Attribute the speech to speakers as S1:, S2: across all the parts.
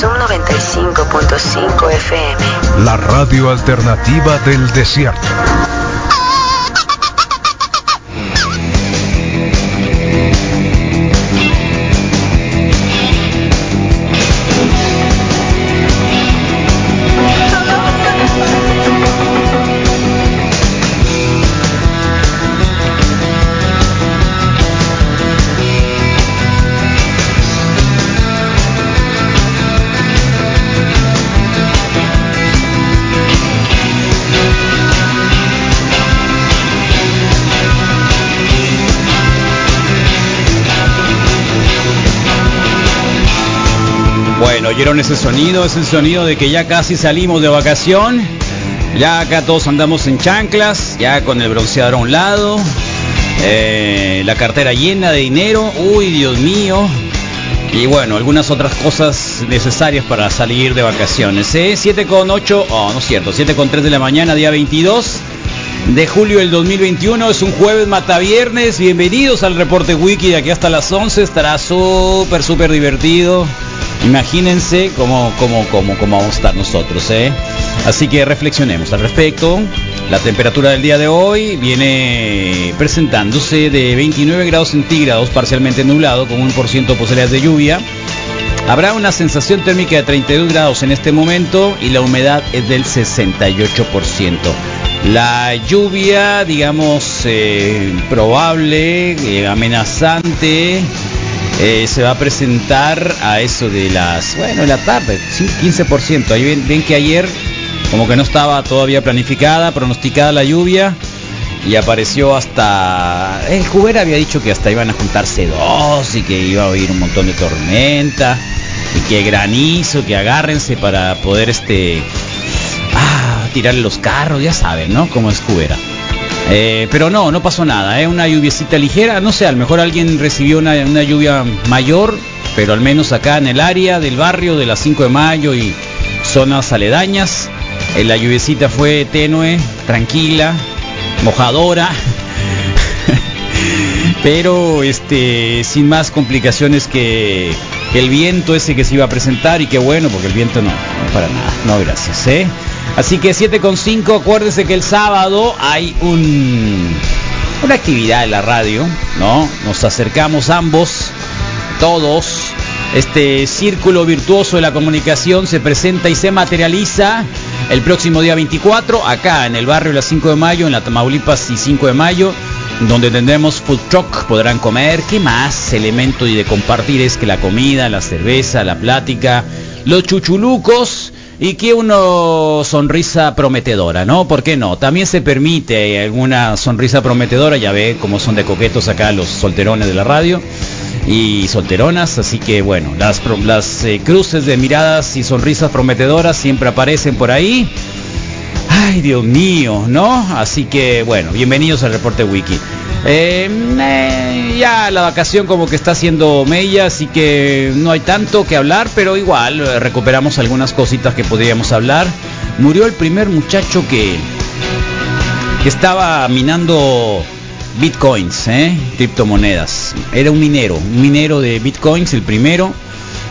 S1: Son 95.5 FM.
S2: La radio alternativa del desierto.
S3: Bueno, oyeron ese sonido, es el sonido de que ya casi salimos de vacación. Ya acá todos andamos en chanclas, ya con el bronceador a un lado, eh, la cartera llena de dinero, uy Dios mío. Y bueno, algunas otras cosas necesarias para salir de vacaciones. ¿eh? 7 con 8, oh, no es cierto, 7 con 3 de la mañana, día 22 de julio del 2021. Es un jueves mataviernes. Bienvenidos al reporte wiki de aquí hasta las 11. Estará súper, súper divertido. Imagínense cómo, cómo, cómo, cómo vamos a estar nosotros. ¿eh? Así que reflexionemos al respecto. La temperatura del día de hoy viene presentándose de 29 grados centígrados, parcialmente nublado, con 1% de posibilidades de lluvia. Habrá una sensación térmica de 32 grados en este momento y la humedad es del 68%. La lluvia, digamos, eh, probable, eh, amenazante, eh, se va a presentar a eso de las, bueno, de la tarde, sí, 15%. Ahí ven, ven que ayer como que no estaba todavía planificada, pronosticada la lluvia y apareció hasta el Juber había dicho que hasta iban a juntarse dos y que iba a haber un montón de tormenta y que granizo, que agárrense para poder este ah, tirarle los carros, ya saben, ¿no? Como es Jubera. Eh, pero no, no pasó nada, ¿eh? una lluviecita ligera, no sé, a lo mejor alguien recibió una, una lluvia mayor, pero al menos acá en el área del barrio de las 5 de mayo y zonas aledañas, eh, la lluviecita fue tenue, tranquila, mojadora. Pero este, sin más complicaciones que el viento ese que se iba a presentar y qué bueno, porque el viento no, no para nada, no gracias, ¿eh? Así que 7.5, acuérdense que el sábado hay un, una actividad en la radio, ¿no? Nos acercamos ambos, todos, este círculo virtuoso de la comunicación se presenta y se materializa el próximo día 24, acá en el barrio de las 5 de mayo, en la Tamaulipas y 5 de mayo, donde tendremos food truck, podrán comer, ¿qué más elemento y de compartir es que la comida, la cerveza, la plática, los chuchulucos? Y que una sonrisa prometedora, ¿no? ¿Por qué no? También se permite alguna sonrisa prometedora, ya ve cómo son de coquetos acá los solterones de la radio y solteronas, así que bueno, las, pro- las eh, cruces de miradas y sonrisas prometedoras siempre aparecen por ahí. Ay, Dios mío, ¿no? Así que bueno, bienvenidos al reporte wiki. Eh, eh, ya la vacación como que está haciendo mella, así que no hay tanto que hablar, pero igual eh, recuperamos algunas cositas que podríamos hablar. Murió el primer muchacho que, que estaba minando bitcoins, ¿eh? criptomonedas. Era un minero, un minero de bitcoins, el primero.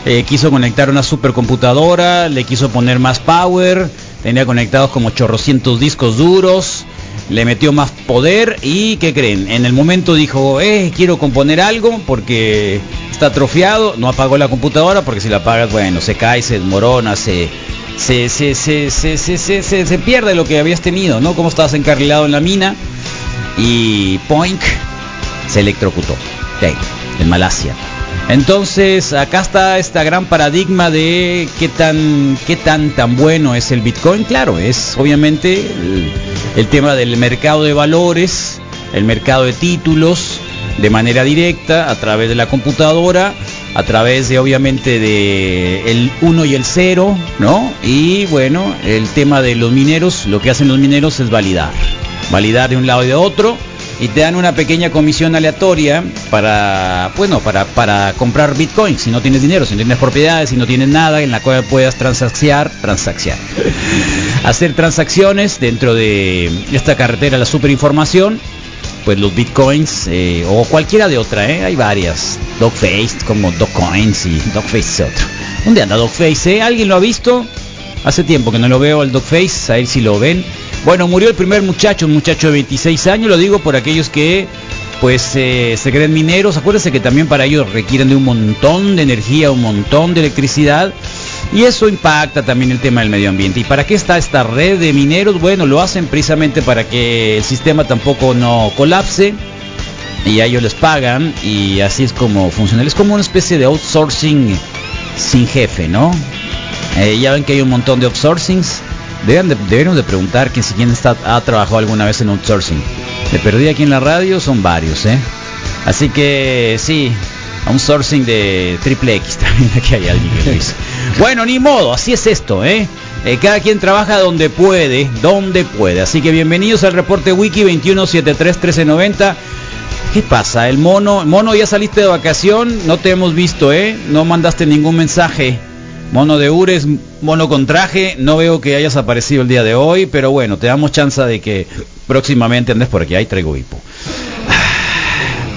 S3: Eh, quiso conectar una supercomputadora, le quiso poner más power, tenía conectados como chorrocientos discos duros, le metió más poder y ¿qué creen? En el momento dijo, eh, quiero componer algo porque está atrofiado, no apagó la computadora porque si la apagas, bueno, se cae, se desmorona, se... Se, se, se, se, se, se, se- se pierde lo que habías tenido, ¿no? Como estabas encarrilado en la mina y Poink se electrocutó ahí, en Malasia. Entonces, acá está esta gran paradigma de qué tan qué tan tan bueno es el Bitcoin. Claro, es obviamente el, el tema del mercado de valores, el mercado de títulos de manera directa a través de la computadora a través de obviamente de el 1 y el 0, ¿no? Y bueno, el tema de los mineros, lo que hacen los mineros es validar, validar de un lado y de otro y te dan una pequeña comisión aleatoria para, bueno, para, para comprar bitcoins si no tienes dinero, si no tienes propiedades, si no tienes nada en la cual puedas transaccionar, transaccionar, hacer transacciones dentro de esta carretera la superinformación pues los bitcoins eh, o cualquiera de otra, ¿eh? hay varias. Dogface como Dogcoins y Dogface es otro. ¿Dónde anda Dogface? Eh? ¿Alguien lo ha visto? Hace tiempo que no lo veo al Dogface, a él si lo ven. Bueno, murió el primer muchacho, un muchacho de 26 años, lo digo por aquellos que pues eh, se creen mineros. Acuérdense que también para ellos requieren de un montón de energía, un montón de electricidad. Y eso impacta también el tema del medio ambiente. ¿Y para qué está esta red de mineros? Bueno, lo hacen precisamente para que el sistema tampoco no colapse. Y a ellos les pagan. Y así es como funciona. Es como una especie de outsourcing sin jefe, ¿no? Eh, ya ven que hay un montón de outsourcings. Deben de, debemos de preguntar que si quien está, ha trabajado alguna vez en outsourcing. De perdí aquí en la radio son varios, ¿eh? Así que sí, outsourcing de triple X también aquí hay alguien que lo hizo. Bueno, ni modo, así es esto, ¿eh? ¿eh? Cada quien trabaja donde puede, donde puede. Así que bienvenidos al reporte Wiki 2173-1390. ¿Qué pasa? El mono, mono, ya saliste de vacación, no te hemos visto, ¿eh? No mandaste ningún mensaje. Mono de Ures, mono con traje, no veo que hayas aparecido el día de hoy, pero bueno, te damos chance de que próximamente andes por aquí, ahí traigo hipo.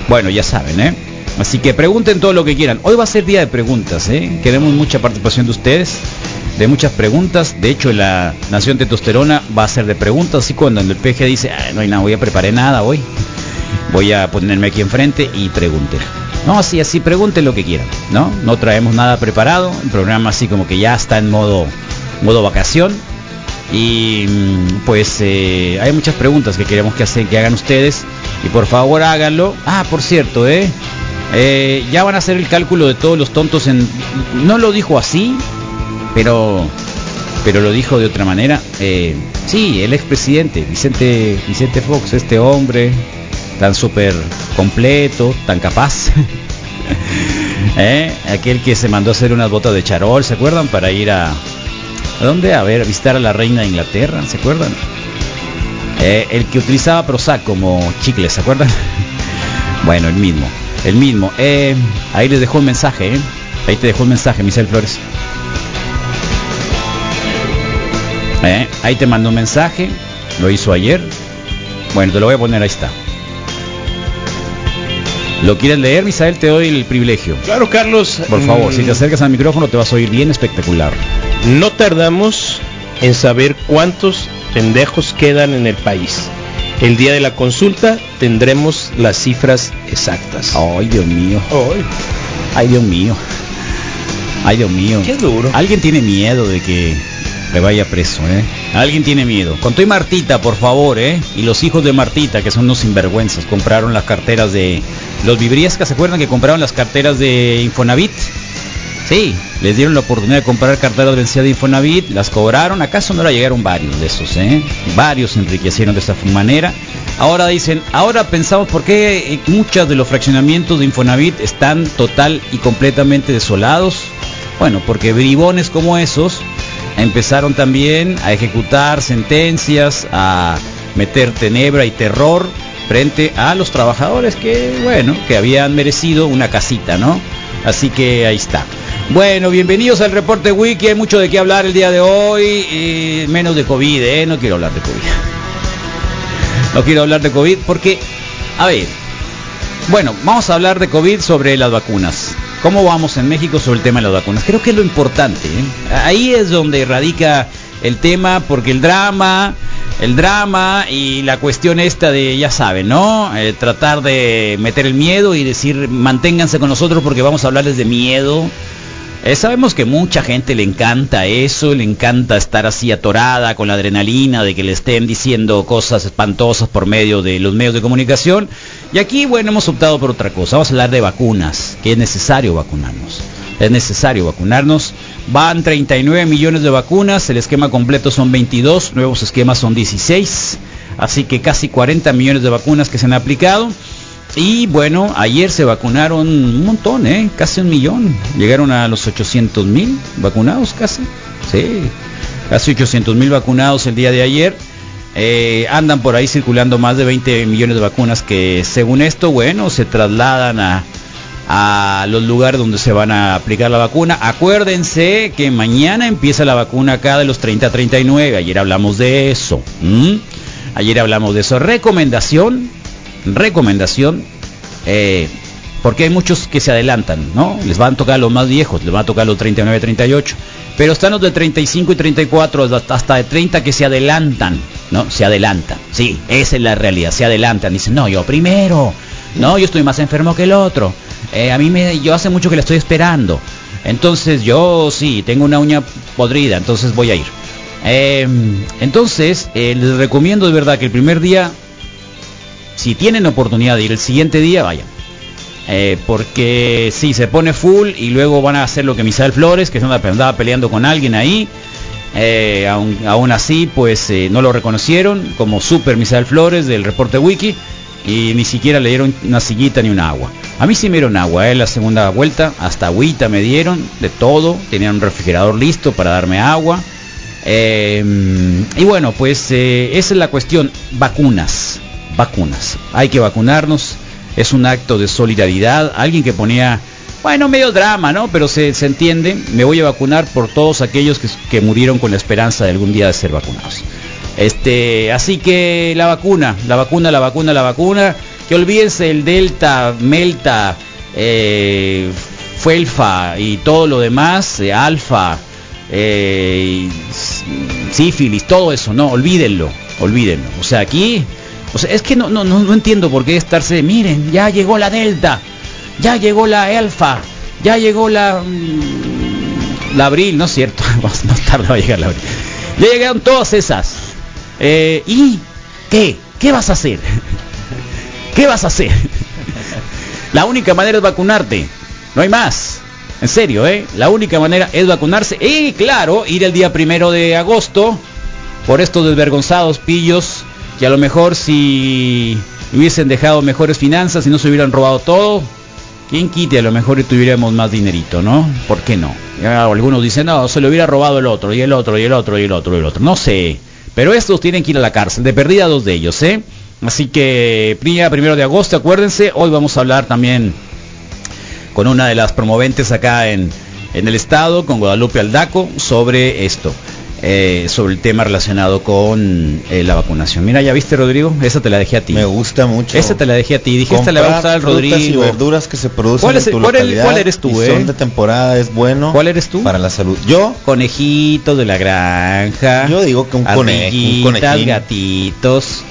S3: Bueno, ya saben, ¿eh? Así que pregunten todo lo que quieran. Hoy va a ser día de preguntas, ¿eh? Queremos mucha participación de ustedes, de muchas preguntas. De hecho, la Nación Testosterona va a ser de preguntas. Así cuando el PG dice, Ay, no hay nada, voy a preparar nada hoy. Voy a ponerme aquí enfrente y pregunten. No, así, así, pregunten lo que quieran, ¿no? No traemos nada preparado. Un programa así como que ya está en modo, modo vacación. Y pues eh, hay muchas preguntas que queremos que, hacer, que hagan ustedes. Y por favor háganlo. Ah, por cierto, ¿eh? Eh, ya van a hacer el cálculo de todos los tontos en... No lo dijo así, pero... Pero lo dijo de otra manera. Eh, sí, el expresidente, Vicente, Vicente Fox, este hombre tan súper completo, tan capaz. eh, aquel que se mandó a hacer unas botas de charol, ¿se acuerdan? Para ir a... ¿A dónde? A ver, a visitar a la reina de Inglaterra, ¿se acuerdan? Eh, el que utilizaba Prozac como chicle, ¿se acuerdan? bueno, el mismo. El mismo. Eh, ahí les dejó un mensaje, ¿eh? Ahí te dejó un mensaje, Michel Flores. Eh, ahí te mandó un mensaje. Lo hizo ayer. Bueno, te lo voy a poner, ahí está. ¿Lo quieres leer, Misael? Te doy el privilegio.
S4: Claro, Carlos. mm,
S3: Por favor, mmm,
S5: Mm.
S3: si te acercas al micrófono te vas a oír bien espectacular.
S4: No tardamos en saber cuántos pendejos quedan en el país. El día de la consulta tendremos las cifras exactas.
S3: Ay, Dios mío.
S4: Ay,
S3: Ay Dios mío. Ay, Dios mío.
S4: Qué duro.
S3: Alguien tiene miedo de que le vaya preso, ¿eh? Alguien tiene miedo. Contó y Martita, por favor, ¿eh? Y los hijos de Martita, que son unos sinvergüenzas, compraron las carteras de... Los Vibriescas, ¿se acuerdan que compraron las carteras de Infonavit? Sí, les dieron la oportunidad de comprar carteras vencidas de Infonavit, las cobraron, acaso no la llegaron varios de esos, ¿eh? Varios se enriquecieron de esta manera. Ahora dicen, ahora pensamos por qué muchos de los fraccionamientos de Infonavit están total y completamente desolados. Bueno, porque bribones como esos empezaron también a ejecutar sentencias, a meter tenebra y terror frente a los trabajadores que, bueno, que habían merecido una casita, ¿no? Así que ahí está. Bueno, bienvenidos al reporte Wiki. Hay mucho de qué hablar el día de hoy. Eh, menos de COVID, ¿eh? No quiero hablar de COVID. No quiero hablar de COVID porque, a ver, bueno, vamos a hablar de COVID sobre las vacunas. ¿Cómo vamos en México sobre el tema de las vacunas? Creo que es lo importante. ¿eh? Ahí es donde radica el tema porque el drama, el drama y la cuestión esta de, ya saben, ¿no? Eh, tratar de meter el miedo y decir, manténganse con nosotros porque vamos a hablarles de miedo. Eh, sabemos que mucha gente le encanta eso, le encanta estar así atorada con la adrenalina de que le estén diciendo cosas espantosas por medio de los medios de comunicación. Y aquí, bueno, hemos optado por otra cosa. Vamos a hablar de vacunas, que es necesario vacunarnos. Es necesario vacunarnos. Van 39 millones de vacunas, el esquema completo son 22, nuevos esquemas son 16, así que casi 40 millones de vacunas que se han aplicado. Y bueno, ayer se vacunaron un montón, ¿eh? casi un millón. Llegaron a los 800 mil vacunados casi. Sí, casi 800 mil vacunados el día de ayer. Eh, andan por ahí circulando más de 20 millones de vacunas que según esto, bueno, se trasladan a, a los lugares donde se van a aplicar la vacuna. Acuérdense que mañana empieza la vacuna acá de los 30 a 39. Ayer hablamos de eso. ¿m? Ayer hablamos de eso. Recomendación, recomendación, eh, porque hay muchos que se adelantan, ¿no? Les van a tocar los más viejos, les van a tocar los 39, 38. Pero están los de 35 y 34, hasta de 30 que se adelantan, ¿no? Se adelantan. Sí, esa es la realidad, se adelantan. Dicen, no, yo primero. No, yo estoy más enfermo que el otro. Eh, a mí me, yo hace mucho que la estoy esperando. Entonces yo sí, tengo una uña podrida, entonces voy a ir. Eh, entonces, eh, les recomiendo de verdad que el primer día, si tienen oportunidad de ir el siguiente día, vayan. Eh, porque si sí, se pone full y luego van a hacer lo que Misael Flores, que se andaba- andaba peleando con alguien ahí. Eh, aún, aún así, pues eh, no lo reconocieron como Super Misael Flores del reporte Wiki y ni siquiera le dieron una sillita ni un agua. A mí sí me dieron agua, eh, la segunda vuelta, hasta agüita me dieron, de todo, tenían un refrigerador listo para darme agua. Eh, y bueno, pues eh, esa es la cuestión. Vacunas, vacunas. Hay que vacunarnos. Es un acto de solidaridad. Alguien que ponía, bueno, medio drama, ¿no? Pero se, se entiende. Me voy a vacunar por todos aquellos que, que murieron con la esperanza de algún día de ser vacunados. Este, así que la vacuna, la vacuna, la vacuna, la vacuna. Que olvídense el Delta, Melta, eh, Felfa y todo lo demás, eh, Alfa, eh, y s- sífilis, todo eso, no, olvídenlo, olvídenlo. O sea, aquí, o sea, es que no, no, no, no entiendo por qué estarse, miren, ya llegó la Delta, ya llegó la Alfa, ya llegó la... mm, la Abril, no es cierto, más, más tarde va a llegar la Abril. Ya llegaron todas esas. Eh, ¿Y qué? ¿Qué vas a hacer? ¿Qué vas a hacer? La única manera es vacunarte. No hay más. En serio, ¿eh? La única manera es vacunarse. Y claro, ir el día primero de agosto por estos desvergonzados pillos que a lo mejor si hubiesen dejado mejores finanzas y no se hubieran robado todo, quien quite, a lo mejor y tuviéramos más dinerito, ¿no? ¿Por qué no? Ya Algunos dicen, no, se lo hubiera robado el otro, y el otro, y el otro, y el otro, y el otro. No sé. Pero estos tienen que ir a la cárcel. De perdida dos de ellos, ¿eh? Así que, día primero de agosto, acuérdense. Hoy vamos a hablar también con una de las promoventes acá en, en el estado, con Guadalupe Aldaco, sobre esto, eh, sobre el tema relacionado con eh, la vacunación. Mira, ya viste, Rodrigo, esa te la dejé a ti.
S6: Me gusta mucho.
S3: Esa te la dejé a ti. Dije, esta
S6: Comprar
S3: le va a gustar al
S6: frutas y
S3: Rodrigo.
S6: verduras que se producen
S3: ¿Cuál es
S6: en tu
S3: el- cuál el-
S6: localidad
S3: cuál eres tú,
S6: y
S3: eh?
S6: son de temporada, es bueno.
S3: ¿Cuál eres tú?
S6: Para la salud. Yo,
S3: Conejitos de la granja.
S6: Yo digo que un cone- un
S3: ardillitas,
S6: conejín.
S3: Ah. gatitos.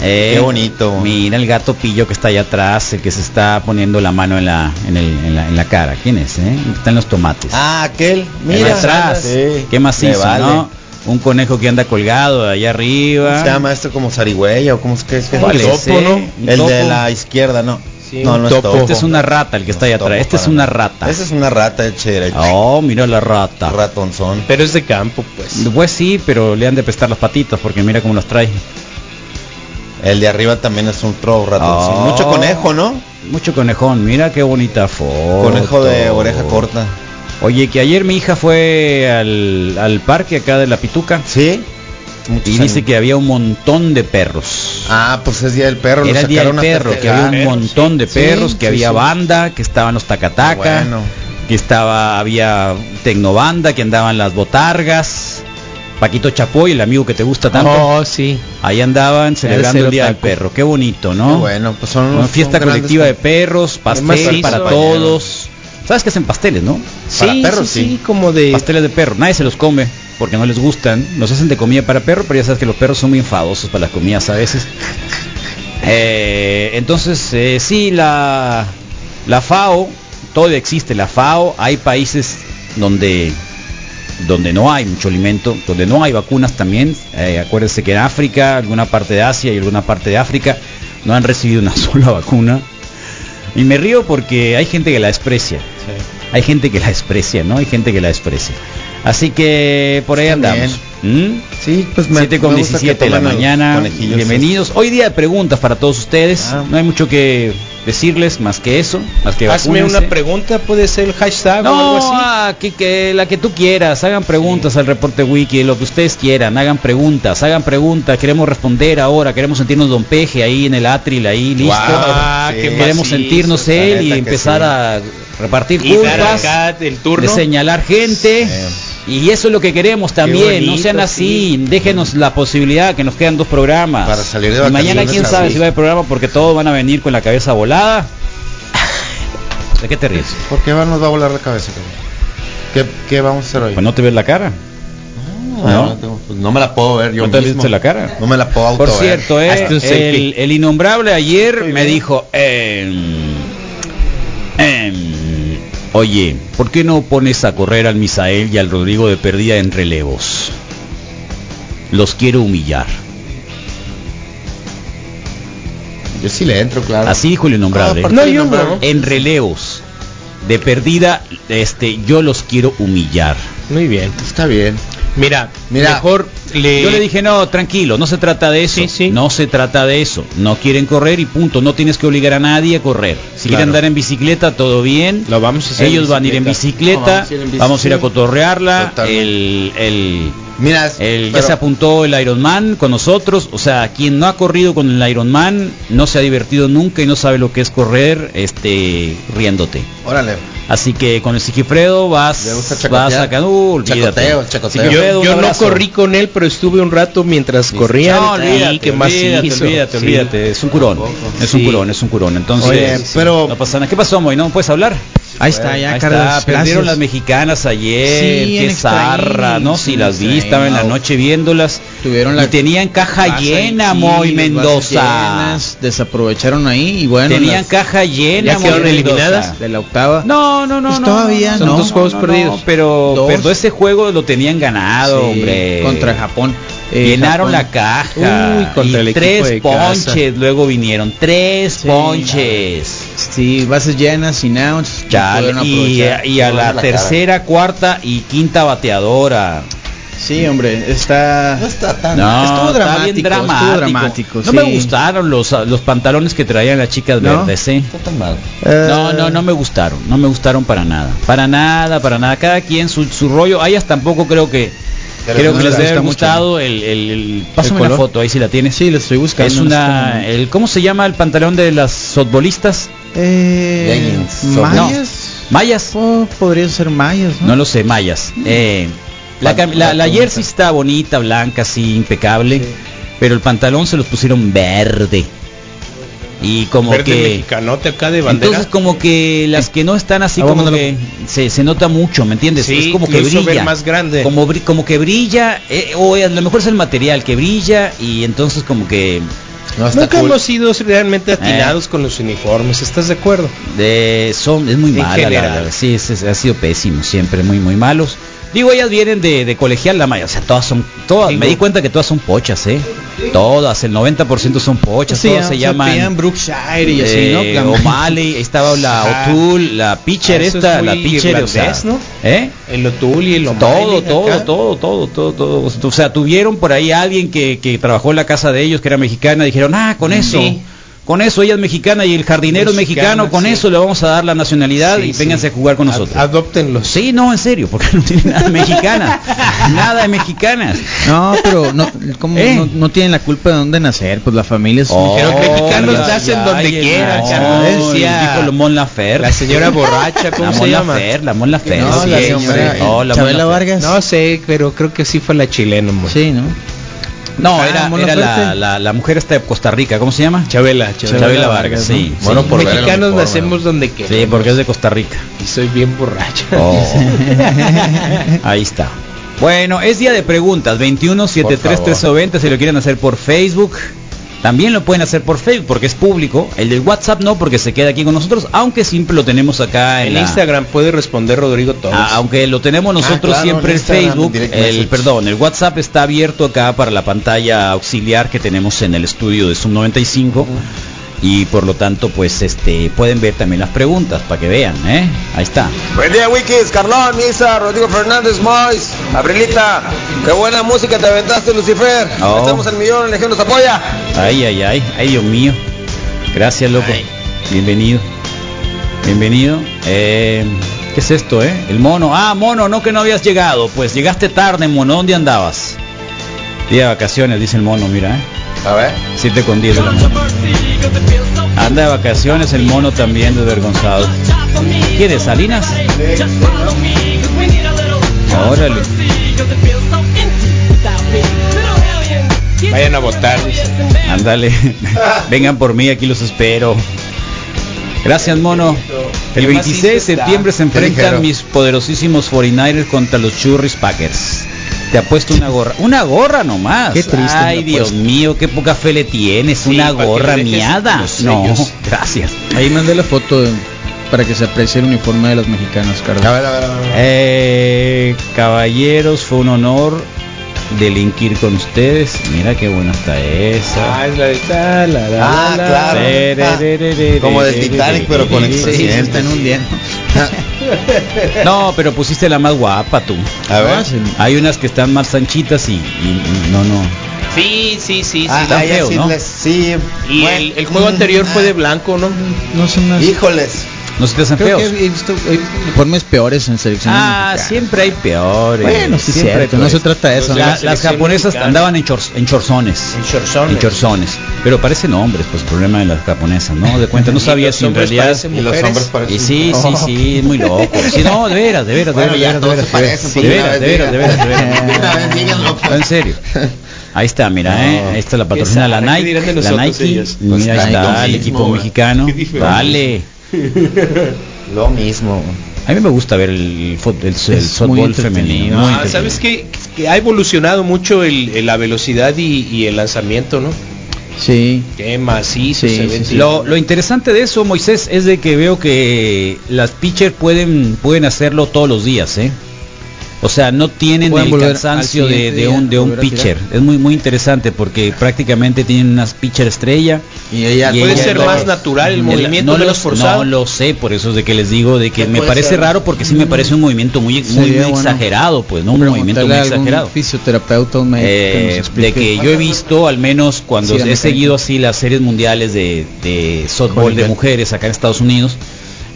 S3: Eh,
S6: Qué bonito.
S3: Mira el gato pillo que está allá atrás, el que se está poniendo la mano en la, en el- en la, en la cara. ¿Quién es? Eh? Está en los tomates.
S6: ah, aquel,
S3: Allá
S6: mira.
S3: atrás.
S6: Sí,
S3: Qué
S6: me
S3: macizo,
S6: vale.
S3: ¿no? Un conejo que anda colgado allá arriba.
S6: Se llama esto como zarigüeya o como es que es
S3: ¿Cuál
S6: El
S3: es, eh? Un
S6: El de
S3: topo.
S6: la izquierda, no.
S4: Sí,
S6: no,
S4: un
S6: no es
S4: topo.
S6: topo.
S3: Este es una rata el que está
S6: No
S3: allá
S6: topo
S3: atrás. Este es
S6: para
S3: una
S6: nada.
S3: rata.
S6: Esa es una rata de chere.
S3: Oh, mira la rata.
S6: Ratonzón.
S4: Pero es de campo, pues.
S3: Pues sí, pero le han de prestar las patitas porque mira cómo los trae.
S6: El de arriba también es un tro ratonzón.
S3: Oh.
S6: Mucho conejo, ¿no?
S3: Mucho conejón, mira qué bonita foto.
S6: Conejo de oreja corta.
S3: Oye, que ayer mi hija fue al, al parque acá de la Pituca
S6: Sí. Muchos
S3: y dice
S6: años.
S3: que había un montón de perros.
S6: Ah, pues es día del perro. lo
S3: Era el día del
S6: sacaron hasta
S3: perro, que
S6: acá.
S3: había un montón de
S6: Sí,
S3: perros, que
S6: sí,
S3: había
S6: sí.
S3: banda, que estaban los tacataca,
S6: Bueno.
S3: que estaba, había tecnobanda, que andaban las botargas, Paquito Chapoy, el amigo que te gusta tanto.
S4: Oh, sí.
S3: Ahí andaban celebrando el día del
S4: taco.
S3: perro, qué bonito, ¿no?
S6: Qué bueno, pues son
S3: Una fiesta
S6: son
S3: colectiva de
S6: grandes-
S3: perros, pastel
S4: macizo.
S3: para todos. ¿Sabes que hacen pasteles, no?
S6: Para
S4: sí,
S6: perros,
S4: sí,
S6: sí.
S4: sí, como de
S3: Pasteles de perro, nadie se los come porque no les gustan. Los hacen de comida para perro, pero ya sabes que los perros son muy enfadosos para las comidas a veces. Eh, entonces, eh, sí, la, la FAO, todo existe la FAO. Hay países donde donde no hay mucho alimento, donde no hay vacunas también. Eh, acuérdense que en África, alguna parte de Asia y alguna parte de África no han recibido una sola vacuna. Y me río porque hay gente que la desprecia. Hay gente que la desprecia, ¿no? Hay gente que la desprecia. Así que por ahí
S6: Está
S3: andamos. ¿Mm?
S6: Sí, pues me,
S3: 7 con
S6: me gusta que
S3: 17 de la
S6: tomen a los
S3: mañana.
S6: conejillos.
S3: Bienvenidos. Hoy día de preguntas para todos ustedes.
S6: Ah.
S3: No hay mucho que decirles más que eso, más que
S4: Hazme
S3: vacúnense.
S4: una pregunta, puede ser el hashtag o algo
S3: No,
S4: así.
S3: ah, que, que la que tú quieras, hagan preguntas al reporte wiki, lo que ustedes quieran, hagan preguntas, hagan preguntas, queremos responder ahora, queremos sentirnos don Peje ahí en el atril, ahí listo.
S4: Ah,
S6: Sí,
S4: qué
S3: queremos
S4: macizo,
S3: sentirnos
S6: la
S3: él y
S6: neta que
S3: empezar
S6: sí.
S3: a repartir
S4: Y dar
S3: culpas,
S4: acá el turno.
S3: de señalar gente. Y eso es lo que queremos también, no
S4: bonito,
S3: sean así, déjenos la posibilidad que nos quedan dos programas.
S6: Para salir de
S3: Y Mañana
S6: vacaciones
S3: quién sabe
S6: así.
S3: si va el programa porque todos van a venir con la cabeza volada. ¿De qué te ríes?
S6: ¿Por qué va- nos va a volar la cabeza? cabrón? ¿Qué, qué vamos a hacer hoy?
S3: Pues no te ves la cara.
S6: no, no tengo- pues no me la puedo ver yo
S3: ¿No te
S6: mismo.
S3: viste la cara?
S6: No me la puedo auto Ah,
S3: Por cierto, eh,
S4: Hazte un selfie.
S3: el, el innombrable ayer me dijo, em, em, oye, ¿por qué no pones a correr al Misael y al Rodrigo de perdida en relevos? Los quiero humillar.
S6: Yo sí le entro, claro.
S3: Así dijo el innombrable.
S6: Ah, ¿por qué
S4: No,
S6: le
S4: yo
S6: nombraron?
S4: no.
S3: En relevos. De perdida, este, yo los quiero humillar.
S4: Muy bien.
S6: Está bien.
S4: Mira,
S6: Mira.
S4: mejor le,
S3: Yo le dije, no, tranquilo, no se trata de eso.
S4: Sí, sí.
S3: No se trata de eso. No quieren correr y punto. No tienes que obligar a nadie a correr. Si
S6: Claro.
S3: quieren andar en bicicleta, todo bien.
S4: Lo vamos a hacer.
S3: Ellos van a ir en bicicleta,
S6: Vamos a ir en bicicleta.
S3: vamos a ir a cotorrearla,
S6: Totalmente.
S3: el, el,
S6: Mira, es-
S3: el- ya
S6: pero-
S3: se apuntó el Ironman con nosotros, o sea, quien no ha corrido con el Ironman no se ha divertido nunca y no sabe lo que es correr este riéndote.
S6: Órale.
S3: Así que con el Sigifredo
S6: Le gusta
S3: vas,
S6: chacotear.
S3: vas a Canú, olvídate.
S6: Chacoteo, chacoteo.
S3: Sigifredo,
S4: Yo,
S3: un
S4: yo no
S3: abrazo.
S4: corrí con él, pero estuve un rato mientras corría.
S3: No,
S4: y
S3: olvídate,
S4: qué más
S3: olvídate,
S4: hizo.
S3: olvídate,
S4: Sí.
S3: olvídate, es un curón, es un
S4: Sí.
S3: curón, es un curón. Entonces, eh,
S6: Oye, pero-
S3: no pasa nada. ¿Qué pasó, Moy? ¿No puedes hablar?
S7: Ahí está, ya,
S3: Ahí
S7: Carlos.
S3: está, perdieron
S7: gracias.
S3: las mexicanas ayer,
S7: Sí, en
S3: qué
S7: Extraín,
S3: zarra, ¿no?
S7: sí,
S3: Si
S7: en
S3: las vi,
S7: Extraín,
S3: estaba en la
S7: no.
S3: noche viéndolas.
S7: Tuvieron la
S3: y tenían caja
S7: Pasa
S3: llena,
S7: aquí,
S3: Moy
S7: las
S3: Mendoza.
S7: bases llenas, desaprovecharon ahí y bueno.
S3: tenían
S7: las-
S3: caja llena,
S7: ya
S3: Moy
S7: quedaron
S3: Mendoza.
S7: eliminadas de la octava.
S3: No, no, no,
S7: Pues
S3: no.
S7: todavía no.
S3: Son dos juegos perdidos. pero,
S7: Dos.
S3: pero ese juego lo tenían ganado,
S7: Sí,
S3: hombre.
S7: Contra Japón. Eh,
S3: Llenaron
S7: Japón.
S3: la caja
S4: Uy, contra
S3: y
S4: el equipo
S3: tres
S4: de casa.
S3: ponches luego vinieron tres
S7: Sí,
S3: ponches
S7: Sí, bases llenas, sin outs. no
S3: Chale,
S7: pudieron
S3: y, eh,
S7: aprovechar.
S3: y a
S6: No,
S3: la,
S6: la cara.
S3: tercera cuarta y quinta bateadora
S7: Sí, hombre, está.
S6: No está tan.
S3: no
S7: estuvo
S3: está bien
S7: dramático, estuvo
S3: dramático.
S7: dramático,
S3: no me
S7: sí.
S3: gustaron los los pantalones que traían las chicas
S7: ¿No?
S3: verdes ¿eh?
S6: está tan mal.
S7: Eh,
S3: No, no, no me gustaron, no me gustaron para nada, para nada, para nada. Cada quien su, su rollo. A ellas tampoco creo que
S6: Que les
S3: creo que
S6: gusta.
S3: les debe haber
S7: Gusta mucho.
S3: gustado el, el, el- pásame
S7: ¿El
S3: la
S7: color?
S3: foto, ahí si la tienes.
S7: Sí, lo estoy buscando. este
S3: es una, el, ¿cómo se llama el pantalón de las softbolistas?
S7: Eh,
S6: Leggings, son-
S7: mayas.
S3: Mayas.
S7: Oh, podrían ser mayas, ¿no? Mm.
S3: No lo sé, mayas. Eh, la, cam- la, la jersey está bonita, blanca, así impecable, pero el pantalón se los pusieron verde y como
S4: Verde
S3: que
S4: mexicanote acá de bandera.
S3: Entonces como que las que no están así
S7: Ah,
S3: como
S7: vámonos.
S3: que se, se nota mucho, ¿me entiendes?
S4: Sí,
S3: es como
S4: lo
S3: que
S4: hizo
S3: brilla.
S4: ver más grande.
S3: Como, bri- como que brilla, eh, o a lo mejor es el material que brilla y entonces como que
S6: No está
S4: Nunca
S6: cool.
S4: hemos sido realmente atinados con los uniformes, ¿estás de acuerdo?
S3: de son es muy
S4: En
S3: mala la-
S4: general.
S3: la- sí, es- es- ha sido pésimo, siempre muy muy malos. Digo, ellas vienen de, de colegial la mayoría, o sea, todas son todas
S4: Digo-
S3: me di cuenta que todas son pochas, ¿eh? Todas, el 90% son pochas,
S7: Sí,
S3: todas
S7: o
S3: se
S7: sea,
S3: llaman
S7: pedían Brookshire y así, ¿no?
S3: eh,
S7: Plan-
S3: O'Malley, ahí estaba la
S4: Ajá.
S3: O'Toole, la pitcher
S4: Ah, eso
S3: esta,
S4: es
S3: la
S4: muy
S3: pitcher, o sea,
S4: irlandés, ¿no?
S3: ¿eh?
S4: El Otul y el
S3: Todo,
S4: O'Malley
S3: todo,
S4: acá.
S3: todo, todo, todo, todo. O sea, tuvieron por ahí a alguien que, que trabajó en la casa de ellos, que era mexicana, dijeron, ah, con eso,
S4: Mm, Sí.
S3: con eso, ella es mexicana y el jardinero es
S4: Mexicana,
S3: mexicano, con
S4: sí.
S3: eso le vamos a dar la nacionalidad
S4: Sí,
S3: y vénganse
S4: sí.
S3: a jugar con
S4: Ad-
S3: nosotros.
S4: Adóptenlos.
S3: Sí, no, en serio, porque no tiene nada de mexicana, nada de mexicanas.
S7: No, pero no, como
S3: ¿Eh?
S7: no, no tienen la culpa de dónde nacer, pues la familia es
S3: Oh,
S4: Pero mexicanos
S3: ya,
S4: nacen
S3: ya,
S4: donde
S3: ya,
S4: quieran,
S3: no,
S4: Carlos. Decía
S3: Dijo lo Mon Laferte.
S4: La señora borracha, ¿cómo
S3: la
S4: se
S3: Mon
S4: llama?
S3: Laferte, la Mon Laferte.
S7: No,
S3: sí,
S7: la
S3: hombre.
S7: señora, eh,
S3: No, la Mon
S7: Chabela
S3: Laferte.
S7: Vargas.
S4: No sé, pero creo que sí fue la chilena, amor.
S7: Sí, ¿no?
S3: No,
S7: Ah,
S3: era,
S7: Mon
S3: era la,
S7: Laferte.
S3: la, la mujer esta de Costa Rica, ¿cómo se llama?
S4: Chabela,
S3: Chabela, Vargas,
S4: ¿no?
S3: sí.
S6: Bueno,
S3: sí.
S6: por ver el
S4: mexicanos
S6: uniforme,
S4: nacemos
S6: ¿no?
S4: donde queramos.
S3: Sí, porque Oh. es de Costa Rica.
S4: Y soy bien borracha.
S5: Oh.
S3: Ahí está. Bueno, es día de preguntas, 21 73 390, si lo quieren hacer por Facebook. También lo pueden hacer por Facebook porque es público. El del WhatsApp no porque se queda aquí con nosotros, aunque siempre lo tenemos acá en,
S4: En
S3: la-
S4: Instagram puede responder Rodrigo Torres.
S3: Ah, aunque lo tenemos nosotros
S6: claro,
S3: siempre
S6: en
S3: en
S6: Instagram,
S3: Facebook,
S6: direct
S3: el,
S6: message.
S3: perdón, el WhatsApp está abierto acá para la pantalla auxiliar que tenemos en el estudio de Zoom 95 y por lo tanto pues este pueden ver también las preguntas para que vean, ¿eh? Ahí está.
S8: Buen día, Wikis, Carlón, Misa, Rodrigo Fernández, Mois, Abrilita. Qué buena música te aventaste, Lucifer.
S3: Oh.
S8: Estamos en millón, el Ejército nos apoya.
S3: Ay, ay, ay, ay, Dios mío. Gracias, loco. Bienvenido. Bienvenido. Eh, ¿Qué es esto, eh? El mono. Ah, mono, no que no habías llegado. Pues llegaste tarde, mono. ¿Dónde andabas? Día de vacaciones, dice el mono, mira, eh.
S6: A ver.
S3: 7 con 10 de la mañana. Anda de vacaciones el mono también desvergonzado. ¿Quién es, Salinas? Órale.
S4: Vayan a votar.
S3: Ándale. Vengan por mí, aquí los espero. Gracias, mono. El 26 de septiembre se enfrentan
S6: ligero.
S3: mis poderosísimos 49ers contra los Churris Packers. Te apuesto una gorra. Una gorra nomás.
S7: Qué triste,
S3: Ay,
S7: me la
S3: Dios
S7: apuesto.
S3: mío, qué poca fe le tienes.
S4: Sí,
S3: una
S4: para que
S3: gorra
S4: le dejes
S3: miada.
S4: los
S3: No,
S4: sellos.
S3: gracias.
S7: Ahí mandé la foto de- para que se aprecie el uniforme de las mexicanas,
S6: A
S7: Carlos.
S6: ver, a ver, a ver.
S3: Eh, caballeros, fue un honor delinquir con ustedes. Mira qué buena está esa.
S4: es la de
S6: Ah, claro.
S3: Tererererere.
S6: Como del Titanic, pero con expresidentes.
S7: en un día.
S3: No, pero pusiste la más guapa tú.
S6: A ver.
S3: Hay unas que están más anchitas y, y- y no, no.
S4: Sí, sí, sí, sí.
S6: Ah,
S3: está
S6: ah, ya
S3: feo,
S6: sí,
S3: ¿no?
S6: les- sí.
S4: y
S6: Bueno,
S4: el, el juego anterior fue de blanco, ¿no?
S7: No son las...
S6: Híjoles.
S3: ¿No se te hacen
S7: Creo
S3: feos?
S7: que he visto he visto uniformes peores en selecciones
S3: Ah,
S7: mexicanas.
S3: siempre hay peores.
S7: Bueno, sí,
S3: Siempre hay
S7: cierto. No
S3: peores.
S7: se trata de
S3: La-
S7: eso. ¿no?
S3: las
S4: selección
S3: japonesas
S4: mexicana.
S3: andaban en, chors- en chorzones.
S4: En shortzones.
S3: En chorzones. Pero parecen hombres, pues problema de las japonesas, ¿no? De cuenta, no sabía
S4: los
S3: si en
S4: hombres
S3: realidad...
S4: parecen
S6: Y los
S4: Mujeres.
S6: hombres parecen.
S3: Y sí, sí, sí, muy loco. Sí, no, de veras, de veras, de
S6: Bueno,
S3: veras,
S6: ya
S3: de
S6: todos
S3: veras,
S6: se
S3: de veras,
S6: parecen,
S3: de
S6: pues,
S3: veras,
S6: una vez
S3: de veras, de veras, de
S6: digan.
S3: veras.
S6: Una vez díganlo, pues.
S3: En serio. Ahí está, mira, ¿eh? Ahí está la patrocina la
S4: Qué zarra, ¿qué
S3: Nike.
S4: dirán de
S3: La
S4: nosotros
S3: Nike.
S4: ellas?
S3: Mira, ahí
S6: Pues
S3: está
S6: Nike,
S3: el
S6: lo
S3: equipo
S6: mismo,
S3: mexicano.
S4: Qué diferencia.
S3: Vale.
S6: Lo mismo.
S3: A mí me gusta ver el, fut- el, el
S7: Es muy
S3: fútbol
S7: entretenido,
S3: femenino.
S7: muy
S3: Muy
S4: Ah, ¿Sabes qué? Que ha evolucionado mucho el, el- la velocidad y, y el lanzamiento, ¿no?
S7: Sí.
S4: Qué macizo
S7: Sí,
S4: se ve.
S7: sí, sí.
S3: Lo, lo interesante de eso, Moisés, es de que veo que las pitchers pueden, pueden hacerlo todos los días, ¿eh? O sea, no tienen
S7: Pueden
S3: el
S7: volver al
S3: cansancio de,
S7: siguiente
S3: de un,
S7: día,
S3: de un
S7: volver a tirar.
S3: pitcher. Es muy muy interesante porque prácticamente tienen unas pitcher estrella.
S7: Y ella
S3: Y
S4: Puede
S3: ella
S4: ser
S3: no-
S4: más natural el
S3: no-
S4: movimiento,
S3: no
S4: menos
S3: lo,
S4: forzado.
S3: No lo sé, por eso es de que les digo de que
S6: ¿Qué
S3: me
S6: puede
S3: parece
S6: ser?
S3: raro porque sí me parece un movimiento muy, muy,
S7: Mm. Sería
S3: muy
S7: bueno
S3: exagerado, pues, ¿no? Un movimiento muy
S7: Preguntarle a algún
S3: exagerado.
S7: fisioterapeuta, un médico que nos
S3: Eh, de
S7: explique.
S3: que yo he visto, al menos cuando he
S7: Sí, la mecánica.
S3: seguido así las series mundiales de, de softball de
S7: Colegial.
S3: mujeres acá en Estados Unidos,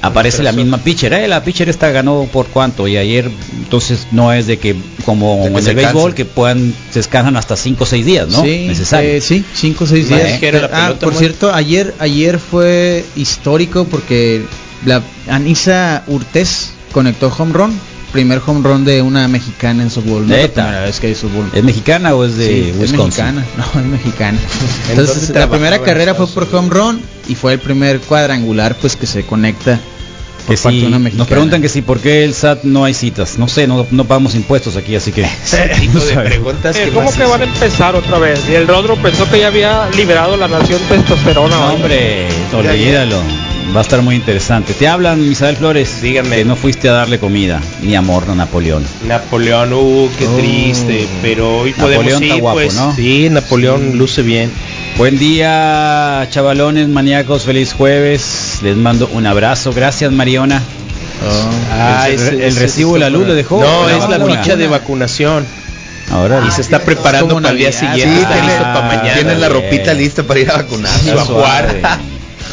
S3: aparece la misma pitcher. Eh, la pitcher esta ganó por cuánto y ayer, entonces no es de que como
S6: De que
S3: en
S6: se
S3: el béisbol
S6: cansen.
S3: que puedan se descansan hasta 5 o 6 días, ¿no?
S7: Sí,
S3: Necesario.
S7: eh, sí, cinco o seis
S4: Más
S7: días.
S4: ligera la
S7: Ah,
S4: pelota,
S7: por
S4: más-
S7: cierto, ayer ayer fue histórico porque la Anisa Urtés conectó home run, primer home run de una mexicana en softball. No es la
S3: Neta.
S7: primera vez que hay softball.
S3: ¿Es mexicana o es de
S7: Sí, es
S3: Wisconsin?
S7: mexicana, no, es mexicana.
S4: Entonces,
S7: Entonces, la
S4: trabajaba
S7: primera
S4: en
S7: carrera fue
S4: Estados
S7: por home run y fue el primer cuadrangular pues que se conecta
S3: Que
S7: por parte
S3: sí,
S7: de una
S3: nos
S7: mexicana.
S3: preguntan que si por qué el SAT no hay citas. No sé, no, no pagamos impuestos aquí, así que... no
S4: Tipo de
S3: sabemos.
S4: preguntas
S9: Eh,
S4: que
S9: ¿Cómo que
S4: macizo.
S9: van a empezar otra vez? Y el Rodro pensó que ya había liberado la nación testosterona.
S3: No,
S9: ¿vale?
S3: hombre, olvídalo. Va a estar muy interesante. Te hablan, Isabel Flores.
S4: Dígame.
S3: Que no fuiste a darle comida, ni amor, no Napoleón.
S4: Napoleón, uh, qué triste, pero hoy podemos
S3: Napoleón
S4: ir,
S3: está guapo,
S4: pues.
S3: ¿no?
S4: Sí, Napoleón luce bien.
S3: Buen día, chavalones, maníacos. Feliz jueves. Les mando un abrazo. Gracias, Mariona.
S4: Ah,
S3: el,
S4: ese-
S3: el
S4: ese-
S3: recibo de la luz lo dejó.
S4: No,
S3: La
S4: es la
S3: vacuna.
S4: ficha de vacunación.
S3: Ahora
S4: Y se está preparando para el día
S7: Ah, Navidad,
S4: siguiente,
S6: sí,
S4: está
S6: tiene-
S4: listo para mañana.
S6: Tienen la
S3: bien.
S6: ropita lista para ir a vacunar.
S4: Sí, va a jugar.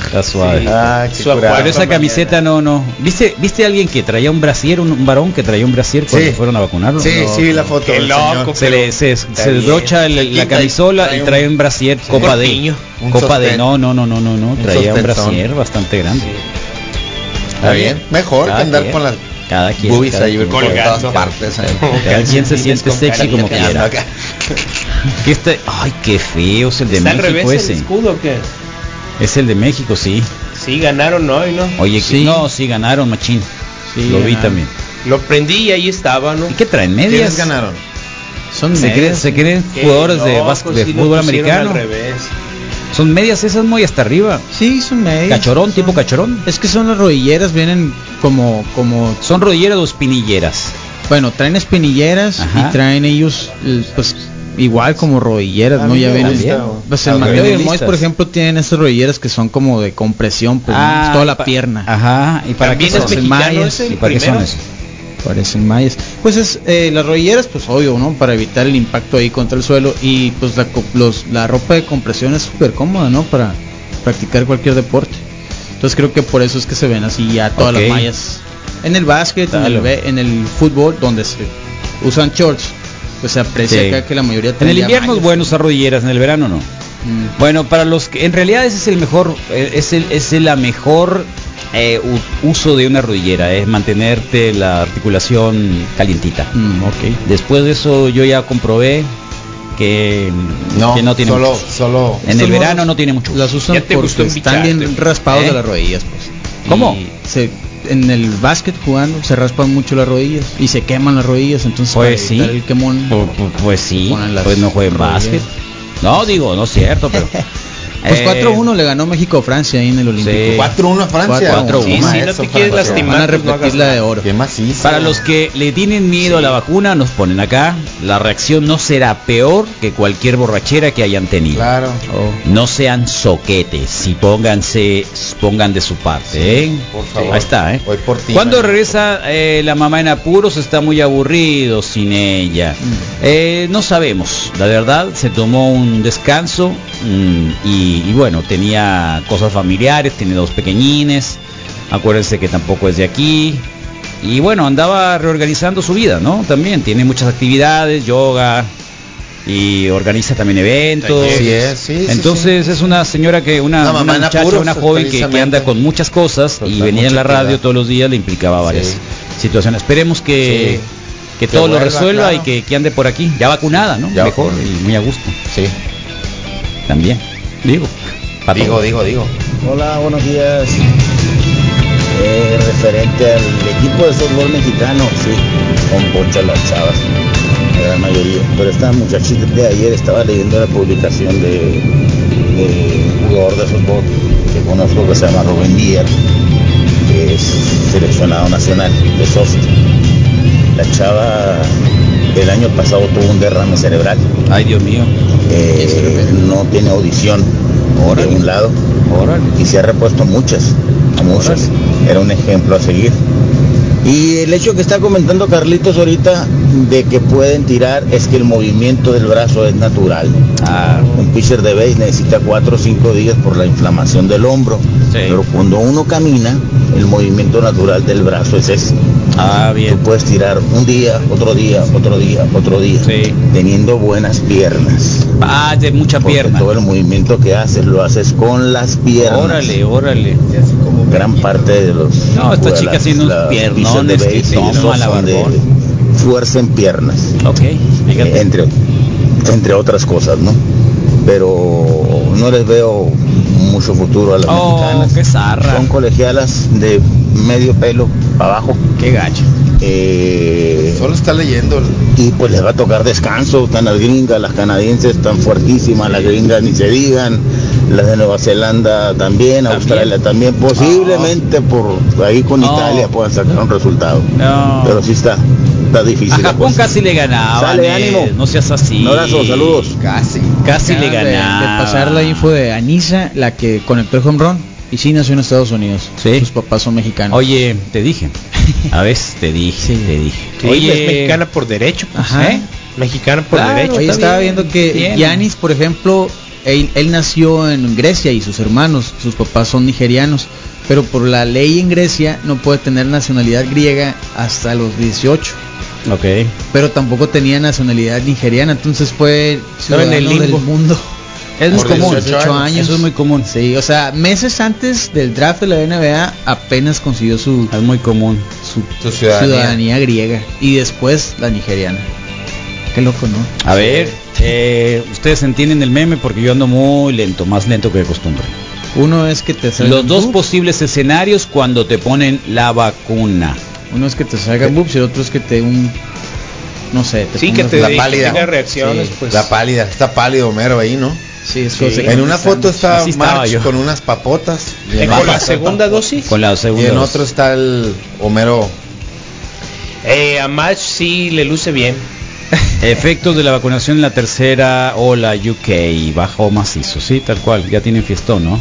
S3: Está suave.
S6: Ah, qué
S4: Su acuerdo.
S6: curado.
S3: Pero esa camiseta no, no. ¿Viste, viste a alguien que traía un brasier, un, un varón que traía un brasier cuando
S6: Sí.
S3: fueron a vacunarlo?
S6: Sí,
S3: Ah, No,
S6: sí, vi la foto.
S4: Qué
S6: del
S4: loco,
S6: señor.
S3: se le se, se desbrocha el- la
S6: Quita y
S3: camisola
S6: trae
S3: y
S6: un-
S3: trae un brasier copa de
S4: corpiño,
S6: un
S3: copa de
S6: sostén.
S3: no no no no no no traía un
S6: sostenzón.
S3: brasier bastante grande
S6: Está bien. Mejor que
S3: Cada
S6: andar
S3: quien.
S6: con las
S3: cada quien
S6: boobies
S3: cada
S6: ahí
S3: quien.
S6: por
S4: Colgando.
S6: todas partes. ¿eh? ahí.
S3: Cada quien se siente sexy como
S6: Colgando
S3: quiera
S6: acá.
S3: Que este- ay qué feo es el de
S4: ¿Está al
S3: México
S4: revés
S3: ese
S4: el escudo que
S3: es el de México sí
S4: Sí, ganaron hoy, ¿no?
S3: oye que-
S7: Sí.
S3: no sí ganaron machín
S7: Sí,
S3: lo vi
S7: ganaron.
S3: también
S4: Lo prendí y ahí estaba, ¿no?
S3: y qué traen medias
S6: ¿Quiénes ganaron?
S7: Son
S3: se creen
S7: medias,
S3: se creen
S4: Qué
S3: jugadores de,
S4: locos,
S3: bas- de
S4: pues sí, lo
S3: fútbol
S4: pusieron
S3: americano
S4: Al revés.
S3: son medias esas muy hasta arriba
S7: Sí, son medias.
S3: cachorón
S7: Son-
S3: tipo cachorón
S7: Es que son las rodilleras, vienen como, como,
S3: son rodilleras o espinilleras
S7: bueno, traen espinilleras
S3: Ajá.
S7: y traen ellos, eh, pues, igual como rodilleras,
S6: A
S4: Ah,
S7: ¿no?
S6: mí
S7: Ya
S6: me
S7: ven.
S6: gusta.
S7: Pues el
S6: Ah,
S7: Mateo y el Mois,
S3: realistas.
S7: por ejemplo, tienen esas rodilleras que son como de compresión, pues, ¿no? Es toda la
S3: Ah, pa-
S7: pierna.
S3: Ajá, y para qué
S4: También
S3: son
S4: es
S7: Los
S4: mexicano,
S7: mayas,
S4: es el
S3: ¿Y para qué son
S4: primero.
S3: eso?
S7: Parecen mayas. Pues es, eh, las rodilleras, pues obvio, ¿no? Para evitar el impacto ahí contra el suelo. Y pues la, co- los, la ropa de compresión es súper cómoda, ¿no? Para practicar cualquier deporte. Entonces creo que por eso es que se ven así ya todas
S3: Ok.
S7: las mallas. En el básquet, en
S3: Dale.
S7: el, be- en el fútbol, donde se usan shorts, pues se aprecia
S3: Sí.
S7: acá que la mayoría
S3: En
S7: traen
S3: el
S7: ya
S3: invierno es
S7: mallas.
S3: bueno usar rodilleras, en el verano no.
S7: Mm.
S3: Bueno, para los que en realidad ese es el mejor, eh, es el es la mejor eh, u- uso de una rodillera, es mantenerte la articulación calientita.
S7: Mm, ok.
S3: Después de eso yo ya comprobé que que no,
S6: No,
S3: tiene
S6: solo,
S3: mucho.
S6: solo.
S3: En el
S7: Estos
S3: verano
S7: morros
S3: no tiene mucho.
S7: Las usan
S4: Ya te
S7: porque
S4: gustó
S7: están
S4: envicharte,
S7: bien
S4: güey.
S7: raspados
S3: ¿Eh? Oh.
S7: de las rodillas, pues.
S3: ¿Cómo?
S7: Y se, en el básquet jugando se raspan mucho las rodillas y se queman las rodillas, entonces para
S3: Pues sí.
S7: evitar el quemón.
S3: Pu- pu- pues sí,
S7: Ponen las
S3: pues no jueguen
S7: rodilleras.
S3: básquet. No digo, no es cierto, pero
S7: Pues
S3: Eh,
S7: 4-1 le ganó México a Francia ahí en el Olímpico.
S6: 4-1 a Francia.
S7: 4-1.
S6: Sí,
S7: Sí,
S6: ma,
S4: si no
S6: eso,
S4: te quieres
S6: Francia.
S4: lastimar.
S3: pues,
S7: Van a repetir la de oro.
S6: Qué macizo.
S3: Para los que le tienen miedo a la vacuna, nos ponen acá, la reacción no será peor que cualquier borrachera que hayan tenido.
S6: Claro.
S3: No sean soquetes y pónganse, pongan de su parte. ¿eh?
S6: por favor.
S3: Ahí está, ¿eh?
S6: Voy por ti,
S3: Cuando
S6: Manuel.
S3: regresa eh, la mamá en apuros está muy aburrido sin ella.
S6: Mm.
S3: Eh, no sabemos, la verdad, se tomó un descanso mm, y, y bueno, tenía cosas familiares, tiene dos pequeñines, acuérdense que tampoco es de aquí. Y bueno, andaba reorganizando su vida, ¿no? También tiene muchas actividades, yoga, y organiza también eventos.
S6: Así es, sí, sí,
S3: Entonces es una señora que una,
S6: Una
S3: una
S6: mamá en
S3: muchacha,
S6: apuros,
S3: una joven que, que anda
S6: precisamente.
S3: con muchas cosas
S6: Pues,
S3: y
S6: da
S3: venir en la
S6: mucha
S3: radio
S6: piedad.
S3: todos los días le implicaba varias
S6: Sí.
S3: situaciones. Esperemos que que todo
S6: vuelva,
S3: lo resuelva
S6: claro.
S3: y que, que ande por aquí, ya vacunada, ¿no?
S6: Ya
S3: Mejor
S6: vacunada.
S3: y muy a gusto
S6: Sí.
S3: también. Digo. pa'
S6: Digo,
S3: todo.
S6: digo, digo.
S10: Hola, buenos días. Eh, referente al equipo de fútbol mexicano, sí, con Poncho las chavas, la gran mayoría. Pero esta muchachita de ayer estaba leyendo la publicación de, de un jugador de fútbol que conozco que se llama Rubén Díaz, que es seleccionado nacional de soft. La chava el año pasado tuvo un derrame cerebral
S3: Ay, Dios mío.
S10: eh, no tiene audición de un lado y se ha repuesto muchas, a muchas. Era un ejemplo a seguir. Y el hecho que está comentando Carlitos ahorita de que pueden tirar es que el movimiento del brazo es natural.
S3: Ah,
S10: Un pitcher de base necesita 4 o 5 días por la inflamación del hombro,
S3: Sí.
S10: pero cuando uno camina, el movimiento natural del brazo es ese.
S3: Ah,
S10: Tú
S3: bien.
S10: puedes tirar un día, otro día, otro día, otro día,
S3: Sí.
S10: teniendo buenas piernas.
S3: Ah, de mucha
S10: Porque
S3: pierna.
S10: todo el movimiento que haces lo haces con las piernas.
S3: Órale, órale.
S10: Gran parte de los.
S3: No, esta
S10: de
S3: chica
S10: las-
S3: haciendo unos
S10: las pizzas
S3: piernones
S10: de
S3: que
S10: base y
S3: toma
S10: esos
S3: la
S10: son de
S3: barbón.
S10: Fuerza en piernas.
S3: Ok,
S10: eh,
S3: fíjate.
S10: entre, entre otras cosas, ¿no? Pero no les veo mucho futuro a las
S3: Oh,
S10: mexicanas.
S3: qué zarra.
S10: Son colegialas de medio pelo para abajo.
S3: Qué gacho.
S10: Eh,
S6: Solo está leyendo. el-
S10: y pues les va a tocar descanso, están las gringas, las canadienses están fuertísimas, las gringas ni se digan, las de Nueva Zelanda también, Australia también,
S6: Ah,
S10: posiblemente por ahí con
S3: No.
S10: Italia puedan sacar un resultado.
S3: No.
S10: Pero sí está, está difícil.
S6: Ah,
S10: pues.
S3: A
S10: la
S3: Japón
S10: cosa.
S3: casi le ganaba.
S10: Sale, ánimo.
S3: No seas así.
S10: Un abrazo, saludos.
S6: Casi.
S3: Casi le
S7: Acaban de-
S3: ganaba.
S7: De, pasar la info de Anisa, la que conectó el home run. Y sí nació en Estados Unidos.
S3: Sí.
S7: Sus papás son mexicanos.
S3: Oye, te dije. A ver, te dije,
S7: Sí.
S3: te dije.
S4: Oye, es mexicana por derecho. pues,
S7: Ajá.
S4: ¿eh? Mexicana por
S3: Claro.
S4: derecho.
S7: Oye,
S3: está
S7: estaba
S3: bien,
S7: viendo que
S3: bien.
S7: Yanis, por ejemplo, él, él nació en Grecia y sus hermanos, sus papás son nigerianos, pero por la ley en Grecia no puede tener nacionalidad griega hasta los 18,
S3: Ok.
S7: pero tampoco tenía nacionalidad nigeriana, entonces fue ciudadano
S4: el limbo.
S7: del mundo.
S3: Es muy
S6: Por
S3: común.
S6: 18
S7: 18 años.
S3: Eso es muy común.
S7: Sí, o sea, meses antes del draft de la NBA apenas consiguió su,
S3: Es muy común.
S7: su
S6: Tu ciudadanía.
S7: ciudadanía. griega y después la nigeriana. Qué loco, ¿no?
S3: A ver, eh, ustedes entienden el meme porque yo ando muy lento, más lento que de costumbre.
S7: Uno es que te salga
S3: Los dos
S7: boobs,
S3: posibles escenarios cuando te ponen la vacuna.
S7: uno es que te salga boobs y el otro es que te un no sé, te
S4: Sí, que
S7: pongas
S4: te
S6: La
S4: diga-
S6: pálida.
S4: tenga reacciones,
S7: Sí.
S4: pues.
S6: La pálida. Está pálido Homero ahí, ¿no?
S7: Sí, eso se-
S6: En una foto está
S3: Así estaba
S6: March
S3: yo.
S6: con unas papotas. Y
S4: Eh,
S6: en,
S4: con
S6: otro
S4: la
S6: está-
S4: segunda dosis.
S3: Con la
S6: y
S3: segunda.
S6: en
S3: dosis.
S6: otro está el Homero.
S4: Eh, a Match sí le luce bien.
S3: Efectos de la vacunación en la tercera ola UK. Bajó macizo, sí, tal cual. Ya tienen fiestón, ¿no?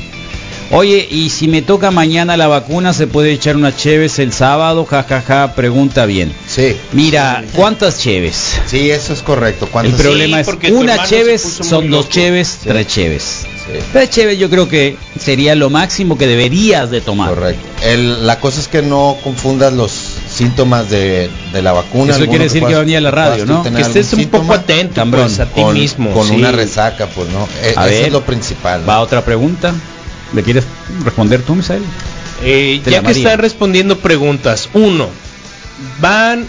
S3: Oye, y si me toca mañana la vacuna, ¿se puede echar unas cheves el sábado? Ja, ja, ja, pregunta bien.
S6: Sí.
S3: Mira, ¿cuántas cheves?
S6: Sí, eso es correcto.
S3: El
S6: ¿Cuántas-
S3: problema
S4: porque
S3: es
S4: tu
S3: una
S4: hermano
S3: cheves,
S4: se puso muy
S3: son dos
S4: loco.
S3: cheves,
S6: Sí.
S3: tres cheves.
S6: Sí.
S3: Tres cheves yo creo que sería lo máximo que deberías de tomar.
S6: Correcto. El- la cosa es que no confundas los síntomas de, de la vacuna.
S3: Eso
S6: alguno
S3: quiere decir que
S6: puedas-
S3: va a venir a la radio,
S6: puedas tú
S3: ¿no?
S6: tener
S4: Que estés
S6: algún
S4: un poco
S6: síntoma
S4: atento
S3: Tambrón.
S4: pues, a ti
S6: con,
S4: mismo.
S6: con
S4: sí.
S6: una resaca, pues no. E-
S3: A
S6: eso
S3: ver.
S6: es lo principal. ¿no?
S3: Va otra pregunta. ¿Le quieres responder tú, Misael?
S4: Eh,
S3: Te
S4: ya que
S3: llamaría.
S4: están respondiendo preguntas, uno, van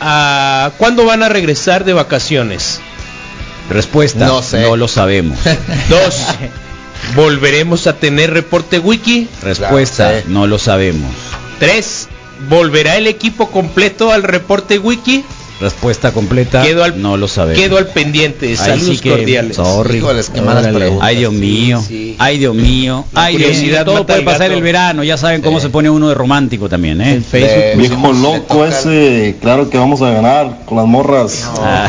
S4: a ¿cuándo van a regresar de vacaciones?
S3: Respuesta.
S6: No sé.
S3: No lo sabemos.
S4: Dos, volveremos a tener reporte wiki.
S3: Respuesta.
S6: Claro, sí.
S3: No lo sabemos.
S4: Tres, volverá el equipo completo al reporte wiki.
S3: Respuesta completa.
S4: Quedo al-
S3: no lo sabemos.
S4: Quedo al pendiente.
S3: Ahí
S4: Saludos
S3: sí que-
S4: cordiales.
S3: sorry.
S6: Híjoles, qué malas
S3: Órale.
S6: preguntas.
S3: Ay Dios mío,
S4: sí.
S3: ay Dios mío,
S4: La
S3: ay Dios mío.
S4: curiosidad
S3: Todo
S4: mata
S3: puede
S4: al
S3: pasar
S4: gato.
S3: el verano, ya saben cómo
S6: Sí.
S3: se pone uno de romántico también, ¿eh?
S6: Le
S11: Viejo
S6: pusimos- Pues, le
S11: loco
S6: toca-
S11: ese, claro que vamos a ganar con las morras.
S3: Ah,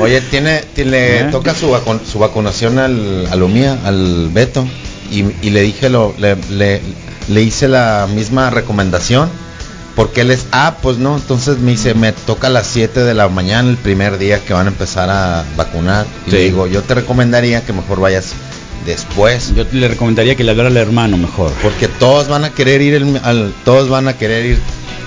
S6: Oye, tiene, tiene-
S3: ¿Eh?
S6: toca su, vacun- su vacunación al, al Omía, al Beto, y, y le dije lo, le, le- le hice la misma recomendación, porque él es ah, pues no, entonces me dice, me toca a las 7 de la mañana el primer día que van a empezar a vacunar. Y
S3: Sí.
S6: le digo, yo te recomendaría que mejor vayas después.
S3: yo le recomendaría que le hablara al hermano mejor.
S6: Porque todos van a querer ir el- al, todos van a querer ir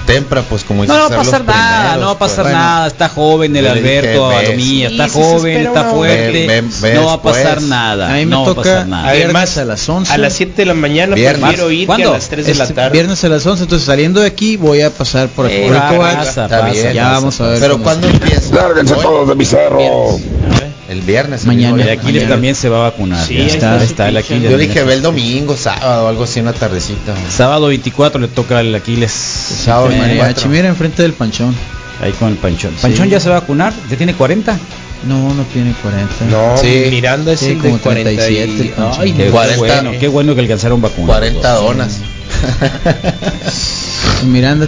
S6: temprano, pues
S3: No,
S6: como dices,
S3: no va a
S6: ser los
S3: pasar nada,
S6: primeros,
S3: no va a
S6: pues,
S3: pasar
S6: bueno.
S3: nada, está joven el
S6: Yo le dije,
S3: Alberto,
S6: ve,
S3: Alomía,
S6: sí,
S3: está
S6: sí se
S3: joven, está fuerte,
S6: Ve, ve, ve
S3: no va a pasar
S6: después.
S3: nada,
S7: A mí me
S3: no va a
S7: toca
S3: pasar nada.
S7: a ver,
S4: Además,
S7: a las 11.
S4: A las 7 de la mañana pues,
S6: Viernes.
S4: prefiero ir que
S3: ¿Cuándo?
S4: a las 3 de la
S7: Este
S4: tarde.
S7: Viernes a las 11, entonces saliendo de aquí voy a pasar por
S3: Eh,
S7: Acapulco
S3: pasa,
S7: Wax.
S3: pasa,
S6: Está bien,
S7: ya
S6: pasa.
S7: vamos a ver.
S6: Pero
S7: cómo-
S6: cuando empieza.
S11: Lárguense
S6: Hoy,
S11: todos de mi cerro.
S6: El viernes. el
S7: Mañana.
S6: mismo
S3: El
S6: viernes.
S3: Aquiles
S7: Mañana.
S3: también se va a vacunar.
S4: Sí,
S3: ya
S4: ahí
S3: está,
S4: está su
S3: está el
S4: pinche-
S3: Aquiles.
S6: Yo le dije, ve el domingo, sábado, algo así, una tardecita.
S3: Sábado 24 le toca al Aquiles.
S6: Sábado
S7: Eh, a
S6: 24.
S7: Chimera enfrente del Panchón.
S3: Ahí con el Panchón. ¿Panchón ya se va a vacunar? ¿Ya tiene 40?
S7: No, no tiene 40.
S6: No,
S4: Sí,
S6: sí,
S4: Miranda es
S7: Sí,
S4: el de
S7: como
S4: 47.
S7: 37, pinche.
S4: Ay,
S3: Qué,
S4: no.
S6: 40.
S3: bueno, qué bueno que alcanzaron vacunas.
S6: 40 donas.
S7: Miranda,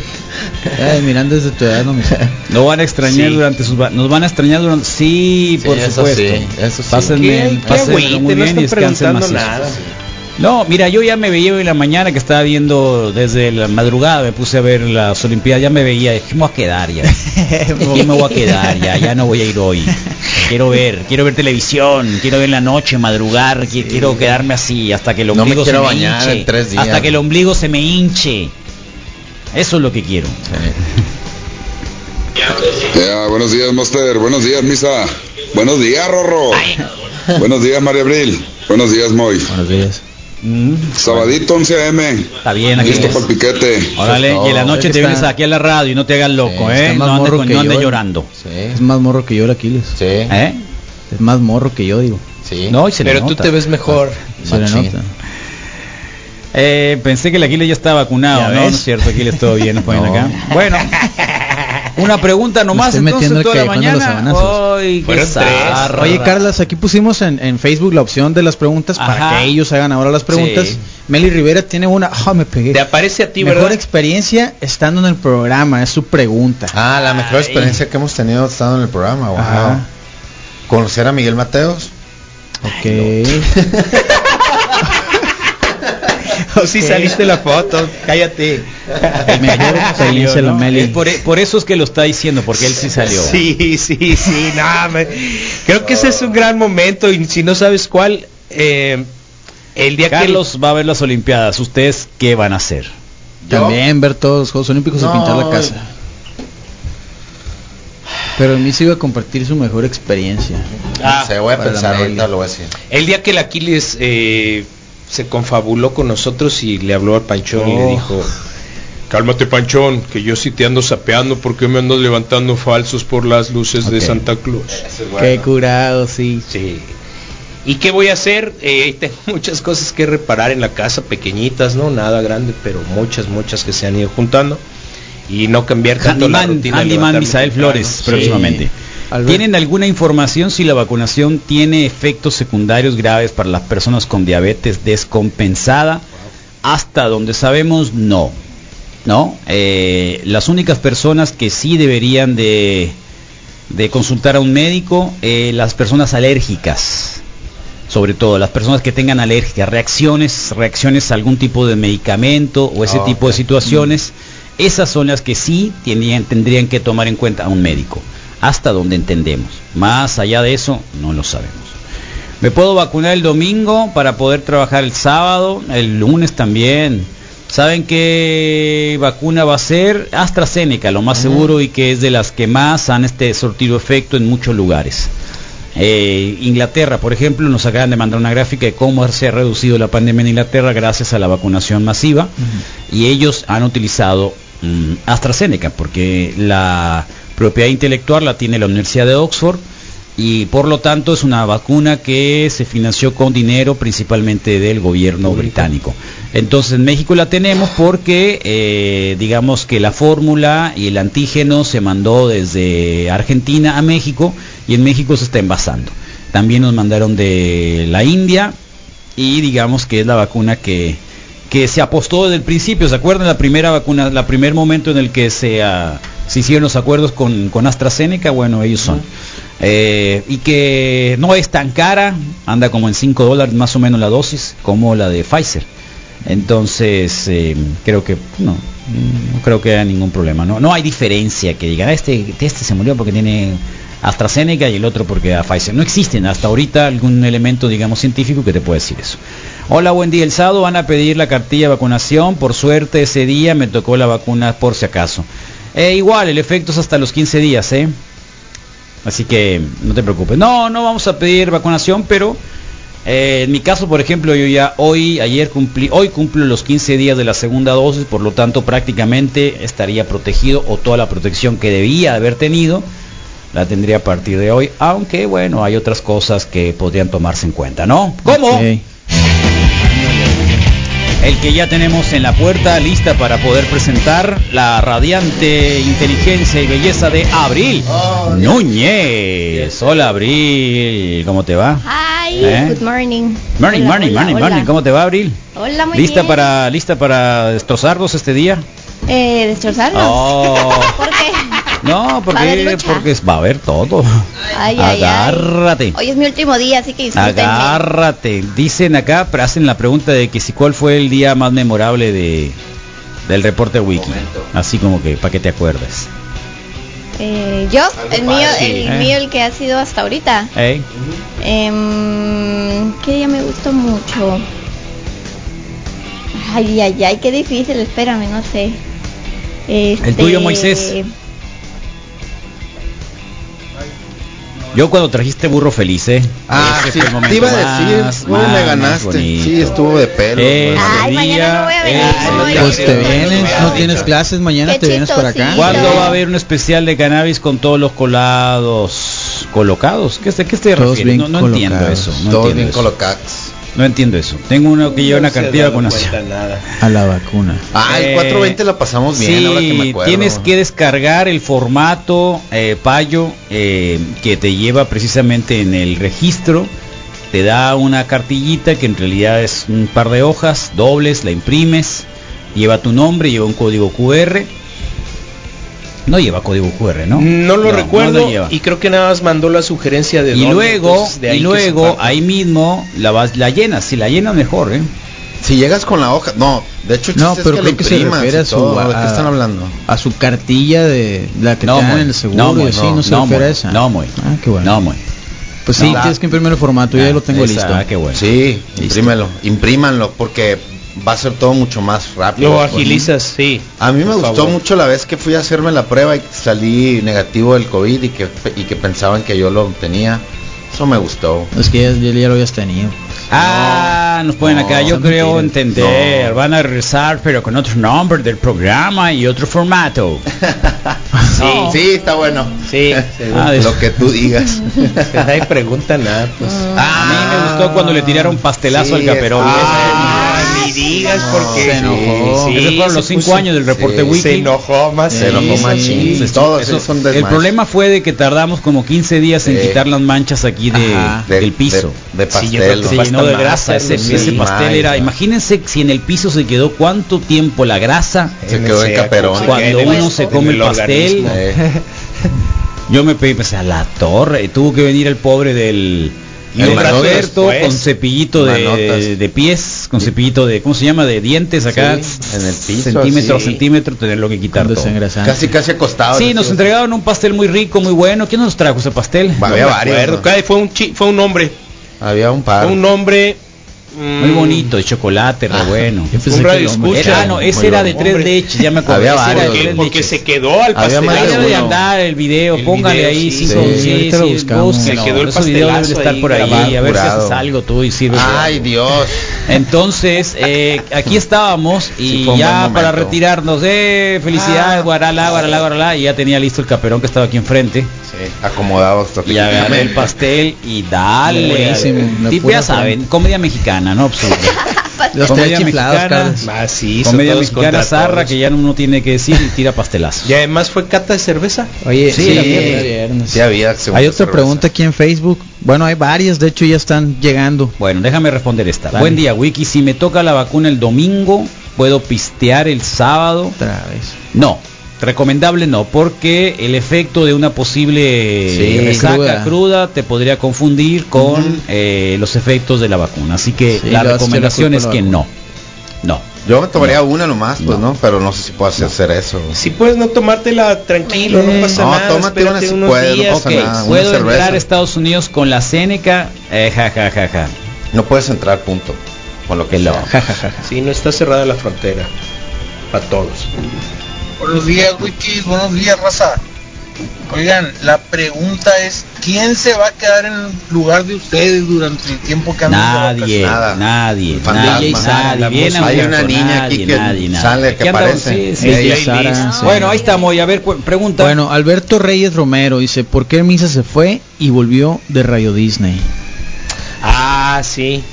S7: ay, Miranda es de tu edad, no me sé.
S3: No van a extrañar
S4: Sí.
S3: durante sus va- nos van a extrañar durante sí,
S6: Sí,
S3: por
S6: eso
S3: supuesto.
S6: sí, eso sí.
S3: Pásenme,
S4: Qué- qué
S3: pásenmelo
S4: agüite,
S3: muy
S4: no
S3: bien y
S4: están
S3: descansen
S4: preguntando
S3: macizo.
S4: nada.
S3: No, mira, yo ya me veía hoy en la mañana que estaba viendo desde la madrugada, me puse a ver las Olimpiadas, ya me veía, dije, me voy a quedar ya. Yo me voy a quedar ya, ya no voy a ir hoy. Quiero ver, quiero ver televisión, quiero ver la noche, madrugar, qui- quiero quedarme así hasta que el
S6: No me
S3: ombligo se
S6: quiero
S3: me
S6: bañar
S3: hinche,
S6: en tres días.
S3: hasta que el ombligo se me hinche. Eso es lo que quiero.
S11: Ya, buenos días, Master. Buenos días, Misa. Buenos días, Rorro. Buenos días, María Abril. Buenos días, Moy.
S7: Buenos días.
S3: Mm,
S11: Sabadito 11 a.m.
S3: está bien, aquí
S11: Listo
S3: es.
S11: para el piquete.
S3: Órale, y en la
S7: Todo.
S3: noche
S7: Es que
S3: te vienes
S7: está-
S3: aquí a la radio y no te hagas loco,
S7: Sí,
S3: ¿eh?
S7: está más
S3: No andes,
S7: morro
S3: con-
S7: que
S3: no andes
S7: yo, ¿eh?
S3: llorando.
S6: Sí,
S7: Es más morro que yo el Aquiles.
S6: sí,
S3: ¿Eh?
S7: Es más morro que yo, digo.
S6: sí.
S3: No, y se le
S4: Pero tú
S3: nota.
S4: te ves mejor.
S7: Se le
S6: Machín.
S7: nota.
S3: Eh, pensé que el Aquiles ya está vacunado,
S7: Ya
S3: ¿no? No
S7: ves.
S3: es cierto, Aquiles todo bien, nos ponen
S7: No.
S3: acá. Bueno, una pregunta nomás,
S7: Me estoy
S3: entonces
S7: metiendo
S3: toda la
S7: al callejón de los
S3: mañana.
S7: sabanazos.
S3: Ay, qué
S4: Fueron tres.
S3: zarra.
S7: Oye, Carlas, aquí pusimos en, en Facebook la opción de las preguntas
S3: Ajá.
S7: para que ellos hagan ahora las preguntas.
S3: Sí.
S7: Meli Rivera tiene una. Ah, me pegué.
S4: Te aparece a ti,
S7: Mejor
S4: ¿verdad?
S7: experiencia estando en el programa, es su pregunta.
S6: Ah, la mejor experiencia que hemos tenido estando en el programa, wow.
S7: Ajá.
S6: Conocer a Miguel Mateos.
S7: ok.
S4: O si saliste la foto, cállate.
S7: mejor experiencia la
S3: Es
S7: Meli.
S3: por, e- por eso es que lo está diciendo, porque él sí salió.
S4: Sí, sí, sí, no, me- creo que ese es un gran momento y si no sabes cuál, eh, el día
S3: Carlos va a ver las Olimpiadas. ¿Ustedes qué van a hacer?
S7: También ver todos los Juegos Olímpicos
S6: No,
S7: y pintar la casa. Pero a mí se iba a compartir su mejor experiencia.
S4: Ah,
S6: se voy a
S7: para la
S6: pensar,
S7: Meli.
S6: ahorita lo voy a decir.
S4: que el día que el Aquiles eh, se confabuló con nosotros y le habló al Panchón
S6: Oh.
S4: y le dijo, cálmate Panchón, que yo sí te ando sapeando porque me andas levantando falsos por las luces de
S7: Ok.
S4: Santa Claus.
S7: Qué curado, sí.
S4: Sí. ¿Y qué voy a hacer? Eh, tengo muchas cosas que reparar en la casa, pequeñitas, no nada grande, pero muchas, muchas que se han ido juntando. Y no cambiar tanto la
S3: Handyman,
S4: rutina. de
S3: Handyman
S4: levantarme
S3: Misael
S4: temprano.
S3: Flores,
S4: Sí.
S3: próximamente.
S7: Albert.
S3: ¿Tienen alguna información si la vacunación tiene efectos secundarios graves para las personas con diabetes descompensada? Hasta donde sabemos, no. ¿No? Eh, las únicas personas que sí deberían de, de consultar a un médico, eh, las personas alérgicas. sobre todo las personas que tengan alergias, reacciones, reacciones a algún tipo de medicamento o ese
S6: Ah,
S3: tipo de
S6: ok.
S3: situaciones, esas son las que sí tenían- tendrían que tomar en cuenta a un médico, hasta donde entendemos. Más allá de eso, no lo sabemos. Me puedo vacunar el domingo para poder trabajar el sábado, el lunes también. ¿Saben qué vacuna va a ser? AstraZeneca, lo más seguro y que es de las que más han este sortido efecto en muchos lugares. Eh, Inglaterra, por ejemplo, nos acaban de mandar una gráfica de cómo se ha reducido la pandemia en Inglaterra gracias a la vacunación masiva y ellos han utilizado mm, AstraZeneca porque la propiedad intelectual la tiene la Universidad de Oxford y por lo tanto es una vacuna que se financió con dinero principalmente del gobierno británico. Entonces en México la tenemos porque eh, digamos que la fórmula y el antígeno se mandó desde Argentina a México y en México se está envasando. También nos mandaron de la India y digamos que es la vacuna que, que se apostó desde el principio, ¿se acuerdan? La primera vacuna, la primer momento en el que se, ah, se hicieron los acuerdos con, con AstraZeneca, bueno, ellos son. Eh, y que no es tan cara, anda como en 5 dólares más o menos la dosis, como la de Pfizer. Entonces, eh, creo que no, no creo que haya ningún problema. No, no hay diferencia que digan, "Ah, este, este se murió porque tiene AstraZeneca y el otro porque a Pfizer. No existen hasta ahorita algún elemento, digamos, científico que te pueda decir eso. Hola, buen día. El sábado van a pedir la cartilla de vacunación. Por suerte ese día me tocó la vacuna por si acaso. Eh, igual, el efecto es hasta los 15 días, ¿eh? Así que no te preocupes. No, no vamos a pedir vacunación, pero eh, en mi caso, por ejemplo, yo ya hoy, ayer cumplí, hoy cumplo los 15 días de la segunda dosis, por lo tanto prácticamente estaría protegido o toda la protección que debía haber tenido la tendría a partir de hoy, aunque bueno, hay otras cosas que podrían tomarse en cuenta, ¿no? ¿Cómo? El que ya tenemos en la puerta lista para poder presentar la radiante inteligencia y belleza de Abril Núñez. Hola Abril, ¿cómo te va?
S12: Hi,
S3: ¿Eh?
S12: good morning.
S3: Morning,
S12: Hola,
S3: morning,
S12: hola,
S3: morning,
S12: hola.
S3: morning. ¿Cómo te va, Abril?
S12: Hola, muy
S3: ¿Lista
S12: bien.
S3: para lista para destrozarnos este día?
S12: Eh, destrozarnos.
S3: Oh.
S12: ¿Por qué?
S3: No,
S12: Va a haber
S3: porque
S12: lucha.
S3: porque va a haber todo.
S12: Ay, ay, ay.
S3: Agárrate.
S12: Hoy es mi último día, así que disfrútenme.
S3: Agárrate. Dicen acá, pero hacen la pregunta de que si cuál fue el día más memorable de del reporte wiki. Así como que para que te acuerdes.
S12: Eh, yo, el mío,
S3: Sí,
S12: el
S3: eh.
S12: mío, el que ha sido hasta ahorita.
S3: ¿Eh?
S12: Em, que ya me gustó mucho. Ay, ay, ay, qué difícil, espérame, no sé. Este-
S3: tuyo, Moisés. Yo cuando trajiste burro feliz, ¿eh?
S6: Ah,
S3: Ese fue
S6: sí,
S3: el
S6: te
S3: momento
S6: iba a
S3: más,
S6: decir, uy,
S3: más,
S6: me
S3: más
S6: ganaste.
S3: bonito. Eh,
S6: Sí, estuvo de pelo.
S3: Ese
S6: güey.
S3: día,
S7: Pues te vienes, no tienes clases, mañana te vienes para acá.
S3: ¿Cuándo va a haber un especial de cannabis con todos los colados colocados? ¿Qué se, qué se
S7: Todos
S3: refiere?
S7: bien
S3: No, no entiendo
S7: colocados.
S3: eso. No
S7: Todos
S3: entiendo
S7: bien
S3: eso. No entiendo eso. Tengo uno que lleva una cartilla de vacunación.
S7: A la vacuna.
S6: Ah, el
S3: Eh,
S6: 420 la pasamos bien,
S3: sí,
S6: ahora que me acuerdo.
S3: Tienes que descargar el formato eh, Payo eh, que te lleva precisamente en el registro. Te da una cartillita que en realidad es un par de hojas dobles, la imprimes, lleva tu nombre, lleva un código QR. No lleva código QR, ¿no?
S4: No lo recuerdo
S3: lo lleva.
S4: y creo que nada más mandó la sugerencia de
S3: Y
S4: dónde,
S3: luego,
S4: entonces, de ahí
S3: y
S4: que
S3: luego ahí mismo la vas, la llenas, si la llenas mejor, ¿eh?
S6: Si llegas con la hoja, no, de hecho, el
S7: No,
S6: chiste es
S7: pero
S6: que
S7: creo
S6: la
S7: que se
S6: imprimas
S7: refiere
S6: y
S7: a su
S6: todo, ¿De
S7: a-
S6: qué están hablando?
S7: A su cartilla de la que te dan en
S3: muy,
S7: el seguro
S3: muy,
S7: y así, no, se
S3: no,
S7: refiere a
S3: muy,
S7: esa.
S3: no, muy,
S7: Ah, qué bueno.
S3: no, muy.
S7: Pues sí,
S6: No.
S7: tienes que imprimir el formato, yo ya lo tengo
S3: Esa,
S7: listo.
S3: ah, qué bueno.
S6: Sí, imprímelo, imprímanlo porque va a ser todo mucho más rápido.
S4: Lo
S6: pues.
S4: agilizas, sí.
S6: A mí me
S4: Por
S6: gustó
S4: favor.
S6: mucho la vez que fui a hacerme la prueba y salí negativo del COVID y que, y que pensaban que yo lo tenía. Eso me gustó.
S7: Es que ya, ya- ya lo habías tenido.
S3: Ah, nos ponen
S6: no,
S3: acá, yo
S7: son
S3: creo
S7: mentiras.
S3: entender. Van a regresar, pero con otro nombre del programa y otro formato.
S6: Sí, sí está bueno.
S4: Sí,
S3: Ah, de-
S6: Lo que tú digas.
S4: nadie pregunta nada, pues.
S3: a mí me gustó cuando le tiraron pastelazo
S6: Sí,
S3: al caperón.
S6: ah,
S4: Ni digas
S6: porque-
S4: porque
S6: se
S4: Oh,
S6: enojó.
S3: Esos fueron los cinco años del reporte
S6: Sí,
S3: wiki.
S4: Se enojó más.
S6: Se enojó
S3: Sí,
S6: machín.
S3: sí, sí.
S6: Todos
S3: Eso-
S6: son
S3: el
S6: desmanes.
S3: problema fue de que tardamos como 15 días en
S6: Sí.
S3: quitar las manchas aquí de,
S7: Ajá.
S6: De-
S3: del piso.
S6: De, de
S4: Sí, yo
S6: pastel.
S4: creo que
S3: Se
S4: Pasta
S3: llenó de
S4: master,
S3: grasa, ese,
S4: sí,
S3: ese pastel
S6: maíz,
S3: era,
S6: ¿no?
S3: imagínense si en el piso se quedó cuánto tiempo la grasa
S6: Se quedó en caperón.
S4: Se queda en
S3: cuando
S4: el-
S3: uno se
S4: en
S3: come
S4: el
S3: pastel.
S4: organismo.
S6: Eh,
S3: Yo me pedí, pensé, a la torre, tuvo que venir el pobre del Y
S6: El
S3: un
S6: Manotas,
S3: Roberto
S6: pues.
S3: con cepillito de,
S6: Manotas.
S3: de pies, con cepillito de, ¿cómo se llama? De dientes acá,
S6: Sí, en el piso,
S3: centímetro
S6: sí.
S3: centímetro, tenerlo que quitar todo.
S6: Casi, casi acostado.
S3: Sí, nos entregaron un pastel muy rico, muy bueno. ¿Quién nos trajo ese pastel?
S6: Había varios, ¿no?
S4: Eh, Fue un, chi- fue un hombre.
S6: Había un par.
S4: Fue un hombre.
S3: Muy bonito, de chocolate, re bueno.
S4: pensé Un que radio el hombre. escucha.
S3: Era- ah, no, ese
S4: Muy
S3: era de
S4: bueno.
S3: 3
S4: Hombre.
S3: leches, ya me acordé.
S6: Había
S3: ese era de
S6: varios.
S3: tres
S4: Porque, porque
S3: leches.
S4: se quedó al
S6: Había
S4: pastel.
S6: más
S3: Ahí
S6: de
S3: debe de
S6: uno.
S3: andar el video,
S4: El
S3: póngale
S4: video,
S3: ahí
S4: sí,
S3: cinco,
S6: sí.
S3: sí,
S7: Ahorita lo
S3: sí,
S7: buscamos.
S3: búsquenlo.
S4: Se quedó el
S3: Ese video debe
S4: pastelazo
S3: estar
S4: ahí
S3: por ahí,
S6: grabado,
S3: a ver si
S6: curado.
S3: haces algo tú y sirve.
S6: Ay, Dios.
S3: Entonces, eh, aquí estábamos y
S6: Sí, fue un buen
S3: ya
S6: momento.
S3: para retirarnos, eh, felicidades, guaralá, guaralá, guaralá, y ya tenía listo el caperón que estaba aquí enfrente.
S6: Sí, acomodado
S3: Y agarré el pastel y dale.
S7: Buenísimo, la
S3: Tipo,
S7: pura
S3: ya saben, comedia mexicana, ¿no? Absurdo.
S7: Los
S3: comedia
S7: tres chiflados,
S3: mexicana,
S7: Carlos.
S4: Ah, sí, son
S3: comedia
S4: todos
S3: mexicana
S4: contra
S3: zarra
S4: todos.
S3: que ya uno tiene que decir y tira pastelazos.
S4: Y además fue cata de cerveza.
S7: Oye,
S3: Sí,
S7: sí,
S3: la
S6: mierda
S7: viernes.
S6: Sí, había. segunda
S7: Hay otra
S6: cerveza.
S7: pregunta aquí en Facebook. Bueno, hay varias, de hecho ya están llegando.
S3: Bueno, déjame responder esta.
S7: Dale.
S3: Buen día, Wiki. Si me toca la vacuna el domingo, ¿puedo pistear el sábado?
S7: Otra vez.
S3: No. Recomendable no, porque el efecto de una posible
S7: Sí,
S3: resaca
S7: cruda.
S3: cruda. te podría confundir con eh, los efectos de la vacuna. Así que la
S7: Sí, le vas a echar la
S3: recomendación
S7: culpa a
S3: es
S7: la
S3: que no. No.
S6: Yo me tomaría una nomás, pues
S3: No.
S6: no. pero no sé si puedo hacer, hacer eso.
S4: Si puedes no tomártela tranquilo, no pasa
S6: No,
S4: nada.
S6: tómate una
S4: espérate
S6: si
S4: unos
S6: puedes, no
S4: días.
S6: pasa
S3: Eh, Ok,
S6: nada, una
S3: ¿puedo
S6: cerveza.
S3: entrar a Estados Unidos con la Seneca? Eh, ja, ja, ja, ja.
S6: No puedes entrar, punto. Con lo que
S3: Hello.
S6: sea.
S3: Ja, ja, ja, ja.
S4: Sí, no está cerrada la frontera. Para todos.
S13: Buenos días, Wikis. Buenos días, raza. Oigan, la pregunta es, ¿quién se va a quedar en lugar de ustedes durante el tiempo que anden de
S3: Nadie,
S13: vacaciones?
S6: nada.
S3: nadie,
S6: Fantasma.
S3: nadie,
S6: Nada, la
S3: nadie, viene
S6: música. Hay
S3: auto,
S6: una niña aquí
S3: nadie,
S6: que
S3: nadie, nadie.
S6: sale, que
S3: Aquí andamos,
S6: aparece.
S3: sí, sí,
S6: Ella
S3: sí.
S7: Sara,
S3: Ah,
S7: sí.
S3: Bueno, ahí está Moy, a ver, cu- pregunta.
S7: Bueno, Alberto Reyes Romero dice, ¿por qué Misa se fue y volvió de Radio Disney?
S4: Ah, sí.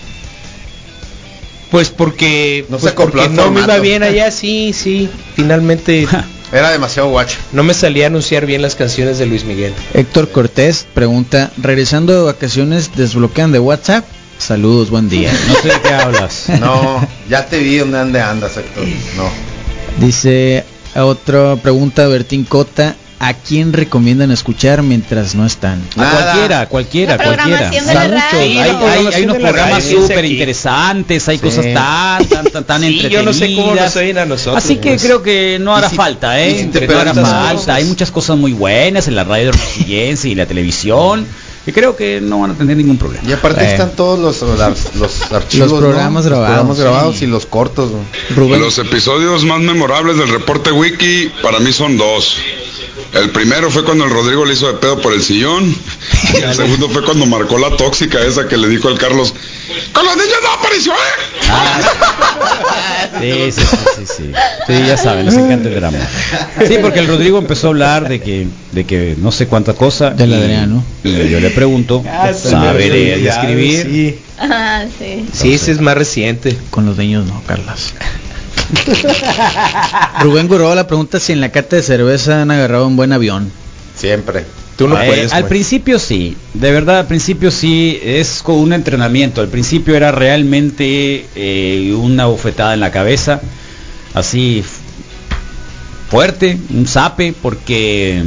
S4: Pues porque
S6: No
S4: no,
S6: se acopló
S4: porque
S6: al
S4: no me iba
S6: formato.
S4: bien allá, sí, sí. Finalmente
S6: Era demasiado guacho.
S4: no me salía a anunciar bien las canciones de Luis Miguel.
S7: Héctor Cortés pregunta, regresando de vacaciones, desbloquean de WhatsApp. Saludos, buen día.
S3: no sé de qué hablas.
S6: No, ya te vi dónde ande- andas, Héctor. No.
S7: Dice otra pregunta, Bertín Cota, ¿a quién recomiendan escuchar mientras no están?
S3: A
S6: Nada.
S3: cualquiera, cualquiera,
S12: La
S3: cualquiera.
S12: programación de la
S3: Hay-
S12: radio.
S3: hay-
S12: Sí,
S3: hay,
S12: la
S4: programación
S3: unos
S4: de la
S3: programas
S4: radio.
S3: súper interesantes, hay
S6: Sí.
S3: cosas tan, tan, tan, tan
S4: Sí, yo no sé cómo nos
S3: entretenidas.
S4: oyen a nosotros.
S3: Así que
S4: pues.
S3: creo que no hará
S6: si-
S3: falta,
S6: y si
S3: ¿eh?
S6: te
S3: no hará
S6: preguntas
S3: falta.
S6: cosas?
S3: Hay muchas cosas muy buenas en la radio hermosillense y la televisión. Que creo que no van a tener ningún problema.
S6: Y aparte
S3: Eh,
S6: están todos los, los, los archivos.
S7: Los programas
S6: ¿no? Los
S7: grabados,
S6: programas
S7: sí.
S6: grabados y los cortos. ¿no?
S7: Rubén,
S11: Los episodios más memorables del reporte wiki para mí son dos. El primero fue cuando el Rodrigo le hizo de pedo por el sillón. Y el segundo fue cuando marcó la tóxica esa que le dijo al Carlos, con los niños no apareció, ¿eh?
S3: Sí, sí, sí, sí, sí. Sí, ya saben, les encanta el drama. Sí, porque el Rodrigo empezó a hablar de que, de que no sé cuánta cosa.
S7: Del
S3: y-
S7: Adriano.
S3: Y yo le pregunto, sabe de, de escribir.
S4: Sí,
S12: Ah, sí.
S4: sí ese es más reciente.
S7: con los niños no, Carlas. Rubén Gurola pregunta si en la cata de cerveza han agarrado un buen avión.
S6: Siempre.
S4: Tú no
S3: Eh,
S4: puedes. pues.
S3: al
S4: güey.
S3: principio sí, de verdad al principio sí es con un entrenamiento. Al principio era realmente eh, una bofetada en la cabeza, así f- fuerte, un zape, porque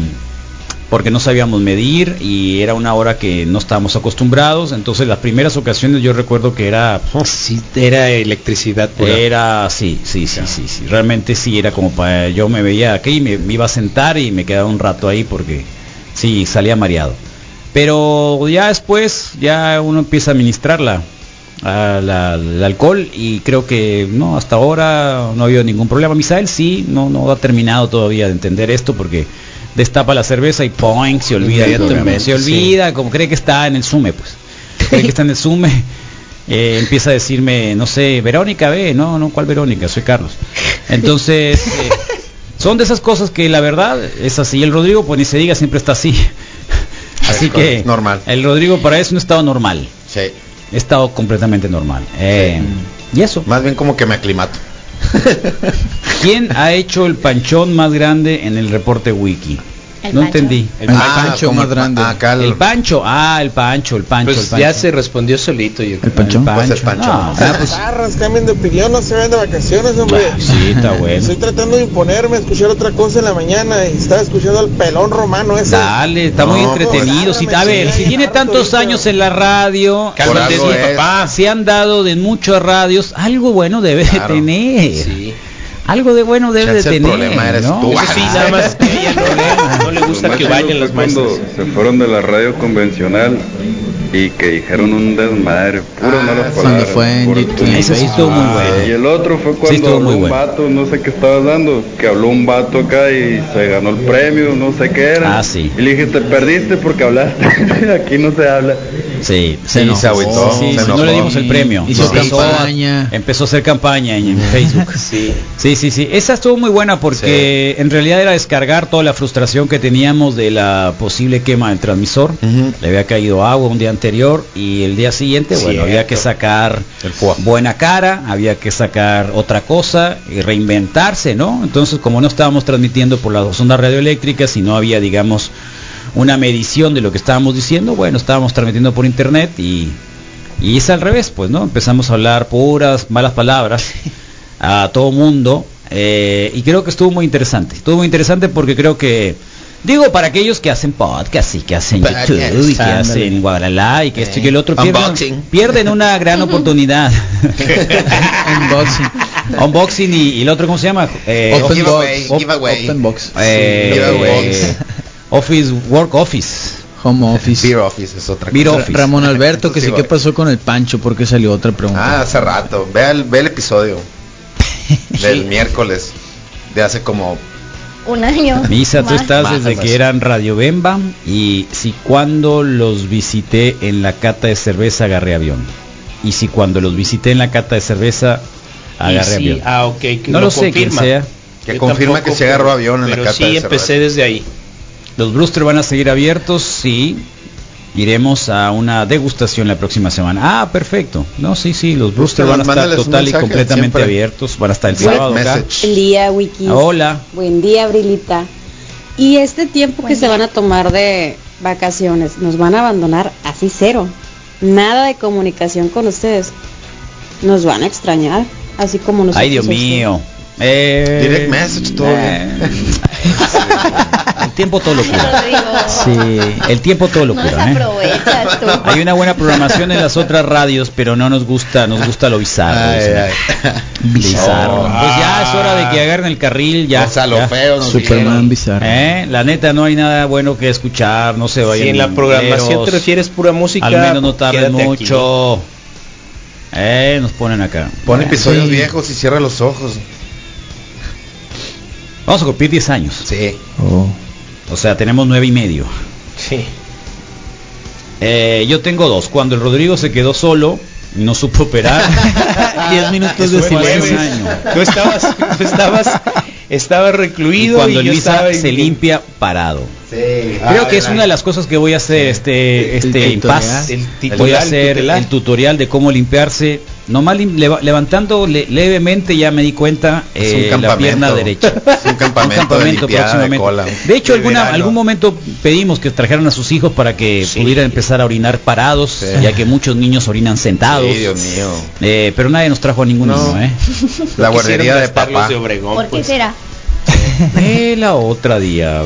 S3: porque no sabíamos medir y era una hora que no estábamos acostumbrados. Entonces las primeras ocasiones yo recuerdo que era
S4: Sí, era electricidad. pura.
S3: era sí, sí, sí, sí, sí. Realmente sí era como para yo me veía aquí, me, me iba a sentar y me quedaba un rato ahí porque sí salía mareado. Pero ya después ya uno empieza a administrarla al al alcohol y creo que no hasta ahora no ha habido ningún problema. Misael sí, no no ha terminado todavía de entender esto porque destapa la cerveza y poing se olvida, del programa.
S4: Inmediatamente,
S3: se
S4: sí.
S3: olvida, como cree que está en el sume pues. Cree que está en el sume. Eh, empieza a decirme, no sé, Verónica, ve, no, no, ¿cuál Verónica? Soy Carlos. Entonces, eh, son de esas cosas que la verdad es así. El Rodrigo, pues ni se diga, siempre está así. Así
S6: Es
S3: que,
S6: normal.
S3: el Rodrigo para eso es un estado normal,
S6: Sí.
S3: he estado completamente normal. Eh, Y eso,
S6: Más bien como que me aclimato.
S3: ¿quién ha hecho el panchón más grande en el reporte wiki?
S12: El
S3: no
S12: Pancho.
S3: entendí.
S7: El Ah, Pancho como más el pa- grande. acá el-
S3: el Pancho. Ah, el Pancho, el Pancho.
S4: Pues
S3: el Pancho.
S4: ya se respondió solito. Yo
S3: El Pancho.
S4: Pues el Pancho.
S3: No, ah, pues,
S14: Arras, cambien de opinión, no se vayan de vacaciones, hombre.
S3: ah, sí, está bueno.
S14: Estoy tratando de imponerme a escuchar otra cosa en la mañana y estaba escuchando al pelón romano ese.
S3: Dale, está muy
S14: No,
S3: entretenido.
S14: pues,
S3: Si- a ver, si tiene tantos años en la radio,
S4: Por
S3: donde
S4: algo
S3: sí,
S4: es.
S3: papá, se han dado de muchas radios, algo bueno debe
S4: Claro.
S3: de tener. Algo de bueno debe de
S6: Chance el
S3: tener.
S6: problema eres
S3: ¿no?
S6: tú.
S3: Eso sí, nada más que ella no le- no le gusta
S15: Lo más
S3: que
S15: chido
S3: bailen
S15: fue
S3: las
S15: cuando
S3: maestras.
S15: se fueron de la radio convencional y que dijeron un desmadre, puro malas palabras.
S7: fue en
S15: puras
S7: YouTube.
S15: tonterías.
S7: Eso sí estuvo muy
S15: Ah,
S7: bueno.
S15: Y el otro fue cuando
S7: estuvo muy
S15: habló un
S7: bueno.
S15: vato, no sé qué estaba dando, que habló un vato acá y se ganó el premio, no sé qué era.
S3: Ah, sí.
S15: Y le dije, te perdiste porque hablaste, aquí no se habla.
S3: Sí,
S15: Sí,
S3: enojó.
S15: se agüitó,
S3: Sí,
S15: se
S3: sí, no
S15: enojó.
S3: le dimos el premio.
S15: Hizo
S3: empezó, a-
S7: campaña.
S3: empezó a hacer campaña en Facebook. sí. sí, sí, Esa estuvo muy buena porque en realidad era descargar toda la frustración que teníamos de la posible quema del transmisor. Le había caído agua un día anterior y el día siguiente, bueno,
S4: Cierto.
S3: había que sacar buena cara, había que sacar otra cosa y reinventarse, ¿no? Entonces, como no estábamos transmitiendo por las ondas radioeléctricas y no había, digamos, una medición de lo que estábamos diciendo, bueno, estábamos transmitiendo por internet y, y es al revés, pues, ¿no? Empezamos a hablar puras malas palabras a todo mundo eh, y creo que estuvo muy interesante, estuvo muy interesante porque creo que, digo, para aquellos que hacen podcast y que hacen
S7: Para
S3: YouTube
S7: que-
S3: y que
S7: ándale.
S3: hacen guabalá y que esto y que el otro,
S7: Unboxing.
S3: pierden, pierden una gran oportunidad. Unboxing. Unboxing y, y el otro, ¿cómo se llama? Eh,
S7: Open
S3: Office-
S7: Giveaway,
S3: Op-
S7: giveaway.
S3: Open Box.
S7: Sí,
S3: Eh,
S7: giveaways.
S3: eh, Office, Work Office.
S7: Home office.
S6: Beer office es otra
S3: Beer
S6: cosa.
S3: office.
S7: Ramón Alberto, que
S6: Sí,
S7: sí, ¿qué
S6: voy.
S7: pasó con el Pancho? Porque salió otra pregunta.
S6: Ah, hace rato. Ve el, ve el episodio del miércoles de hace como
S12: Un año.
S3: Ah, Misa, tú
S12: más.
S3: estás
S6: Más,
S3: desde
S6: más.
S3: que eran Radio Bemba y si cuando los visité en la cata de cerveza agarré avión. Y si cuando los visité en la cata de cerveza agarré
S4: Y sí,
S3: avión.
S4: Ah, ok. que
S3: No lo sé quién sea.
S4: Yo
S3: Que confirma que se agarró avión en la
S4: pero
S3: cata
S4: sí
S3: de
S4: empecé
S3: cerveza.
S4: desde ahí.
S3: Los Brewster van a seguir abiertos, sí. Iremos a una degustación la próxima semana. Ah, perfecto. No, sí, sí, los Brewster
S6: Brewster,
S3: van a estar
S6: mándales un
S3: total y
S6: mensaje,
S3: completamente
S6: siempre.
S3: abiertos. Van a estar el
S6: Direct
S3: sábado acá.
S16: Buen día, Wiki.
S3: Hola.
S16: Buen día, Brilita. Y este tiempo que se van a tomar de vacaciones, nos van a abandonar así cero. Nada de comunicación con ustedes. Nos van a extrañar, así como nosotros.
S3: Ay, Dios
S16: a ustedes.
S3: mío. Eh,
S6: Direct message, todo bien.
S3: El tiempo todo lo cura. Sí, el tiempo todo lo cura. ¿eh?
S12: Aprovecha tú.
S3: Hay una buena programación en las otras radios, pero no nos gusta, nos gusta lo bizarro. dicen. Bizarro.
S4: Oh,
S3: Pues ya es hora de
S4: ah.
S3: que agarren el carril, ya. ya.
S7: Superman bizarro.
S3: Eh, La neta no hay nada bueno que escuchar, no se vayan.
S4: Si en la programación te
S3: ligeros.
S4: refieres pura música,
S3: Al menos no tarden
S4: quédate aquí.
S3: mucho. Eh, nos ponen acá.
S6: Pon
S3: Eh,
S6: episodios
S3: sí.
S6: viejos y cierra los ojos.
S3: Vamos a cumplir 10 años.
S6: Sí.
S3: O sea, tenemos nueve y medio.
S4: Sí.
S3: Eh, yo tengo dos. Cuando el Rodrigo se quedó solo, no supo operar.
S7: 10 minutos
S3: Eso
S7: de
S3: fue el
S7: silencio.
S3: jueves.
S4: Tú estabas, tú estabas, estabas recluido.
S3: cuando
S4: y yo estaba
S3: Luisa
S4: en-
S3: se limpia parado.
S6: Ah,
S3: Creo que es una de las cosas que voy a hacer este este
S4: el
S3: impas.
S4: tutorial. El
S3: Voy a
S4: tutorial,
S3: hacer
S4: tutelar.
S3: el tutorial de cómo limpiarse. Nomás lim- leva- levantando le- levemente ya me di cuenta
S6: Es un
S3: eh, la
S6: campamento.
S3: pierna derecha.
S6: Es un campamento, de
S3: Campamento
S6: limpiada de
S3: próximamente.
S6: cola.
S3: De hecho, alguna, algún momento pedimos que trajeran a sus hijos para que pudieran empezar a orinar parados, ya que muchos niños orinan sentados.
S6: Sí, Dios mío.
S3: Eh, pero nadie nos trajo a ningún niño, ¿eh?
S6: La guardería de
S4: Carlos
S6: papá.
S4: de Obregón.
S12: ¿Por qué
S4: pues.
S12: será?
S3: Ve la otra día,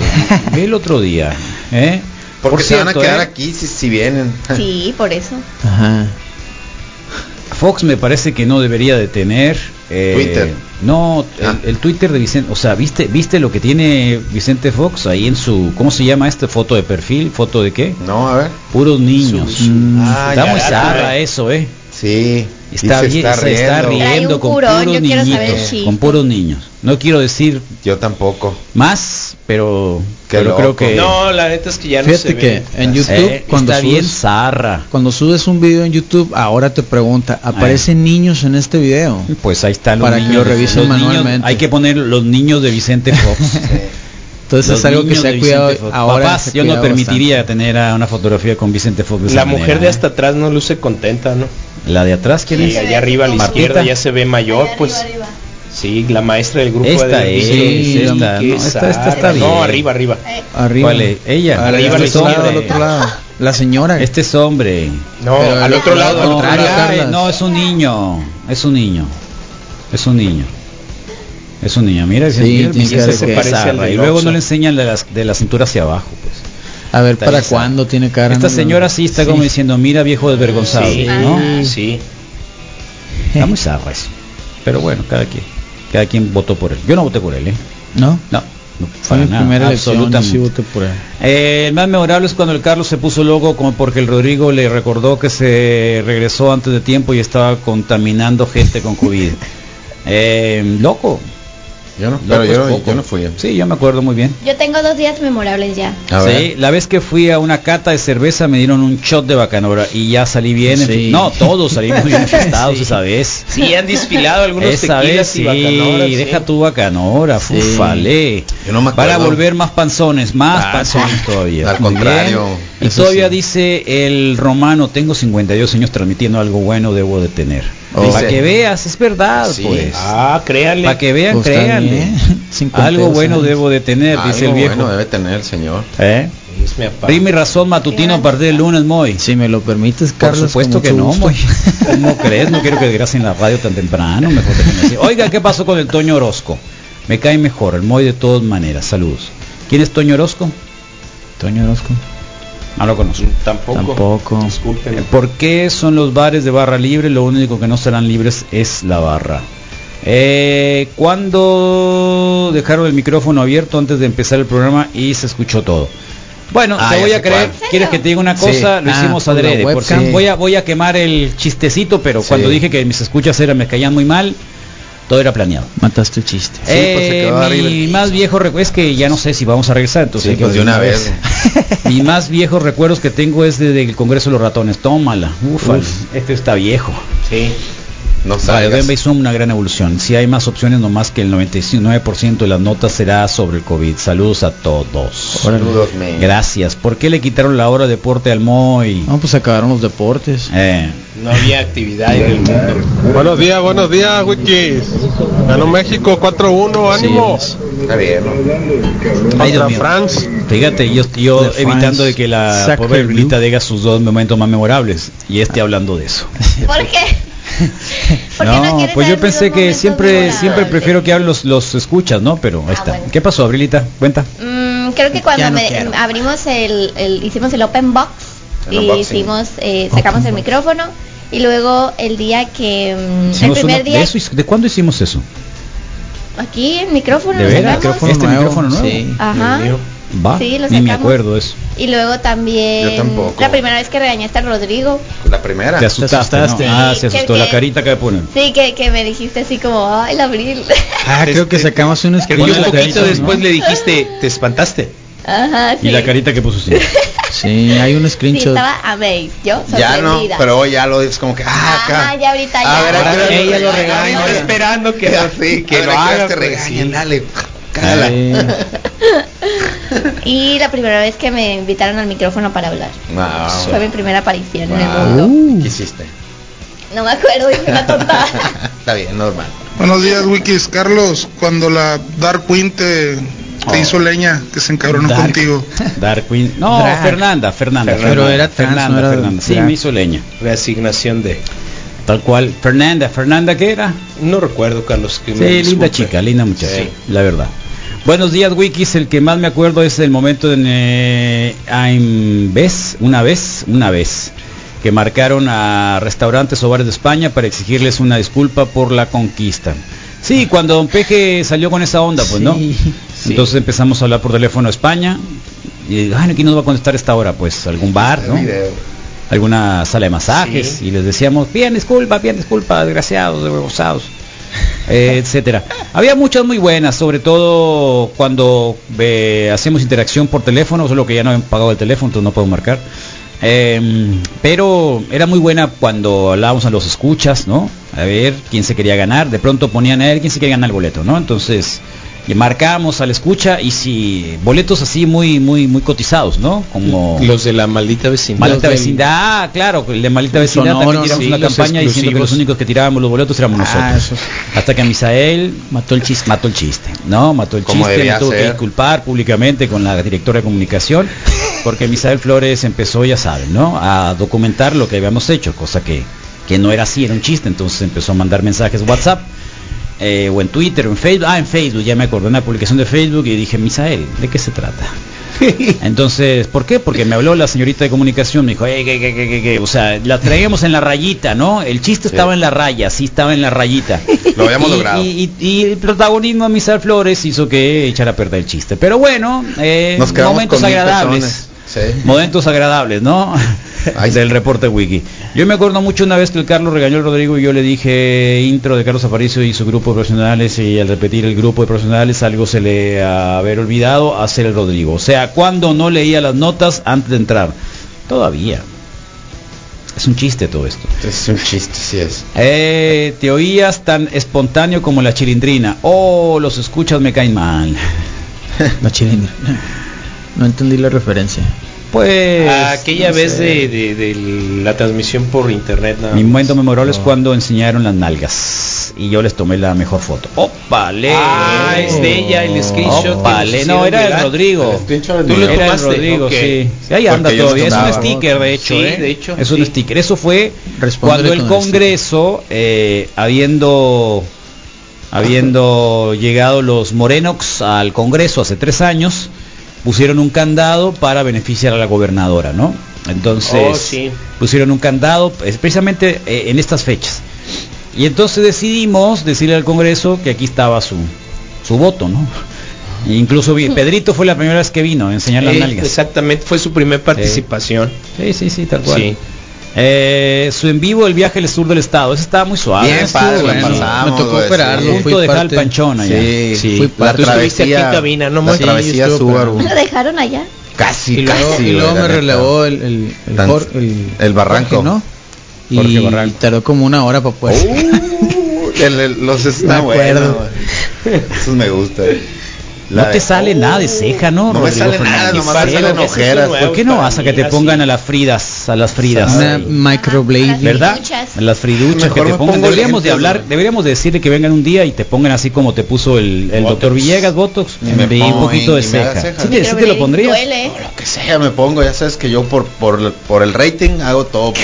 S3: ve el otro día, ¿eh?
S6: Porque
S3: Por
S6: se van a
S3: cierto,
S6: quedar
S3: ¿eh?
S6: aquí si, si vienen.
S12: Sí, por eso.
S3: Fox me parece que no debería de tener eh,
S6: Twitter. Ah.
S3: No, el, el Twitter de Vicente, o sea, viste, viste lo que tiene Vicente Fox ahí en su, ¿cómo se llama este foto de perfil? ¿Foto de qué?
S6: No, a ver.
S3: Puros niños. Mm,
S6: Ah,
S3: está
S6: ya,
S3: muy
S6: ya,
S3: zarra
S6: ya.
S3: eso, eh.
S6: Sí.
S3: Está
S6: y se
S3: bien, se está riendo,
S12: Trae un
S3: con
S12: jurón,
S3: puros
S12: yo quiero saber el
S3: niñitos,
S12: chiste.
S3: con puros niños. No quiero decir
S6: Yo tampoco.
S3: más, pero,
S6: Qué
S3: pero creo
S6: loco.
S3: que
S4: No, la neta es que ya no se
S7: Fíjate
S4: ve.
S7: que en YouTube,
S3: Eh,
S7: cuando,
S3: está bien
S7: subes,
S3: zarra.
S7: cuando subes un video en YouTube, ahora te pregunta, ¿aparecen niños en este video?
S3: Ah. Pues ahí está
S7: Para que lo revisen
S3: los niños-
S7: manualmente.
S3: hay que poner los niños de Vicente Fox.
S7: Entonces es algo que se ha cuidado ahora.
S3: Papás,
S7: se ha
S3: yo no
S7: cuidado
S3: permitiría tener a una fotografía con Vicente Fox. de esa
S4: La
S3: manera,
S4: mujer de
S3: ¿eh?
S4: hasta atrás no luce contenta, ¿no?
S3: La de atrás, ¿quién
S4: Y
S3: es?
S4: allá arriba a la
S3: Martita.
S4: izquierda ya se ve mayor, pues. Sí, la maestra del grupo
S3: Esta
S4: de
S3: es,
S4: Sí,
S3: esta,
S4: qué
S3: no, esta- esta está
S4: zarra. No,
S3: bien.
S4: arriba, arriba.
S12: Eh,
S3: Arriba. ¿Cuál es? Ella.
S4: Arriba,
S3: Este es
S4: arriba.
S3: hombre. La señora. Este es hombre.
S4: No, Pero al el otro otro lado, lado, al otro
S3: Ah,
S4: lado.
S3: Carla, No, es un niño. Es un niño. Es un niño. Es un niño. Mira,
S7: Sí,
S3: mira,
S7: tiene
S3: mira,
S7: que
S3: se
S7: ver con-
S3: parece al
S7: Zarra.
S3: del Y luego no le enseñan de, las- de la cintura hacia abajo. Pues.
S7: A ver,
S3: Está
S7: ¿para
S3: bizarro.
S7: cuándo tiene cara?
S3: Esta
S7: no, no.
S3: señora sí está como diciendo, mira viejo desvergonzado.
S7: Sí, Ah.
S3: ¿no?
S4: sí.
S3: Está muy zarra eso. Pero bueno, cada quien. Cada quien votó por él. Yo no voté por él, ¿eh?
S7: ¿No?
S3: No. no
S7: Fue la
S3: para nada,
S7: primera elección, yo
S3: absolutamente.
S7: sí voté por él.
S3: Eh, el más memorable es cuando el Carlos se puso loco como porque el Rodrigo le recordó que se regresó antes de tiempo y estaba contaminando gente con COVID. Eh, loco.
S6: Yo no,
S3: Loco
S13: pues,
S6: pero
S3: es
S6: yo, no-
S3: poco.
S6: yo no fui.
S3: Sí, yo me acuerdo muy bien.
S12: Yo tengo dos días memorables ya.
S6: A
S3: Sí,
S6: ver.
S3: la vez que fui a una cata de cerveza me dieron un shot de bacanora y ya salí bien. en-
S7: Sí.
S3: No, todos salimos bien infestados esa vez.
S4: Sí, han desfilado algunos
S3: Esa vez
S4: tequilas
S3: sí,
S4: y bacanoras, sí.
S3: deja tu bacanora,
S6: Sí.
S3: fufale.
S6: Yo no me
S3: Van a
S6: acuerdo.
S3: volver más panzones, más
S6: Ah,
S3: panzones todavía.
S6: Al
S3: Muy
S6: contrario,
S3: bien. Y todavía dice el romano, tengo 52 años transmitiendo algo bueno, debo de tener.
S7: Oh.
S3: Para que veas, es verdad,
S7: Sí.
S3: pues.
S4: Ah, créanle.
S3: Para que vean,
S7: Pues está
S3: créanle.
S7: bien. 52
S3: Algo bueno
S7: años.
S3: debo de tener, dice el
S6: Algo
S3: viejo.
S6: bueno debe tener el señor.
S3: ¿Eh?
S4: Es mi apá.
S3: Dime razón matutino a partir del lunes, Moy.
S7: Si me lo permites,
S3: Por
S7: Carlos.
S3: supuesto
S7: con
S3: que no,
S7: mucho
S3: Moy.
S7: gusto.
S3: ¿Cómo crees? No quiero que digas en la radio tan temprano. Mejor déjame así. Oiga, ¿qué pasó con el Toño Orozco? Me cae mejor, el Moy de todas maneras. Saludos. ¿Quién es Toño Orozco?
S7: Toño Orozco.
S3: No Ah, lo conozco. Eh,
S4: Tampoco.
S7: Tampoco.
S4: Disculpen.
S3: ¿Por qué son los bares de barra libre? Lo único que no serán libres es la barra. Eh, ¿Cuándo dejaron el micrófono abierto antes de empezar el programa y se escuchó todo? Bueno,
S6: Ah,
S3: te
S6: ya
S3: voy
S6: sé
S3: a creer.
S6: cuál.
S3: ¿Quieres que te diga una
S7: Sí.
S3: cosa? Lo
S7: Ah,
S3: hicimos
S7: por la
S3: adrede. Por
S7: webcam.
S3: si voy, a, voy a quemar el chistecito, pero cuando dije que mis escuchas eran, me caían muy mal, todo era planeado.
S7: Mataste el chiste.
S6: Sí, pues, se
S3: Eh,
S6: quedó arriba.
S3: mi más viejo recuerdo es que ya no sé si vamos a regresar, entonces
S6: Sí,
S3: hay que
S6: pues, de
S3: ver
S6: una vez.
S3: mi más viejos recuerdos que tengo es desde el Congreso de los Ratones. Tómala. Ufale. Este está viejo.
S4: Sí.
S6: No
S3: Vale,
S6: salgas.
S3: Denver hizo una gran evolución. Si hay más opciones, no más que el 99% de las notas será sobre el COVID. Saludos a todos.
S6: Saludos, men.
S3: Gracias. ¿Por qué le quitaron la hora de deporte al Moy?
S7: No, pues acabaron los deportes.
S3: Eh,
S4: No había actividad en el mundo.
S14: Buenos días, buenos días, Wikis. Ganó México 4-1, ánimo.
S6: Está bien.
S3: Ay, Dios
S14: Contra
S3: mío.
S14: France.
S3: Fíjate, yo, yo
S7: The
S3: evitando
S7: France.
S3: de que la
S7: Sacre
S3: pobre
S7: Blue.
S3: Lolita diga sus dos momentos más memorables y
S7: Ah.
S3: esté hablando de eso.
S12: ¿Por qué? ¿Por qué
S3: No,
S12: quieren
S3: pues yo
S12: dar
S3: pensé
S12: los
S3: que
S12: momentos
S3: siempre
S12: memorables?
S3: siempre prefiero que hablen los, los escuchas, ¿no? Pero ahí
S12: Ah,
S3: está.
S12: bueno.
S3: ¿Qué pasó, Abrilita? Cuenta.
S12: Mm, creo que cuando
S7: Ya no
S12: me-
S7: quiero.
S12: abrimos el, el- hicimos el open box
S6: El
S12: y
S6: unboxing.
S12: hicimos eh, sacamos el micrófono y luego el día que mm, el
S3: Hicimos
S12: primer
S3: una-
S12: día
S3: de, eso- ¿De cuándo hicimos eso?
S12: aquí el micrófono
S3: ¿De
S12: lo
S3: veras?
S12: sacamos.
S7: Micrófono
S3: este
S7: nuevo,
S3: micrófono nuevo.
S7: sí.
S12: Ajá.
S3: Va,
S12: Sí, lo
S3: ni me
S12: sacamos.
S3: acuerdo eso.
S12: Y luego también
S6: Yo tampoco.
S12: la primera vez que regañaste a Rodrigo.
S6: La primera.
S3: Te asustaste,
S7: Te asustaste.
S3: ¿no? Ah, se
S12: Sí,
S3: asustó
S12: que-
S3: la carita que ponen.
S12: Sí, que, que me dijiste así como, ay, el abril.
S7: Ah, creo
S3: Este,
S7: que sacamos un
S4: Creo que un
S7: screen de la
S4: poquito
S7: carita,
S4: después
S7: ¿no?
S4: le dijiste, te espantaste.
S12: Ajá, sí.
S3: Y la carita que puso sí.
S7: Sí, hay un
S12: Sí,
S7: screenshot.
S12: estaba amazed, yo
S6: Ya no,
S12: sorprendida.
S6: pero hoy ya lo es como que ah, acá.
S12: Ajá, ya ahorita
S6: A
S12: ya.
S6: ver,
S12: Ahora
S6: aquí
S4: ella lo
S6: regaña.
S4: Estoy esperando que,
S6: así, que
S4: a ver, a
S6: lo pues,
S4: qué hora
S6: hagas,
S4: te
S6: te
S4: regañan,
S6: regañen, dale. Cágala.
S7: Sí.
S12: Y la primera vez que me invitaron al micrófono para hablar.
S4: Ah,
S6: Wow.
S12: Fue mi primera aparición en el
S6: Wow.
S12: mundo.
S6: ¿Qué hiciste?
S12: No me acuerdo, dije una tonta.
S6: Está bien, normal.
S14: Buenos días, Wikis. Carlos, cuando la Dark Queen te,
S6: Ah.
S14: te hizo leña, que se encabronó
S3: Dark.
S14: contigo.
S3: Dark Queen. No,
S7: Drag.
S3: Fernanda, Fernanda.
S4: Pero
S7: era trans,
S3: Fernanda,
S7: no era
S3: Fernanda. Sí,
S7: drag.
S3: me hizo leña.
S4: Reasignación de.
S3: Tal cual. Fernanda, Fernanda, ¿qué era?
S4: No recuerdo, Carlos. Que
S3: Sí,
S4: me
S3: linda
S4: disculpe.
S3: chica, linda muchacha,
S4: Sí.
S3: la verdad. Buenos días, Wikis. El que más me acuerdo es el momento en eh, I'm Best, una vez, una vez, que marcaron a restaurantes o bares de España para exigirles una disculpa por la conquista. Sí, cuando Don Peje salió con esa onda, pues, ¿no?
S7: Sí,
S4: Ah. sí.
S3: Entonces empezamos a hablar por teléfono a España. Y, ay, ¿quién nos va a contestar esta hora? Pues, algún bar, ¿no?
S6: Video.
S3: alguna sala de masajes
S4: Sí.
S3: y les decíamos, bien disculpa, bien disculpa, desgraciados, desglosados, etcétera. Había muchas muy buenas, sobre todo cuando eh, hacemos interacción por teléfono, solo que ya no han pagado el teléfono, entonces no puedo marcar. Eh, pero era muy buena cuando hablábamos a los escuchas, ¿no? A ver quién se quería ganar. De pronto ponían a ver quién se quería ganar el boleto, ¿no? Entonces Le marcamos al escucha y si boletos así muy muy muy cotizados, ¿no? Como
S4: Los de la maldita vecindad.
S3: Maldita vecindad, ah, claro, el de maldita vecindad
S4: Sonoro,
S3: también tiramos
S4: sí,
S3: una
S4: los
S3: campaña diciendo que
S4: exclusivos.
S3: los únicos que tirábamos los boletos éramos
S4: Ah,
S3: nosotros. Hasta que Misael mató el chiste, mató el chiste, ¿no? Mató el
S6: Como
S3: chiste, me
S6: debía
S3: tuvo que
S6: ser.
S3: disculpar públicamente con la directora de comunicación, porque Misael Flores empezó, ya saben, ¿no? A documentar lo que habíamos hecho, cosa que, que no era así, era un chiste, entonces empezó a mandar mensajes WhatsApp. eh, o en Twitter, o en Facebook, ah, en Facebook, ya me acordé, una publicación de Facebook y dije, Misael, ¿de qué se trata? Entonces, ¿por qué? Porque me habló la señorita de comunicación, me dijo, "Ey, que, que, que, que, que", o sea, la traíamos en la rayita, ¿no? El chiste estaba en la raya, sí estaba en la rayita.
S6: Lo habíamos
S3: Y-
S6: logrado.
S3: Y, y- y el protagonismo de Misael Flores hizo que echara a perder el chiste. Pero bueno, eh,
S6: Nos quedamos
S3: momentos
S6: con mil
S3: agradables.
S6: personas. Sí.
S3: Momentos agradables, ¿no? Del reporte wiki. Yo me acuerdo mucho una vez que el Carlos regañó al Rodrigo y yo le dije intro de Carlos Aparicio y su grupo de profesionales y al repetir el grupo de profesionales algo se le ha haber olvidado hacer el Rodrigo. O sea, cuando no leía las notas antes de entrar. Todavía. Es un chiste todo esto.
S6: Es un chiste, sí es.
S3: Eh, te oías tan espontáneo como la chilindrina. Oh, los escuchas me caen mal.
S7: La chilindra. No entendí la referencia.
S3: Pues...
S4: Aquella
S3: no
S4: vez
S3: sé.
S4: de, de- de la transmisión por internet. nada
S3: Mi
S4: más.
S3: momento memorable
S4: Ah.
S3: es cuando enseñaron las nalgas y yo les tomé la mejor foto. ¡Opale!
S4: Ah, es de ella el screenshot que nos
S3: ¡Opale! No,
S4: hicieron
S3: era el
S4: llegar.
S3: Rodrigo.
S4: del Tú lo video.
S3: Era el
S4: tomaste,
S3: Rodrigo,
S4: ok.
S3: sí. sí. Ahí
S4: Porque
S3: anda
S4: yo no
S3: todavía. Es un
S4: tomaba.
S3: sticker, de hecho.
S4: Sí,
S3: ¿eh?
S4: de hecho,
S3: Es un
S4: sí.
S3: sticker. Eso fue
S7: Respóndele
S3: cuando el
S7: con el
S3: Congreso, eh, habiendo habiendo llegado los Morenox al Congreso hace tres años, pusieron un candado para beneficiar a la gobernadora, ¿no? Entonces
S4: Oh, sí.
S3: pusieron un candado es precisamente eh, en estas fechas. Y entonces decidimos decirle al Congreso que aquí estaba su, su voto, ¿no? E incluso vi- Pedrito fue la primera vez que vino a enseñar las
S4: Eh,
S3: nalgas.
S4: Exactamente, fue su primer participación.
S3: Sí, sí, sí, tal cual.
S4: Sí.
S3: Eh, su en vivo el viaje al sur del estado, eso estaba muy suave.
S4: Ah,
S6: Bien
S3: Estuvo
S6: padre, la
S3: bueno.
S6: pasamos,
S3: Me tocó
S6: güey,
S3: operarlo,
S6: sí.
S3: a punto
S6: Fui
S3: de dejar
S6: parte-
S3: el panchón allá.
S6: Sí,
S3: Sí.
S6: fui
S3: La
S6: parte-
S3: tuviste-
S6: travesía-
S4: aquí en cabina, no
S6: la
S4: manches,
S6: travesía
S4: yo estuve
S6: Subaru.
S4: operado.
S12: ¿Lo dejaron allá?
S6: Casi,
S7: Y luego,
S6: casi.
S7: y
S6: güey,
S7: luego
S6: la
S7: me
S6: neta.
S7: relevó el, el, el,
S6: Tan-
S7: Jor- el-
S6: el barranco.
S7: Jorge, ¿no? Y
S6: Jorge Barranco.
S7: tardó como una hora para poder.
S6: Uh, el- el- los
S7: Me
S6: está
S7: acuerdo.
S6: bueno. güey. Esos me gusta.
S3: no te sale nada de ceja, ¿no?
S6: Oh, No me
S3: Rodrigo
S6: sale nada,
S3: Fernández?
S6: nomás
S3: Cero.
S6: salen ojeras.
S3: ¿Por qué no vas a que te pongan a las Fridas, a las Fridas?
S7: Una microblading.
S3: ¿Verdad? Las friduchas que
S6: Mejor
S3: te
S6: me
S3: pongan.
S6: pongo
S3: Deberíamos de
S6: lentes,
S3: hablar,
S6: güey.
S3: deberíamos de decirle que vengan un día y te pongan así como te puso el, el doctor Villegas, Botox,
S6: Y me
S3: y un
S6: pongo
S3: poquito
S6: y-
S3: de
S6: y me haga
S3: ceja.
S6: ceja.
S3: ¿Sí te, sí te lo pondrías?
S12: Duele.
S6: Lo que sea, me pongo. Ya sabes que yo por, por, por el rating hago todo por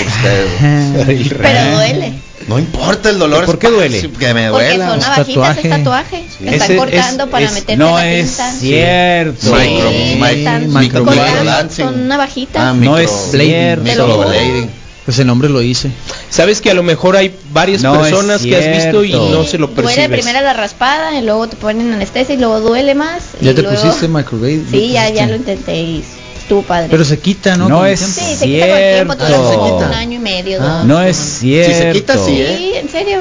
S6: ustedes. güey.
S12: Pero duele.
S6: No importa el dolor.
S3: ¿Por
S6: es
S3: qué
S6: parte-
S3: duele?
S6: Que me
S12: Porque
S6: duela.
S12: son
S6: pues,
S12: navajitas, es tatuaje.
S6: Sí.
S12: Te están
S6: Ese-
S12: cortando
S6: es-
S12: para
S6: es-
S12: meterte
S3: No
S12: la
S3: es
S12: tinta.
S3: cierto.
S12: Sí,
S6: Micro-
S12: están
S6: mic-
S12: cortando,
S6: microblading.
S12: Son navajitas.
S6: Ah,
S3: No
S6: micro-
S3: es cierto.
S12: Te lo juro.
S6: microblading.
S7: Pues el nombre lo hice.
S4: Sabes que a lo mejor hay varias
S3: No es
S4: personas que has visto y
S3: cierto.
S4: no se lo
S12: Duele
S4: percibes.
S12: primero la raspada y luego te ponen anestesia y luego duele más.
S7: Ya
S12: y
S7: te
S12: luego-
S7: pusiste microblading.
S12: Sí, ya, ya lo intenté y estuvo padre.
S7: Pero se quita, ¿no?
S3: No
S7: Con el
S3: es-
S7: tiempo.
S12: sí, se quita con el tiempo,
S3: cierto.
S12: dura como un año y medio. dos.
S6: Ah,
S3: No es cierto.
S6: Si se quita, sí, ¿eh?
S12: Sí, en serio.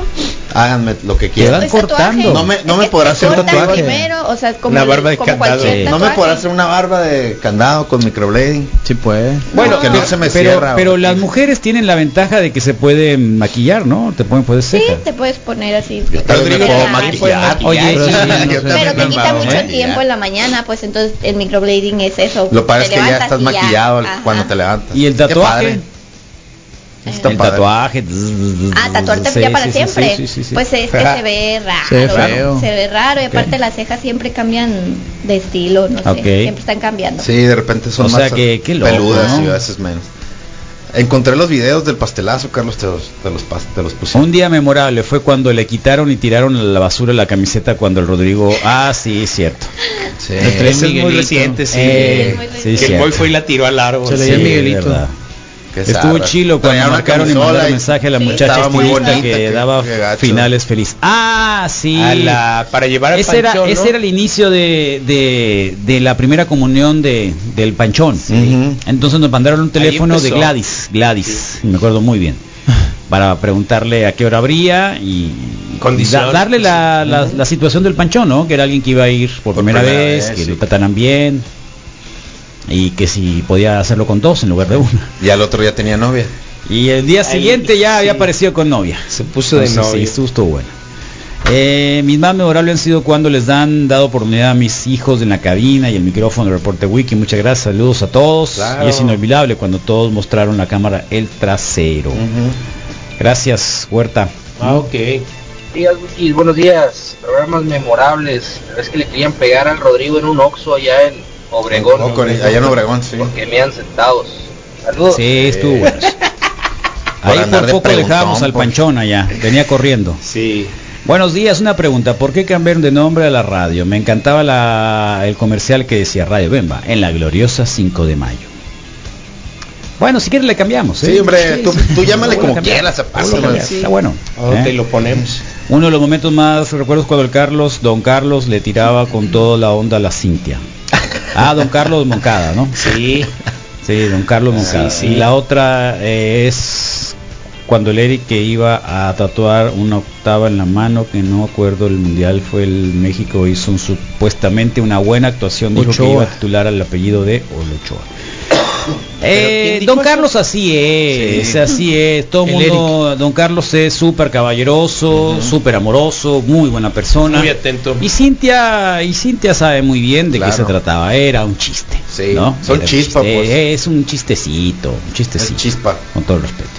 S6: Háganme lo que
S3: Te
S6: quieran.
S3: van
S12: Es
S3: cortando.
S12: tatuaje.
S6: No me, no me
S12: Es que te
S6: podrá hacer un
S12: cortan
S6: tatuaje.
S12: Primero, o sea, como
S4: Una barba de
S12: como
S4: candado.
S12: cualquier
S6: No me
S12: tatuaje.
S6: podrá hacer una barba de candado con microblading.
S7: Sí, puede.
S6: Bueno, que no
S3: pero-
S6: se me
S3: pues. pero,
S6: cierra.
S3: pero
S6: güey.
S3: las mujeres tienen la ventaja de que se pueden maquillar, ¿no? Te pueden poner
S12: Sí,
S3: ceja.
S12: te puedes poner así.
S6: Yo también me
S12: Pero
S6: puedo
S12: la-
S6: maquillar.
S3: Oye,
S6: Yo
S3: sí,
S6: también
S3: no sé.
S12: Pero
S6: me
S12: te quita
S6: puedo
S12: mucho
S6: maquillar.
S12: tiempo en la mañana, pues entonces el microblading es eso.
S6: Lo padre
S12: Te
S6: es que ya
S12: levantas
S6: estás
S12: y
S6: maquillado al-
S12: ajá.
S6: cuando te levantas.
S3: ¿Y el
S6: Qué
S3: tatuaje?
S6: padre. Está
S3: el
S6: padre.
S3: tatuaje.
S12: Ah, tatuarte
S3: Mm, Sí,
S12: ya para
S3: sí, sí,
S12: siempre.
S3: sí, sí, sí.
S12: Pues es que se ve raro.
S7: Se ve feo.
S12: Se ve raro. Y aparte las cejas siempre cambian de estilo, no sé.
S3: Ok.
S12: Siempre están cambiando.
S6: Sí, de repente son
S3: O sea
S6: más
S3: que- qué loco,
S6: peludas
S3: ¿no?
S6: y a veces menos. Encontré los videos del pastelazo, Carlos, te los, te los, pas- te los puse.
S3: Un día memorable fue cuando le quitaron y tiraron a la basura la camiseta cuando el Rodrigo. Ah, sí, es cierto.
S6: Sí.
S7: Lo trae
S4: Ese es muy
S7: Miguelito.
S4: reciente, sí.
S3: Eh,
S12: Sí,
S3: sí,
S4: que el
S3: cierto.
S4: boy fue y la tiró al árbol.
S7: Se le
S3: Sí,
S7: dio Miguelito.
S3: verdad.
S6: Qué
S3: Estuvo
S6: zarra.
S3: chilo
S6: Traía
S3: cuando
S6: una
S3: marcaron y
S6: camisola
S3: mandaron
S6: y
S3: mensaje a la
S12: Sí,
S3: muchacha
S6: estaba muy
S3: estilista
S6: bonita,
S3: que
S6: qué-
S3: daba
S6: qué gacho.
S3: finales feliz. Ah, sí.
S4: A la- para llevar al
S3: ese, era,
S4: panchón, ¿no?
S3: ese era el inicio de, de, de la primera comunión de, del panchón.
S6: Ujú.
S3: Entonces nos mandaron un teléfono de
S4: empezó.
S3: Gladys. Gladys, me acuerdo muy bien. Para preguntarle a qué hora habría y
S4: Condición.
S3: da- darle la, la- la situación del panchón, ¿no? Que era alguien que iba a ir por, primera,
S6: primera
S3: vez,
S6: vez,
S3: que
S6: sí.
S3: lo trataran bien y que si podía hacerlo con dos en lugar de una.
S6: Y al otro ya tenía novia.
S3: Y el día siguiente ya había aparecido con novia.
S4: Se puso de
S3: Entonces, sí,
S4: novio.
S3: estuvo- estuvo bueno. Eh, mis más memorables han sido cuando les han dado oportunidad a mis hijos en la cabina y el micrófono de Reporte Wiki. Muchas gracias, saludos a todos.
S6: Claro.
S3: Y es inolvidable cuando todos mostraron la cámara el trasero. Gracias, Huerta.
S9: Ah, ok.
S13: Días, Wikis, buenos días. Programas memorables. Es que le querían pegar al Rodrigo en un Oxxo allá en Obregón.
S6: Ojo, allá en Obregón, sí.
S13: Que me han sentados. Saludos.
S7: Eh,
S3: Sí, estuvo bueno.
S6: Por
S3: Ahí
S6: andar
S3: por
S6: de
S3: poco
S6: preguntón,
S3: dejábamos al
S6: por-
S3: panchón allá, venía corriendo.
S4: Sí.
S3: Buenos días, una pregunta, ¿por qué cambiaron de nombre a la radio? Me encantaba la- el comercial que decía Radio Bemba, en la gloriosa 5 de mayo. Bueno, si quieres le cambiamos. ¿eh?
S6: Sí, hombre, tú- tú llámale
S3: lo
S6: como
S3: cambiamos,
S6: quieras, a
S3: lo
S6: paso,
S3: cambiamos,
S6: man. Sí.
S3: Está bueno.
S4: Ahora
S3: ¿eh?
S4: te lo ponemos.
S3: Uno de los momentos más recuerdos cuando el Carlos, don Carlos, le tiraba con toda la onda a la Cintia. Ah, don Carlos Moncada, ¿no?
S4: Sí.
S3: Sí, don Carlos Moncada.
S4: sí.
S3: Y la otra eh, es cuando el Eric que iba a tatuar una octava en la mano, que no me acuerdo, el mundial fue el México, hizo un- supuestamente una buena actuación, dijo que
S7: Ochoa.
S3: iba a titular al apellido de Olochoa. Eh, don Carlos así es,
S7: Sí.
S3: así es, todo el
S7: El
S3: mundo, don Carlos es súper caballeroso, súper amoroso, muy buena persona.
S4: Muy atento.
S3: Y Cintia, y Cintia sabe muy bien de qué se trataba, era un chiste. ¿no?
S6: son
S3: Era un
S6: chispa,
S3: chiste,
S6: pues.
S3: Es un chistecito, un chistecito. chispa. Con todo el respeto.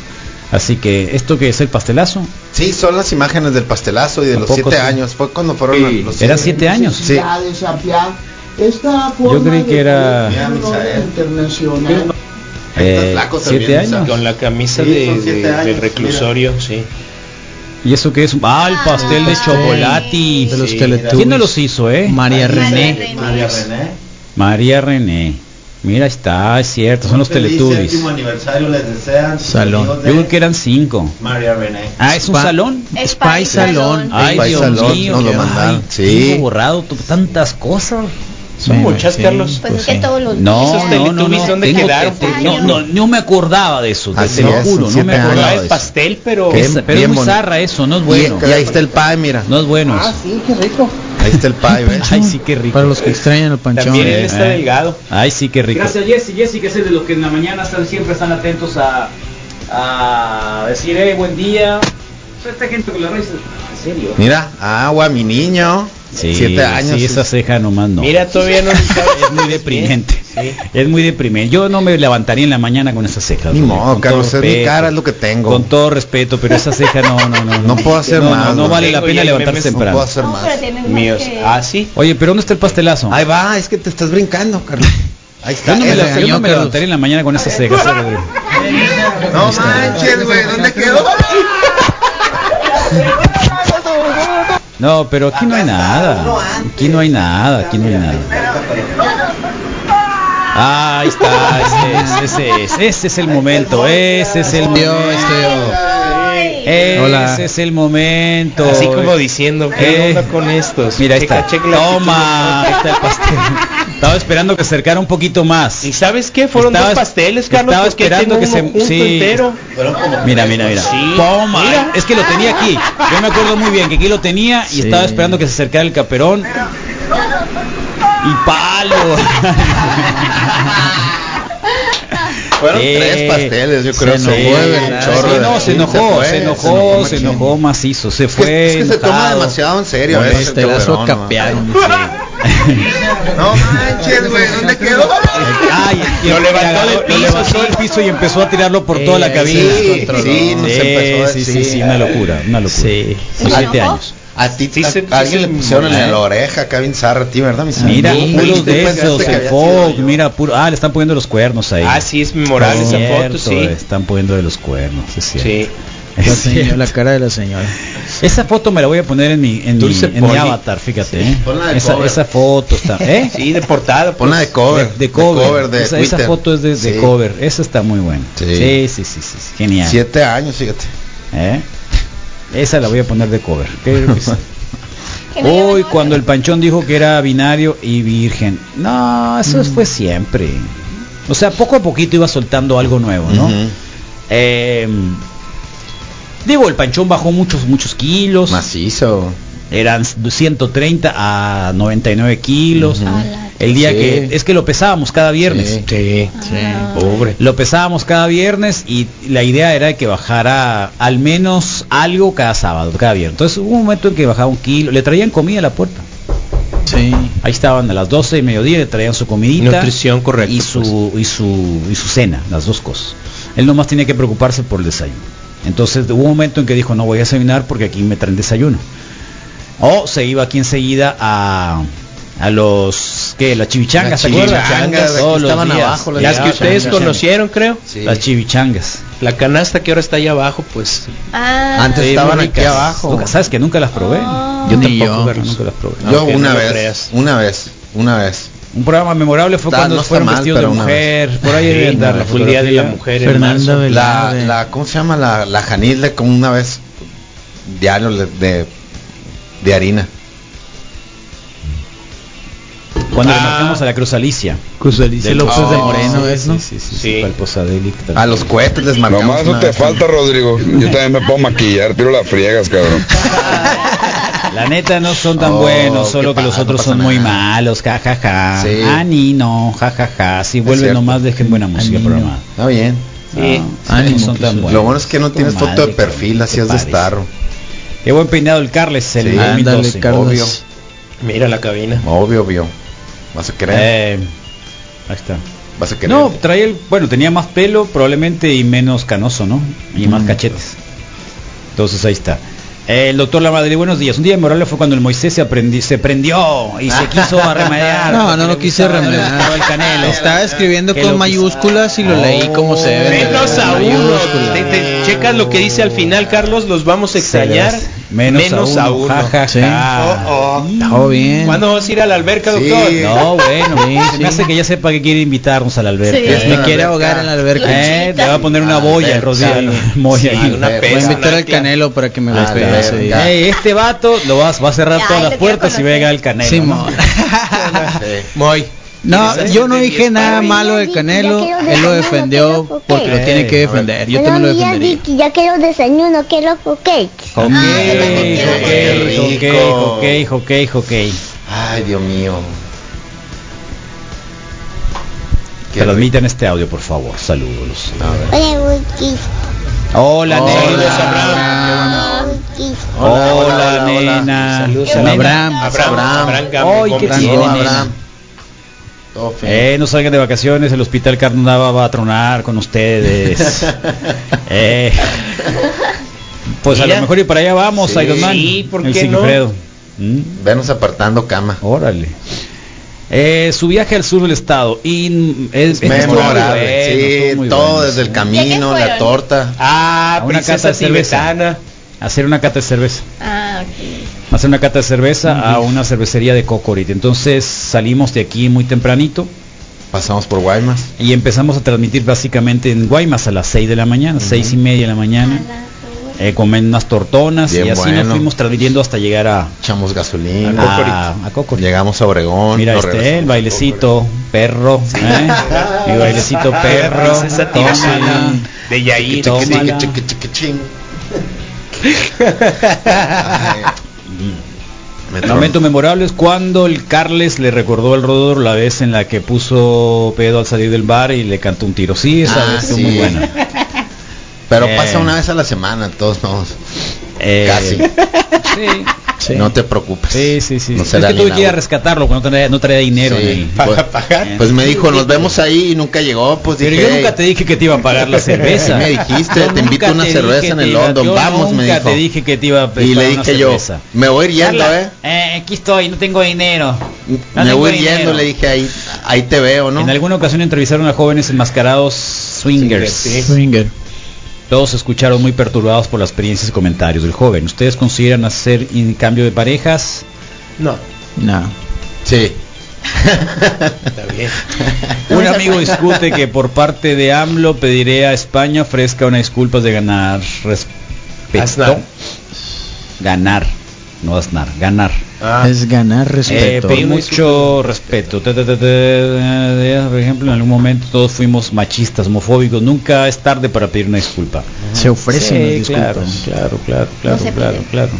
S3: Así que, ¿esto que es el pastelazo?
S6: Sí, son las imágenes del pastelazo y de los
S3: Tampoco
S6: siete
S3: sí.
S6: años. Fue cuando fueron
S3: Sí.
S6: a- los
S3: ¿Era siete años?
S6: Sí.
S17: necesidad de sapear esta forma
S3: creí
S17: de
S3: que era-
S17: colegio
S6: Mira, Misael.
S17: internacional.
S3: Eh, siete años.
S4: Con la camisa
S3: Sí,
S4: de-
S3: son siete
S4: de-
S3: años,
S4: del reclusorio, sí.
S3: ¿Y eso qué es? Ah, el pastel de chocolate.
S7: De los
S3: Sí.
S7: Teletubbies.
S3: ¿Quién no los hizo, eh?
S7: María René.
S6: María René.
S3: María René. Mira, está, es cierto, son los
S6: Feliz
S3: Teletubbies.
S6: séptimo aniversario les desean. sus
S3: Salón. Yo
S6: amigos de
S3: creo que eran cinco.
S6: María René.
S3: Ah, es un
S6: Spa-
S3: salón.
S7: Spy Salón.
S3: Ay,
S12: Pues
S6: Spy
S3: Dios
S6: Salón,
S3: mío,
S6: nos lo
S3: qué-
S6: mandaron.
S3: ay,
S6: Sí.
S3: tengo borrado t- tantas cosas.
S4: Son
S3: Me
S4: muchas,
S3: imagino.
S4: Carlos.
S12: Pues es que todos los
S3: No,
S4: Esos
S3: no, no,
S4: Teletubbies,
S3: no,
S4: ¿dónde
S3: tengo-
S4: quedaron?
S3: te- no, no, no me acordaba de eso, te,
S6: Así
S3: te lo
S6: es,
S3: juro,
S6: son
S3: no me
S6: siete
S3: acordaba
S6: años.
S3: de eso.
S4: pastel, pero
S3: Es-
S6: Bien-
S3: pero
S6: bien
S3: es muy
S6: bonito.
S3: zarra eso, no es
S6: Y,
S3: bueno.
S6: y ahí está el pie, mira.
S3: No es bueno.
S17: Ah,
S3: eso.
S17: sí, qué rico.
S6: Ahí está el pie, ¿ves?
S3: Ay, sí, qué rico.
S7: Para los que extrañan el panchón.
S4: También
S7: Eh,
S4: él está
S7: eh.
S4: delgado.
S3: Ay, sí, qué rico.
S9: Gracias Jesse, Jesse que es el de los que en la mañana están, siempre están atentos a, a decir eh, buen día. Esta gente con la raíz, en serio.
S6: Mira, agua, mi niño.
S3: Sí,
S6: siete años.
S3: sí, esa ceja nomás no.
S4: Mira, todavía no
S3: es muy deprimente. Es muy deprimente. Yo no me levantaría en la mañana con esas cejas.
S6: Ni
S3: Rodrigo,
S6: modo,
S3: con
S6: Carlos,
S3: todo
S6: es mi
S3: respeto.
S6: cara, es lo que tengo.
S3: Con todo respeto, pero esa ceja no, no, no.
S6: No puedo hacer
S3: no,
S6: más,
S3: No, no
S6: güey.
S3: vale la
S4: Tengo
S3: pena
S4: ya
S3: levantarse
S4: memes, no
S3: temprano.
S6: puedo hacer
S12: No,
S6: más.
S12: pero tienen más
S4: Míos.
S12: que-
S4: Ah, sí.
S3: Oye, pero ¿dónde está el pastelazo?
S6: Ahí va, es que te estás brincando, Carlos. Ahí
S3: yo
S6: está.
S3: no me,
S6: él
S3: la-
S6: regañó,
S3: yo no me
S6: Carlos.
S3: levantaría en la mañana con esas cejas. ¿sabes, Rodrigo?
S6: No manches, güey, ¿dónde quedó?
S3: No, pero aquí no hay nada. Aquí no hay nada, aquí no hay nada. Ah, ahí está, ese es, ese es, ese es el momento, ese es el
S7: Yo
S3: momento.
S7: estoy
S3: Ese
S7: Hola.
S3: es el momento.
S4: Así como diciendo, ¿qué
S3: Eh.
S4: onda con estos?
S3: Mira, ahí
S4: Checa,
S3: está.
S4: checa la
S3: Toma, ahí está el pastel. Estaba esperando que se acercara un poquito más.
S4: actitud. ¿Y sabes qué? Fueron
S3: Estaba-
S4: dos pasteles, Carlos.
S3: estaba
S4: ¿por qué
S3: esperando
S4: tiene
S3: que
S4: uno
S3: se-
S4: junto
S3: sí.
S4: entero?
S3: Mira, mira, mira.
S4: Sí.
S3: Toma.
S4: Mira.
S3: Es que lo tenía aquí. Yo me acuerdo muy bien que aquí lo tenía y estaba esperando que se acercara el caperón. Y palo.
S6: Fueron
S3: Eh,
S6: tres pasteles, yo
S3: se
S6: creo.
S3: enojó,
S6: mueve
S3: ¿verdad?
S6: el chorro
S3: Sí,
S6: de-
S3: no, se enojó,
S6: fue,
S3: se enojó, se
S6: machín.
S3: enojó macizo, se
S6: Es que,
S3: fue.
S6: es que se toma
S3: enojado.
S6: demasiado en serio. ¿eh?
S3: Con
S6: a veces,
S3: este
S6: el
S3: lazo
S6: cabrón, ¿no?
S3: capearon.
S6: No manches, güey, ¿dónde quedó?
S3: Ay, y
S4: Lo
S3: y
S4: levantó
S3: agarró-
S4: del
S3: lo
S4: piso, sí.
S3: levantó del piso y empezó a tirarlo por toda la
S6: sí,
S3: cabina.
S6: sí, sí, nos empezó a
S3: sí, sí,
S6: decir.
S3: sí, una locura, una locura. Sí. Siete
S12: enojó?
S3: años.
S6: A ti
S4: Sí,
S6: a-
S4: se-
S6: a alguien
S4: sí,
S6: le pusieron
S4: se-
S3: ¿eh?
S6: en la oreja, acá bien zarra a ti, ¿verdad? mis
S3: Mira,
S6: amigos?
S3: puros
S6: Tú
S3: de
S6: pensaste
S3: esos,
S6: que
S3: el
S6: había sido
S3: Fog,
S6: yo.
S3: mira, puro, ah, le están poniendo los cuernos ahí.
S4: Ah, sí, es memorable
S3: Es
S4: esa
S3: cierto,
S4: foto, sí.
S3: Están poniendo de los cuernos, es cierto.
S4: Sí.
S3: Es
S7: La, señora-
S3: cierto.
S7: la cara de la señora.
S3: Esa foto me la voy a poner en mi, en mi,
S4: Dulce
S3: en mi
S4: Poli.
S3: avatar, fíjate. ¿eh?
S6: ponla de
S3: Esa,
S6: cover.
S3: esa foto está. ¿eh?
S4: Sí, de portada.
S6: Ponla Ah, de cover.
S3: De, de cover.
S6: de
S3: esa, esa
S6: Twitter.
S3: foto es de, de
S6: Sí.
S3: cover. Esa está muy buena.
S6: Sí.
S3: sí, sí, sí, sí, sí. Genial.
S6: Siete años, fíjate.
S3: ¿Eh? Esa la voy a poner de cover. Creo que sí.
S12: que no llevan
S3: Uy,
S12: orden.
S3: cuando el panchón dijo que era binario y virgen. No,
S6: Mm.
S3: eso fue siempre. O sea, poco a poquito iba soltando algo nuevo, ¿no?
S6: Ujú.
S3: Eh, digo, el panchón bajó muchos, muchos kilos.
S6: Macizo.
S3: Eran 130 a 99 kilos.
S6: Ujú.
S12: A la
S3: El día
S4: Sí.
S3: que es que lo pesábamos cada viernes. Sí, pobre. Lo pesábamos cada viernes y la idea era que bajara al menos algo cada sábado, cada viernes. Entonces hubo un momento en que bajaba un kilo, le traían comida a la puerta. Sí. Ahí estaban a las 12 de mediodía, le traían su comidita.
S4: Nutrición correcta,
S3: Y su, y su, y su cena, las dos cosas. Él nomás tenía que preocuparse por el desayuno. Entonces hubo un momento en que dijo, no voy a desayunar porque aquí me traen desayuno. O se iba aquí enseguida a, a los que las chivichangas,
S4: Las
S3: ¿se acuerdan?
S4: chivichangas,
S3: Todos
S4: aquí
S3: los
S4: estaban
S3: días.
S4: abajo las Las que chivichangas. ustedes conocieron, creo. Sí.
S3: Las chivichangas.
S4: La canasta que ahora está ahí abajo, pues.
S12: Ah,
S3: Sí,
S6: estaban
S3: muy
S6: aquí
S3: ricas.
S6: abajo.
S3: Nunca- sabes que nunca las probé.
S6: Yo tampoco,
S3: Carlos, nunca las probé.
S6: Ah. Yo
S3: Aunque
S6: una
S3: no lo
S6: vez, una vez, una vez.
S3: Un programa memorable fue
S6: Está-
S3: cuando
S6: no está
S3: fueron
S6: mal,
S3: vestidos de
S6: pero una
S3: mujer.
S6: vez.
S3: Por ahí
S6: Sí,
S3: debe andar la
S6: fue el Día de la
S3: fotografía.
S6: Mujer en marzo. la, la- ¿cómo se llama? La, la Janilde como una vez diario le- de, de harina.
S3: Cuando le
S6: Ah.
S3: marcamos a la Cruz Alicia.
S7: Cruz Alicia
S3: Del-
S7: López
S6: Oh,
S7: de Moreno,
S3: sí,
S7: es,
S3: sí,
S7: ¿no?
S3: Sí, sí, sí, fue al Posadelic también.
S6: A los cohetes les marcamos.
S11: Nomás no
S6: una
S11: te
S6: vez.
S11: falta, Rodrigo. Yo también me puedo maquillar, tiro las friegas, cabrón.
S3: La neta no son tan
S11: Oh,
S3: buenos,
S11: qué
S3: solo que
S11: pa-
S3: los
S11: no
S3: otros
S11: pasa
S3: son muy malos, jajaja. Ja, ja.
S6: Sí.
S3: Ani no, jajaja. Si vuelven
S6: cierto.
S3: nomás dejen buena música
S6: Ani,
S3: programa.
S6: Está bien.
S3: Sí.
S6: No,
S3: Ánimo,
S6: no son tan
S3: incluso.
S6: buenos. Lo bueno es que no
S3: Tu
S6: tienes foto
S3: madre,
S6: de perfil, así es de
S3: parece.
S6: estar.
S3: Qué buen peinado el Carles el
S6: Sí, ándale,
S3: 2012.
S6: Carlos. Obvio.
S4: Mira la cabina.
S6: Obvio, obvio. Vas a creer.
S3: Eh, ahí está.
S6: Vas a creer.
S3: No, traía el, bueno, tenía más pelo probablemente y menos canoso, ¿no? Y
S7: Mm.
S3: más cachetes. Entonces ahí está. Eh, El doctor La Madre, buenos días. Un día memorable fue cuando el Moisés se, aprendi- se prendió y se quiso arremediar.
S7: No, no lo quise remediar. Estaba escribiendo
S3: Que
S7: con
S3: lo-
S7: mayúsculas y lo leí como se debe. de
S4: Menos
S7: leer,
S4: a
S7: con
S4: uno.
S7: mayúsculas.
S4: Te- te checas lo que dice al final, Carlos. Los vamos a extrañar.
S3: Menos, a uno. ja, ja,
S7: Sí.
S3: ja. Mm.
S4: Oh, oh.
S7: Todo bien.
S4: ¿Cuándo vamos a ir a la alberca,
S6: Sí.
S4: doctor?
S3: No, bueno, se me hace que ya sepa que quiere invitarnos a la alberca.
S7: Sí.
S3: ¿eh?
S7: Me quiere ahogar en la alberca.
S3: Eh, le va a poner una boya al rodillo.
S7: Sí.
S3: al- moya
S7: Sí,
S3: ahí.
S7: una Voy a pesa, invitar al Canelo para que me
S3: Ah,
S7: golpee
S3: la
S7: ese
S3: verga.
S7: día.
S3: Ey, este vato lo vas- va, a cerrar
S12: Ay,
S3: todas
S12: lo
S3: las
S12: quiero
S3: puertas y va a llegar el canelo.
S7: Sí,
S3: ¿no?
S7: mo. No, yo no dije nada malo del Canelo, él lo defendió porque lo
S3: Ey,
S7: tiene que
S3: a ver.
S7: defender. Yo también lo defendería.
S18: ya quiero desayuno, quiero cupcake.
S3: Ok,
S6: Qué rico.
S3: ok, ok, ok, ok.
S6: Ay, Dios mío.
S3: Transmitan este audio, por favor. Saludos.
S18: Hola, Wookies.
S3: Hola,
S18: Hola,
S3: nena. Hola,
S6: Hola, hola,
S3: nena.
S6: Saludos
S3: Nena.
S6: a Abraham. Abraham. Abraham. Gamble,
S3: Ay, ¿qué
S6: Abraham.
S3: tiene,
S6: Todo
S3: nena?
S6: Abraham. Todo feo.
S3: Eh, no salgan de vacaciones, el hospital Carlos Nava va a tronar con ustedes. Eh, pues a
S6: Mira.
S3: lo mejor y para allá vamos,
S6: Sí.
S3: Iron Man.
S6: Sí, ¿por
S3: el
S6: qué no?
S3: Sigfredo. ¿Mm?
S6: Venos apartando cama.
S3: Órale. Eh, su viaje al sur del estado eh, in, es, es- estuvo muy
S6: Memorable.
S3: bueno,
S6: sí,
S3: estuvo Eh, muy
S6: todo
S3: bueno,
S6: desde
S3: sí.
S6: el camino, la
S12: fueron?
S6: torta.
S4: Ah,
S3: A una cata
S4: princesa
S3: de cerveza.
S4: tibetana.
S3: Hacer una cata de cerveza.
S12: Ah, ok.
S3: hacer una cata de cerveza a una cervecería de Cocorit. Entonces salimos de aquí muy tempranito
S6: Pasamos por Guaymas.
S3: y empezamos a transmitir básicamente en Guaymas a las 6 de la mañana, seis y media de la mañana. Eh, comen unas tortonas
S6: Bien
S3: y así nos
S6: bueno.
S3: fuimos transmitiendo hasta llegar a,
S6: Echamos gasolina.
S3: a, a Cocorit.
S6: Llegamos a Obregón.
S3: Mira,
S6: nos
S3: este, el bailecito perro, ¿eh? Mi bailecito perro.
S4: Princesa
S3: Tómala,
S4: tibetana. De Yair.
S3: tómala. Momento memorable es cuando el Carles le recordó al Rodor la vez en la que puso pedo al salir del bar y le cantó un tiro. Sí, esa
S6: Ah,
S3: vez fue
S6: sí.
S3: muy buena.
S6: Pero
S3: Eh.
S6: pasa una vez a la semana, todos modos.
S3: Eh,
S6: Casi.
S3: Sí. sí.
S6: No te preocupes.
S3: Sí, sí, sí.
S6: No
S3: es
S6: será
S3: que
S6: ni
S3: tuve
S6: nada.
S3: que ir a rescatarlo cuando no traía, no traía dinero.
S6: Sí,
S3: en el-
S6: pues-
S4: eh,
S6: Pues me dijo, nos vemos ahí y nunca llegó. Pues
S3: Pero
S6: dije,
S3: yo nunca te dije que te iba a pagar la cerveza.
S6: Sí me dijiste, te invito
S3: nunca
S6: una
S3: te
S6: cerveza
S3: dije
S6: en el
S3: que iba-
S6: London,
S3: yo
S6: vamos, me
S3: nunca
S6: dijo.
S3: te dije que te iba a
S6: y
S3: preparar
S6: le
S3: una
S6: dije yo,
S3: cerveza.
S6: me voy a ir yendo,
S3: Carla,
S6: ¿eh?
S3: eh, Aquí estoy, no tengo dinero. No
S6: me
S3: tengo
S6: voy
S3: dinero.
S6: yendo, le dije, ahí, ahí te veo, ¿no?
S3: En alguna ocasión entrevistaron a jóvenes enmascarados swingers.
S4: Sí, sí.
S7: Swinger.
S3: Todos se escucharon muy perturbados por las experiencias y comentarios del joven. ¿Ustedes consideran hacer in- cambio de parejas?
S4: No,
S7: No.
S6: Sí.
S4: está bien.
S3: Un amigo discute que por parte de AMLO pediré a España ofrezca una disculpa de ganar respeto.
S4: Aznar.
S3: Ganar, no asnar, ganar.
S4: Ah,
S7: Es ganar
S3: Eh,
S7: respeto.
S3: por mucho respeto. Ta, ta, ta, ta, eh, Por ejemplo, en algún momento todos fuimos machistas, homofóbicos. Nunca es tarde para pedir una disculpa.
S7: Se
S3: Sí,
S7: ofrecen las disculpas.
S3: Claro, claro, claro, claro,
S12: No se
S3: claro,
S12: piden.
S3: claro.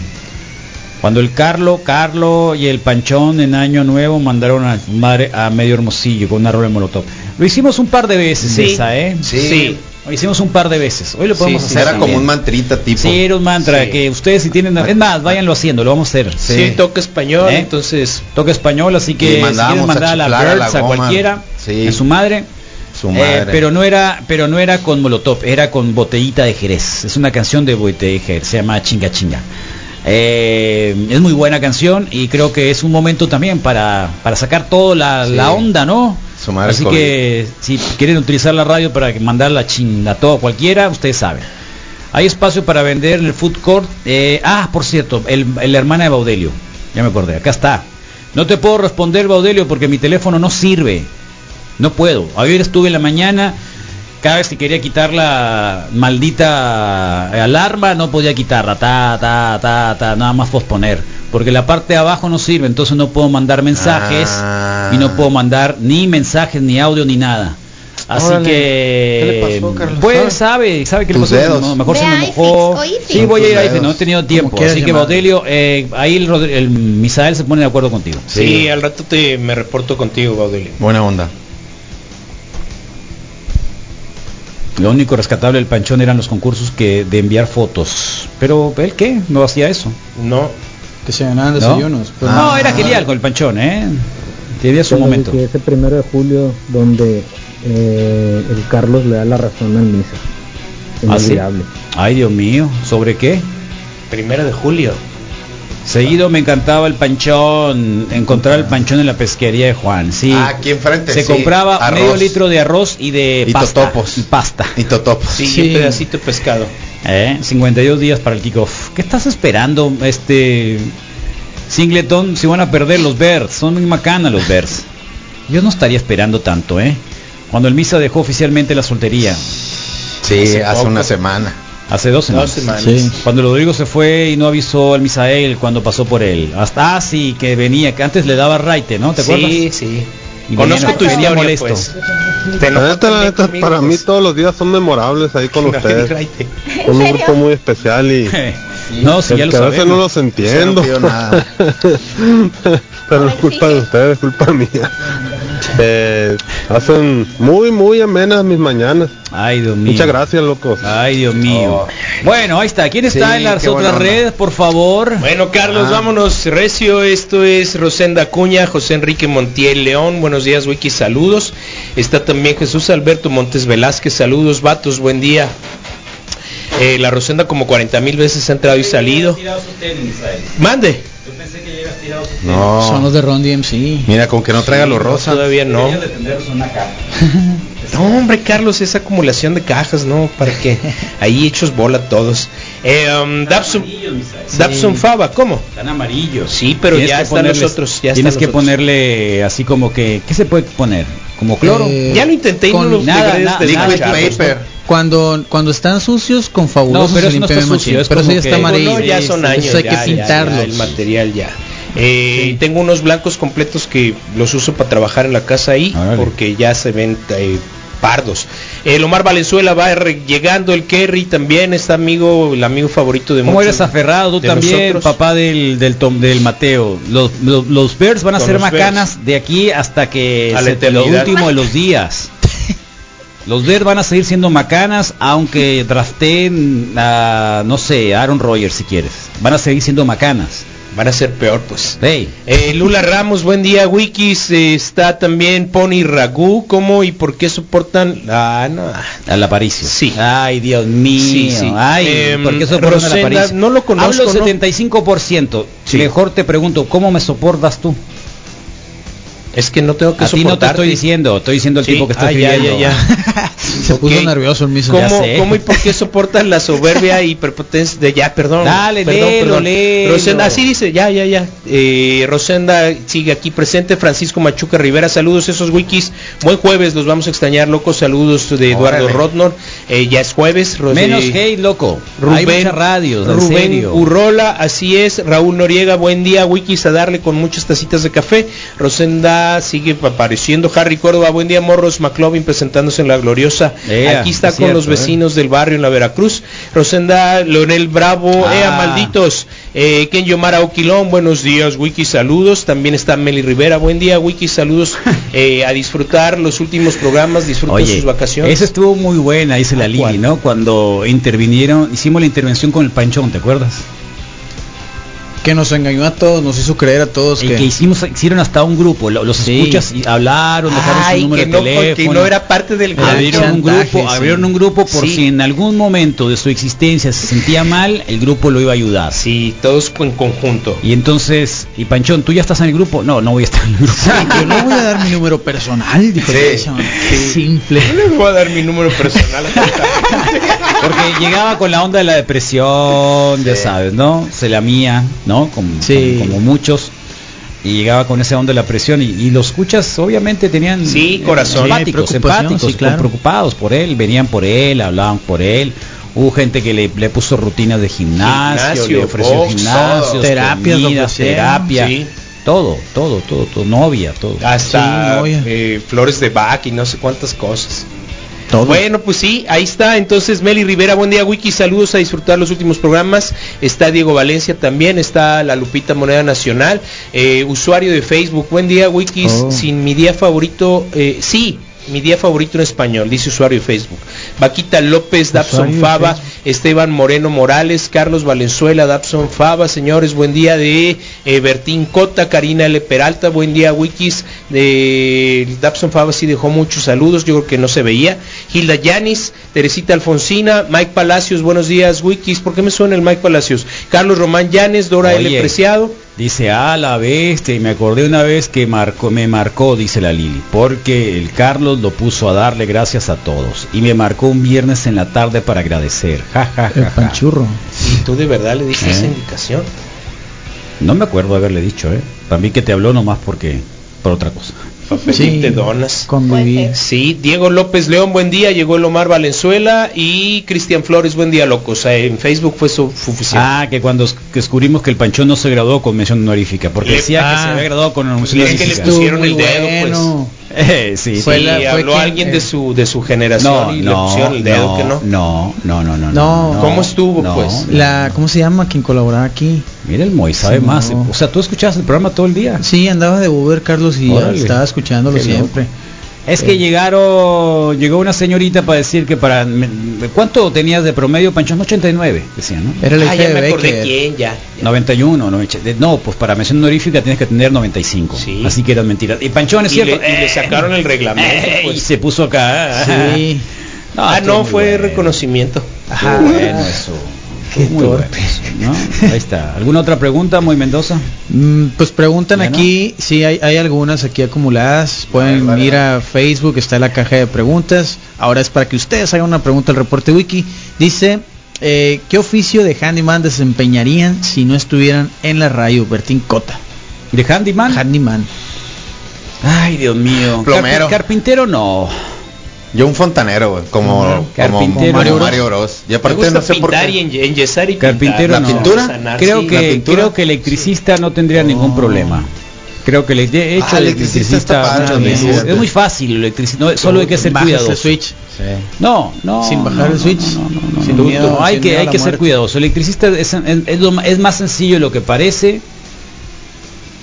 S3: Cuando el Carlo, Carlo y el Panchón en Año Nuevo mandaron a madre a medio hermosillo con una rola de molotov. Lo hicimos un par de veces
S6: Sí.
S3: esa, ¿eh?
S6: Sí.
S3: Lo hicimos un par de veces. Hoy lo podemos hacer.
S6: Era como
S3: también.
S6: un mantrita tipo.
S3: Sí, era un mantra que ustedes si tienen... Es más, váyanlo haciendo, lo vamos a hacer.
S4: Sí, toca español,
S3: ¿Eh?
S4: entonces
S3: Toca español, así
S6: Y
S3: que si
S6: mandábamos
S3: quieren
S6: a
S3: mandar a la
S6: chiflar a la
S3: Birds, a,
S6: goma.
S3: cualquiera,
S6: Sí.
S3: a su madre.
S6: Su
S3: Eh,
S6: madre.
S3: pero no era pero no era con Molotov, era con Botellita de Jerez. Es una canción de Botellita de Jerez, se llama Chinga Chinga. Eh, es muy buena canción y creo que es un momento también para, para sacar toda la,
S6: Sí.
S3: la onda, ¿no?
S6: Su madre
S3: Así
S6: COVID.
S3: que si quieren utilizar la radio para que mandar la chinga a todo cualquiera, ustedes saben. Hay espacio para vender en el food court. eh, ah, por cierto, el, el hermana de Baudelio. Ya me acordé, acá está. No te puedo responder, Baudelio, porque mi teléfono no sirve. No puedo. Ayer estuve en la mañana, cada vez que quería quitar la maldita eh, alarma, no podía quitarla. Ta, ta, ta, ta, nada más posponer. Porque la parte de abajo no sirve, entonces no puedo mandar mensajes
S6: Ah.
S3: y no puedo mandar ni mensajes, ni audio, ni nada. Así
S6: Órale.
S3: que,
S6: ¿Qué le pasó, Carlos?
S3: pues sabe, sabe que le
S6: Tus
S3: pasó,
S6: dedos.
S3: no, mejor
S12: Ve
S3: se
S12: a
S3: me mojó.
S12: iFix o iFix.
S3: Sí, voy a ir a
S6: Tus
S3: iFix, no he
S6: dedos.
S3: tenido tiempo.
S6: quieras
S3: Así que
S6: llamarlo.
S3: Baudelio, eh, ahí el, Rod- el Misael se pone de acuerdo contigo.
S4: Sí, al rato te me reporto contigo, Baudelio.
S6: Buena onda.
S3: Lo único rescatable del panchón eran los concursos que de enviar fotos. Pero él qué, no hacía eso.
S4: No.
S7: Que se ganaban desayunos.
S3: No,
S7: pero-
S3: No, era genial con el panchón, ¿eh? Tenía su
S19: Bueno,
S3: momento.
S19: Vicky, ese primero de julio donde eh, el Carlos le da la razón al misa.
S3: ¿Ah, sí?
S19: Inolvidable.
S3: Ay, Dios mío, ¿sobre qué?
S4: Primero de julio.
S3: Seguido me encantaba el panchón, encontrar el panchón en la pesquería de Juan, sí.
S6: Ah, aquí enfrente.
S3: Se
S6: sí.
S3: compraba
S6: Arroz.
S3: medio litro de arroz y de
S6: Y
S3: pasta.
S6: totopos.
S3: Y pasta.
S6: Y totopos.
S4: Sí, y un pedacito de pescado.
S3: ¿Eh? 52 días para el kickoff. ¿Qué estás esperando, este Singleton? Si van a perder los Bears, son muy macana los Bears. Yo no estaría esperando tanto, ¿eh? Cuando el Misa dejó oficialmente la soltería.
S6: Sí, hace,
S3: poco.
S6: una semana.
S3: Hace dos semanas.
S4: Dos semanas. Sí.
S3: Cuando Rodrigo se fue y no avisó al Misael cuando pasó por él. Hasta así que venía, que antes le daba raite, ¿no? ¿Te acuerdas?
S4: Sí, sí.
S3: Y
S4: Conozco
S3: venía-
S4: tu
S3: venía
S4: historia,
S3: molesto.
S4: pues.
S20: La neta, la neta,
S4: conmigo,
S20: para
S4: pues.
S20: mí todos los días son memorables ahí con
S4: No,
S20: ustedes.
S4: raite.
S20: Son un grupo muy especial y
S3: No, sí, ya
S20: el
S3: lo
S20: que a veces
S3: sabemos.
S20: no los entiendo.
S3: Se nada.
S20: Pero no es culpa de ustedes, es culpa mía. Eh, hacen muy, muy amenas mis mañanas.
S3: Ay, Dios mío.
S20: Muchas gracias, locos.
S3: Ay, Dios mío. Bueno, ahí está. ¿Quién está
S4: Oh. Sí,
S3: en las
S4: qué buena
S3: otras
S4: onda.
S3: redes, por favor?
S4: Bueno, Carlos,
S3: Ah.
S4: vámonos recio. Esto es Rosenda Acuña, José Enrique Montiel León. Buenos días, Wiki. Saludos. Está también Jesús Alberto Montes Velázquez. Saludos, vatos. Buen día. Eh, la Rosenda como 40 mil veces ha entrado y salido. Mande.
S3: Oh.
S6: No.
S7: Son los de Ron DMC.
S6: Mira, con que no traiga los
S4: rosa.
S6: rosas.
S4: Todavía no. No, hombre, Carlos, esa acumulación de cajas, ¿no? Para que ahí hechos bola todos. Eh, um, Dabson, Dabson Fava, ¿cómo?
S3: Están amarillos.
S4: Sí, este pero
S3: Tienes
S4: ya
S3: que
S4: están
S3: ponerles-
S4: los otros, ya
S3: tienes
S4: están
S3: que
S4: los otros.
S3: ponerle así como que. ¿Qué se puede poner? Como cloro.
S7: Eh,
S4: Ya lo intenté y no
S7: con
S4: lo
S7: nada,
S4: logré
S7: nada,
S4: desde
S7: nada,
S4: el
S7: Carlos,
S4: Carlos, ¿no?
S7: ¿no? Cuando, cuando están sucios, con fabulosos
S4: No, pero
S7: se
S4: eso no
S7: limpian
S4: está
S7: bien
S4: sucio,
S7: machín,
S4: es
S7: pero eso
S4: como
S7: ya
S4: que-
S7: está amarillo.
S4: No, ya son
S3: Pues
S7: Eso
S4: años,
S7: hay
S4: ya,
S7: que
S4: ya, ya,
S7: pintarlos.
S4: el material ya. Eh, Tengo unos blancos completos que los uso para trabajar en la casa ahí porque ya se ven eh, pardos. El Omar Valenzuela va re- llegando, el Kerry también está amigo, el amigo favorito de
S3: ¿Cómo
S4: muchos
S3: eres aferrado tú
S4: de
S3: también,
S4: nosotros.
S3: papá del, del, Tom- del Mateo? Los, los, los Bears van a
S4: Con
S3: ser
S4: los
S3: macanas de aquí hasta que
S4: A la
S3: se- lo
S4: eternidad.
S3: último de los días. Los Bears van a seguir siendo macanas, aunque drafteen a, no sé, a Aaron Rodgers si quieres. Van a seguir siendo macanas.
S4: Van a ser peor, pues.
S3: Hey.
S4: Eh, Lula Ramos, buen día, Wikis. eh, está también Pony Ragú. ¿Cómo y por qué soportan? Ah, no.
S3: A la París.
S4: Sí.
S3: Ay, Dios mío.
S4: Sí, sí.
S3: Ay,
S4: Em,
S3: ¿por qué soportan a
S4: Rosenda,
S3: la París?
S4: no lo conozco,
S3: Hablo
S4: ¿no?
S3: 75%. Mejor te pregunto, ¿cómo me soportas tú?
S4: Es que no tengo que
S3: A ti no te
S4: soportarte.
S3: estoy diciendo, estoy diciendo al
S4: Sí,
S3: tipo que está
S4: ah, ya,
S3: escribiendo.
S4: ya,
S7: Se puso
S4: Ok.
S7: nervioso el mismo.
S4: ¿Cómo, cómo y por qué soportas la soberbia y prepotencia de ya, perdón?
S3: Dale,
S4: perdón,
S3: léelo,
S4: perdón.
S3: léelo.
S4: Rosenda, así dice, ya, ya, ya. Eh, Rosenda sigue aquí presente. Francisco Machuca Rivera, saludos esos wikis. Buen jueves, los vamos a extrañar, locos. Saludos de Eduardo
S3: Órale.
S4: Rodnor. Eh, ya es jueves. Ros-
S3: Menos
S4: eh,
S3: hate, loco. Hay
S4: Rubén,
S3: muchas radios, en
S4: Rubén
S3: serio.
S4: Urrola, así es. Raúl Noriega, buen día. Wikis a darle con muchas tacitas de café. Rosenda sigue apareciendo. Harry Córdoba, buen día. Morros McLovin presentándose en la gloriosa.
S3: Ea,
S4: Aquí está
S3: es
S4: con
S3: cierto, ¿eh?
S4: los vecinos del barrio en la Veracruz. Rosenda Leonel Bravo,
S3: Ah.
S4: ea, malditos. Eh, Ken Yomara Oquilón, buenos días, Wiki, saludos. También está Meli Rivera, buen día, Wiki, saludos. Eh, a disfrutar los últimos programas, disfruten
S3: Oye,
S4: sus vacaciones.
S3: Esa estuvo muy buena, dice la Lili, ¿no? Cuando intervinieron, hicimos la intervención con el Panchón, ¿te acuerdas?
S7: Que nos engañó a todos, nos hizo creer a todos
S3: Y
S7: que...
S3: que hicimos, hicieron hasta un grupo, lo- los escuchas y hablaron, dejaron
S4: Ay,
S3: su número
S4: que
S3: de
S4: no, porque
S3: teléfono.
S4: no era parte del grupo.
S3: Abrieron un
S4: Chantaje,
S3: grupo,
S4: sí.
S3: abrieron un grupo por
S4: Sí.
S3: si en algún momento de su existencia se sentía mal, el grupo lo iba a ayudar.
S4: Sí, todos en conjunto.
S3: Y entonces, y Panchón, ¿tú ya estás en el grupo? No, no voy a estar en el grupo.
S7: Yo no voy a dar mi número personal, dijo el
S3: Sí,
S7: chavo.
S3: sí.
S7: Simple.
S4: No les voy a dar mi número personal.
S3: Porque llegaba con la onda de la depresión, ya sabes, ¿no? Se la mía, ¿no? Como, como, como muchos. Y llegaba con esa onda de la presión y, y los escuchas obviamente tenían eh,
S4: Sí, corazón.
S3: empáticos,
S4: Sí, preocupación,
S3: empáticos, pues,
S4: sí, claro.
S3: preocupados por él, venían por él, hablaban por él. Hubo gente que le, le puso rutinas de gimnasio,
S4: Gimnasio,
S3: le ofreció
S4: box,
S3: gimnasio,
S4: todo. Terapias, lo que sea,
S3: terapia,
S4: sí.
S3: todo, todo, todo, todo, novia, todo.
S4: Hasta eh, flores de Bach y no sé cuántas cosas. Bueno, pues sí, ahí está. Entonces, Meli Rivera, buen día, Wiki. Saludos a disfrutar los últimos programas. Está Diego Valencia también. Está la Lupita Moneda Nacional. Eh, usuario de Facebook. Buen día, Wiki.
S7: Oh.
S4: Sin mi día favorito. eh, sí, mi día favorito en español, dice usuario de Facebook. Vaquita López, Dabson
S5: de
S4: Fava,
S5: Facebook.
S4: Esteban Moreno Morales, Carlos Valenzuela, Dabson Fava, señores, buen día de eh, Bertín Cota, Karina L. Peralta, buen día Wikis, de Dabson Fava sí dejó muchos saludos, yo creo que no se veía, Hilda Yanis, Teresita Alfonsina, Mike Palacios, buenos días Wikis, ¿por qué me suena el Mike Palacios? Carlos Román Yanes, Dora L.
S3: Oye.
S4: Preciado,
S3: Dice, a la bestia, y me acordé una vez que marcó, me marcó, dice la Lili, porque el Carlos lo puso a darle gracias a todos. Y me marcó un viernes en la tarde para agradecer. Ja, ja, ja, ¿Eh?
S7: El
S3: ja.
S7: panchurro.
S4: ¿y tú de verdad le diste
S3: ¿Eh?
S4: esa indicación?
S3: No me acuerdo haberle dicho, ¿eh? Para mí que te habló nomás porque, por otra cosa. Pues
S4: Papelín de donas.
S7: Conviví.
S4: Sí, Diego López León, buen día. Llegó el Omar Valenzuela y Cristian Flores, buen día, locos. Eh, En Facebook fue su suficiente.
S3: Ah, que cuando es- que descubrimos que el Panchón no se graduó con mención honorífica, porque
S4: Le-
S3: decía que
S4: ah.
S3: se había graduado con
S4: Es
S3: mención
S4: que le
S3: honorífica.
S4: pusieron el dedo, pues.
S3: Eh, sí,
S4: Fue
S3: sí.
S4: la- fue habló quien, alguien de eh, su- de su generación
S3: No,
S4: y le
S3: no,
S4: pusieron el dedo
S3: no,
S4: que no.
S3: No, no, no, no.
S7: No.
S4: ¿Cómo estuvo, pues?
S7: La, ¿Cómo se llama quien colaboraba aquí?
S3: Mira el Moy, sabe
S7: Sí,
S3: más.
S7: no.
S3: O sea, tú escuchabas el programa todo el día.
S7: Sí, andaba de Uber, Carlos, y
S3: Órale.
S7: estaba escuchándolo
S3: Qué loco.
S7: siempre.
S3: Es que llegaron, llegó una señorita para decir que para... ¿Cuánto tenías de promedio, Panchón? 89, decía, ¿no?
S7: Era la
S4: Ah,
S7: hija
S4: ya
S7: de
S4: me acordé
S7: Becker.
S4: quién, ya.
S3: 91, 90, no, pues para mención honorífica tienes que tener 95. Así que eran mentiras. Y Panchón es
S4: Y
S3: cierto.
S4: le, y le sacaron el reglamento.
S3: Eh,
S4: pues.
S3: Y se puso acá.
S4: Sí.
S3: No,
S4: ah,
S3: estuvo
S4: no,
S3: muy
S4: fue
S3: bueno.
S4: reconocimiento.
S3: Ajá, bueno, eso. Qué muy bueno eso, ¿no? Ahí está. ¿Alguna otra pregunta, Moy Mendoza?
S7: Mm, Pues preguntan
S3: ¿Ya no?
S7: aquí, si hay, hay algunas aquí acumuladas, pueden ir a Facebook, está la caja de preguntas. Ahora es para que ustedes hagan una pregunta al reporte wiki. Dice, eh, ¿qué oficio de handyman desempeñarían si no estuvieran en la radio, Bertín Cota?
S3: ¿De handyman?
S7: Handyman.
S3: Ay, Dios mío.
S6: Plomero.
S3: Carpi- Carpintero no.
S6: Yo un fontanero, güey, como, como
S3: Carpintero.
S6: Mario, Mario Bros. Y
S4: Me
S6: aparte
S4: gusta
S6: no sé por
S4: pintar y
S6: qué.
S4: en- enyesar y pintar.
S3: Carpintero no.
S4: Sanar,
S3: Creo
S4: sí.
S3: que creo que electricista no tendría ningún problema. Creo que le de hecho
S6: Ah,
S3: el
S6: electricista está
S3: electricista
S6: padre
S3: no,
S6: también,
S3: es-
S6: fíjate.
S3: es muy fácil el electricista, no, solo hay que ser
S7: Bajas el
S3: cuidadoso.
S7: switch.
S3: No, no.
S7: Sin bajar
S3: no,
S7: el
S3: no,
S7: switch.
S3: no, no, no, no,
S7: Sin
S3: no,
S7: miedo,
S3: no, hay
S7: sin
S3: que
S7: miedo a
S3: hay
S7: la
S3: que ser
S7: muerte.
S3: cuidadoso. El electricista es, es- es lo ma- es más sencillo de lo que parece.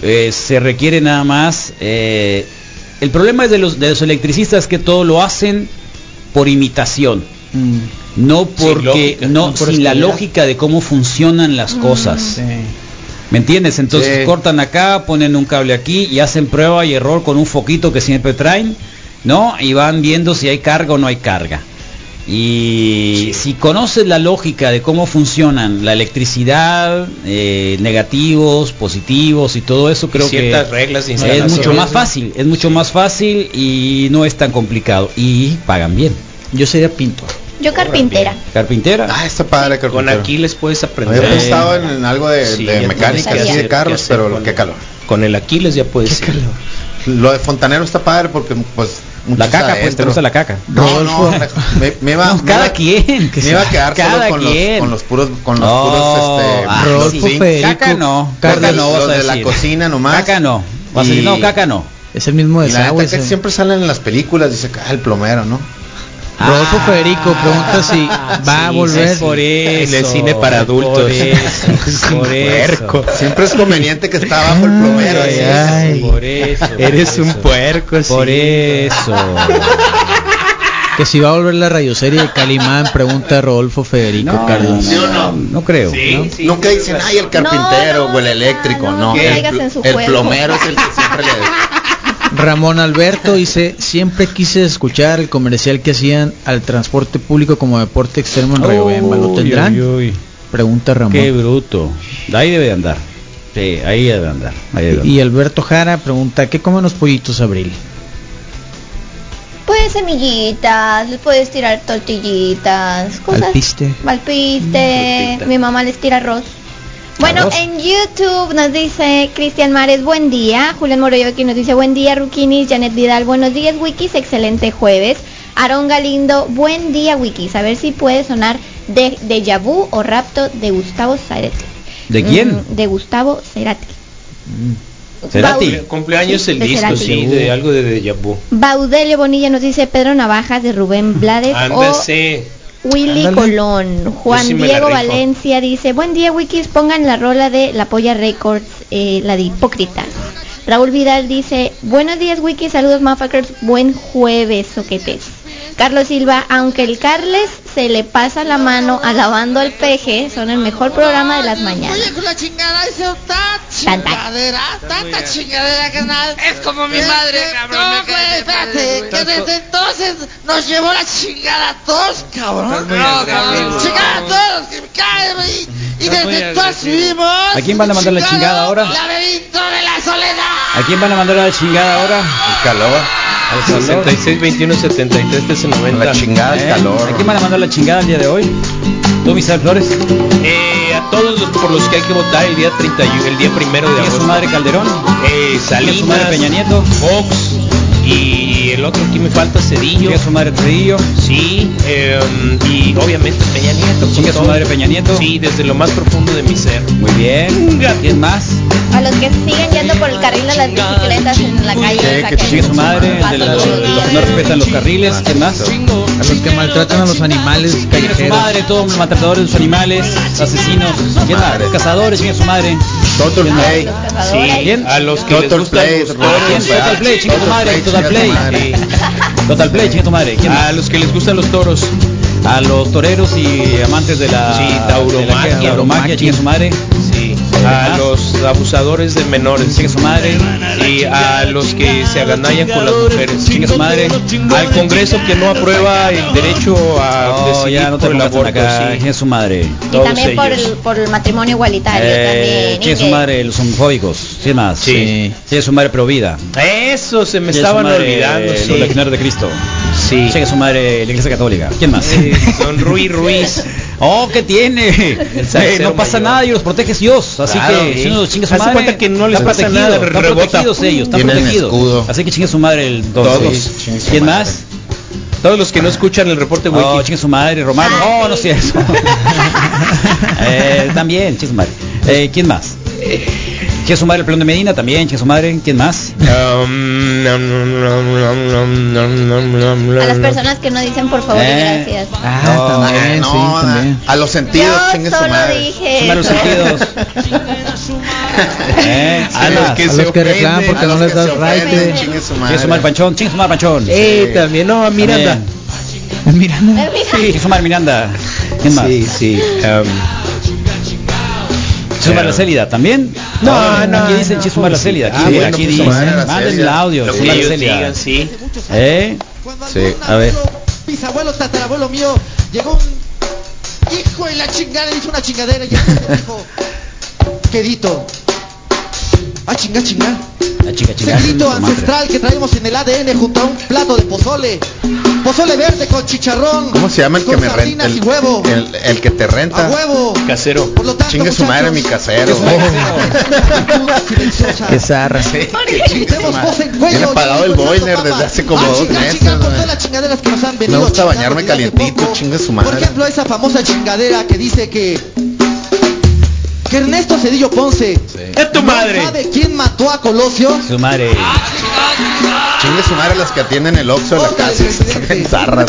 S3: Eh, se requiere nada más. eh, el problema es de los de los electricistas es que todo lo hacen por imitación. No porque
S7: Mm. lógica,
S3: no,
S7: no por
S3: sin la
S7: estudiar.
S3: lógica de cómo funcionan las cosas. ¿Me entiendes? Entonces
S7: Sí.
S3: cortan acá, ponen un cable aquí y hacen prueba y error con un foquito que siempre traen, ¿no? Y van viendo si hay carga o no hay carga. Y si conoces la lógica de cómo funcionan la electricidad, eh, negativos, positivos y todo eso, creo
S4: ciertas
S3: que
S4: reglas de
S3: es
S4: instalación.
S3: mucho más fácil, es mucho más fácil y no es tan complicado y pagan bien.
S7: Yo sería pintor.
S12: Yo carpintera.
S3: Carpintera.
S6: Ah, está padre,
S4: Con
S6: carpintero.
S4: Aquiles puedes aprender.
S6: Había pensado en, en algo de,
S4: Sí,
S6: de
S4: ya tienes
S6: mecánica,
S4: que
S6: así
S4: hacer-
S6: de carros,
S4: que hacer
S6: pero
S4: con-
S6: qué calor.
S4: Con el Aquiles ya puedes. ir.
S6: Lo de fontanero está padre porque, pues,
S3: La
S6: muchos
S3: caca, pues te
S6: adentro.
S3: gusta la caca.
S6: No, no, me, me iba, me
S3: cada
S6: iba-
S3: quien, que
S6: me iba a
S3: sea,
S6: quedar solo
S3: cada
S6: con los,
S3: quien.
S6: con los puros, con los
S3: Oh,
S6: puros, este,
S3: ah,
S6: los
S3: sí.
S6: zinc.
S3: Caca no, caca
S6: Los
S3: no vas a
S6: de la
S3: decir.
S6: cocina nomás.
S3: Caca no. Vas a decir,
S6: Y-
S3: no, caca no.
S7: Es el mismo
S6: Y la
S7: desagüe.
S6: neta que
S7: ese.
S6: siempre salen en las películas, dice, ah, el plomero, ¿no?
S7: Rodolfo Federico pregunta si va a
S3: Sí,
S7: volver
S3: es por eso,
S7: el
S3: por eso, por eso.
S6: Siempre es conveniente que está bajo el plomero.
S3: Ay,
S6: ¿sí?
S3: ay, por eso.
S6: Eres un
S3: puerco, Por eso.
S7: Que si va a volver la radioserie de Calimán, pregunta Rodolfo Federico
S3: No,
S7: Carlos.
S3: ¿sí o no?
S7: creo. ¿no?
S6: Nunca dicen, ay, el carpintero o el eléctrico. No,
S12: no
S6: el,
S12: caigas en su
S6: el
S12: juego.
S6: plomero es el que siempre le
S7: Ramón Alberto dice, siempre quise escuchar el comercial que hacían al transporte público como deporte extremo en Riobamba. ¿Lo
S3: Uy,
S7: tendrán?
S3: uy, uy.
S7: Pregunta Ramón.
S3: Qué bruto. De ahí debe de andar. Sí, ahí debe de andar. Ahí debe de andar.
S7: Y Alberto Jara pregunta, ¿qué comen los pollitos Abril?
S12: Pues semillitas, les puedes tirar tortillitas, cosas.
S7: Alpiste.
S12: Malpiste. Mi mamá les tira arroz. Bueno,
S7: Arroz.
S12: en YouTube nos dice Cristian Mares, buen día. Julián Moroyoki nos dice buen día, Rukinis. Janet Vidal, buenos días, Wikis. Excelente jueves. Aarón Galindo, buen día, Wikis. A ver si puede sonar de, de Vu o Rapto de Gustavo Cerati.
S3: ¿De quién? Mm.
S12: Mm, de Gusavo Cerati.
S4: Cumple- Cumpleaños
S12: Sí,
S4: el
S12: de
S4: disco,
S12: Cerati.
S4: sí, de algo de Deja Vu.
S12: Baudelio Bonilla nos dice Pedro Navajas de Rubén Blades o
S4: Ándase.
S12: Willy
S4: Ándale.
S12: Colón. Juan
S4: sí me la
S12: Diego
S4: rifo.
S12: Valencia dice, buen día Wikis, pongan la rola de La Polla Records, eh, la de Hipócrita. Raúl Vidal dice, buenos días Wikis, saludos mafacers, buen jueves, soquetes. Carlos Silva, aunque el Carles se le pasa la mano alabando al peje, son el mejor programa de las mañanas.
S5: con la chingada eso está
S12: Tan, tan.
S5: chingadera, tanta chingadera carnal. Es como mi madre, cabrón. No, güey, espérate, que desde entonces nos llevó la chingada a todos, cabrón.
S3: muy
S5: No,
S3: agresivo.
S5: cabrón. Chingada a todos, que me cae, güey. Y
S3: muy
S5: desde entonces
S3: agresivo.
S5: vivimos.
S3: ¿A quién van a mandar la
S5: chingados,
S3: chingada ahora?
S5: Laberinto de la soledad.
S3: ¿A quién van a mandar a la chingada ahora?
S6: El calor.
S4: Al 66, 21, 73, 13, 90. La
S6: chingada,
S3: ¿Eh? ¿A quién van a mandar la chingada el día de hoy? ¿Tú, Misael Flores?
S4: Eh, a todos los por los que hay que votar el día 31, el día primero de
S3: ¿Y a
S4: agosto.
S3: su madre Calderón?
S4: Eh,
S3: ¿Y a su
S4: Salinas,
S3: madre Peña Nieto?
S4: Fox y el otro que me falta Cedillo.
S3: a su madre Cedillo?
S4: Sí, eh, y obviamente Peña Nieto. con
S3: Chingue a su
S4: todo.
S3: madre Peña Nieto.
S4: Sí, desde lo más profundo de mi ser.
S3: Muy bien. ¿Quién más?
S12: A los que siguen yendo por el carril de las bicicletas en la calle,
S3: Que,
S12: saquen
S3: que chingue su madre, el de los, los que no respetan los carriles, ¿quién más?
S7: A los que maltratan a los animales
S3: Chingue a su
S7: callejeros.
S3: madre, todos los maltratadores de sus animales, asesinos, ¿quién más? Los cazadores, chingue a su madre.
S6: Total
S3: Play.
S4: Sí,
S3: ¿Quién?
S4: a los que les
S6: Total
S4: gustan
S6: Play,
S4: los
S6: Roberto
S4: toros.
S6: Real.
S3: Total Play, chingue a tu madre, Total Play. Total Play, chingue a tu madre. ¿Quién más?
S4: A los que les gustan los toros.
S3: A los toreros y amantes de la
S4: Sí, tauromaquia.
S3: de la tauromaquia, chingue a su madre.
S4: Sí. A los abusadores de menores.
S3: Chingue a su madre.
S4: Y a los que se agandallan con las mujeres.
S3: Chingue a su madre.
S4: Al Congreso que no aprueba el derecho a
S3: No,
S4: decidir
S3: ya no te
S4: por el
S3: pongas tan
S4: aborto.
S3: acá,
S4: sí.
S3: chingue a su madre.
S12: Y
S4: Todos
S12: también por
S4: ellos.
S12: el, por el matrimonio igualitario
S3: Eh,
S12: también. y
S3: chingue a su
S12: que-
S3: madre, los homofóbicos, ¿quién más? Sí. Chingue a su madre pro vida.
S4: Eso se me
S3: Chingue a su
S4: estaban
S3: madre,
S4: olvidando.
S3: Los
S4: sí.
S3: legionarios de Cristo.
S4: Sí.
S3: Chingue a su madre, la iglesia católica. ¿Quién más?
S4: Eh, don Rui Ruiz.
S3: Oh, ¿qué tiene?
S4: salsero
S3: Eh, no pasa
S4: mayor.
S3: nada, ellos los protege Dios. Así
S4: Claro,
S3: que
S4: sí.
S3: si uno los chinga a su
S4: Hace
S3: madre,
S4: cuenta que no les
S3: están
S4: pasa
S3: protegidos,
S4: nada,
S3: están
S4: rebota.
S3: protegidos ellos, están
S6: Tienen
S3: protegidos.
S6: escudo.
S3: Así que chinga a su madre el don
S4: Todos.
S3: Ruiz.
S6: Chingue su
S3: ¿Quién
S6: madre.
S3: más?
S4: Todos los que no escuchan el reporte wiki.
S3: Oh, chinga su madre, Romano. Oh, no sé eso. Eh, también, chinga su madre. Eh, ¿Quién más? Chinga su madre el pelón de Medina también, chinga su madre. ¿Quién más?
S4: Um, nom, nom, nom, nom, nom, nom, nom, nom, nom,
S12: A las
S4: nom.
S12: personas que no dicen
S6: Oh,
S12: por favor y
S3: Eh,
S12: gracias.
S7: Ah,
S3: No,
S7: también,
S6: no,
S7: sí,
S6: a-
S7: también.
S6: A los sentidos, chingue
S12: Yo
S6: su
S12: solo
S6: madre.
S12: dije
S3: los
S12: eso.
S3: sentidos. Eh,
S6: A los
S3: Alas.
S6: que
S7: A
S6: se
S7: los que
S6: ofenden,
S7: reclaman porque
S6: a los
S7: no les
S6: que se
S7: das raite.
S6: ofenden, chingue su
S3: Chinga su madre
S6: madre.
S3: Panchón, chinga su madre Panchón.
S7: Eh, también, no, a Miranda.
S3: También.
S7: Miranda. em.
S12: Eh, mira,
S3: Chinga su madre Miranda. ¿Quién más?
S4: Sí, sí. um,
S3: Suma
S7: Eh,
S3: la célida también. No, no. Aquí dicen que suma la célida. Aquí,
S6: Ah,
S3: aquí
S6: bueno, pues,
S3: dicen.
S6: suma la
S3: Manden
S6: célida.
S3: el audio.
S4: lo
S3: Suma
S4: que
S3: la
S4: ellos
S3: célida.
S4: digan, sí.
S3: ¿Eh?
S6: Sí.
S3: A ver.
S5: bisabuelo, tatarabuelo mío, llegó un hijo de la chingada, hizo una chingadera y entonces me dijo, querido, ah chinga chinga,
S3: La chica
S5: ese
S3: chica.
S5: grito ancestral que traemos en el ADN junto a un plato de pozole, pozole verde con chicharrón,
S6: ¿Cómo se llama el que
S5: con
S6: me renta?
S5: sardinas
S6: El,
S5: y huevo,
S6: el- el que te
S5: a
S6: renta.
S5: huevo,
S4: Casero.
S5: por lo tanto,
S6: Chingue su madre mi
S5: muchachos,
S6: casero.
S7: Qué zarra.
S6: Oh,
S5: Gritemos voz en
S6: Yo le he
S5: cuello.
S6: pagado el
S5: oye, nuestra
S6: boiler
S5: papa.
S6: desde hace como
S5: Ah,
S6: dos
S5: chinga,
S6: meses,
S5: chinga, con
S6: güey.
S5: todas las chingaderas que nos han venido
S6: gusta
S5: chingando
S6: bañarme
S5: desde hace
S6: calientito,
S5: poco.
S6: chinga su madre.
S5: Por ejemplo, esa famosa chingadera que dice que... Que Ernesto Cedillo Ponce
S4: ¡Es tu
S5: no
S4: madre!
S5: sabe quién mató a Colosio.
S3: eh, Su madre.
S6: Chingue su madre las que atienden el Oxxo de la casa. Están zarras.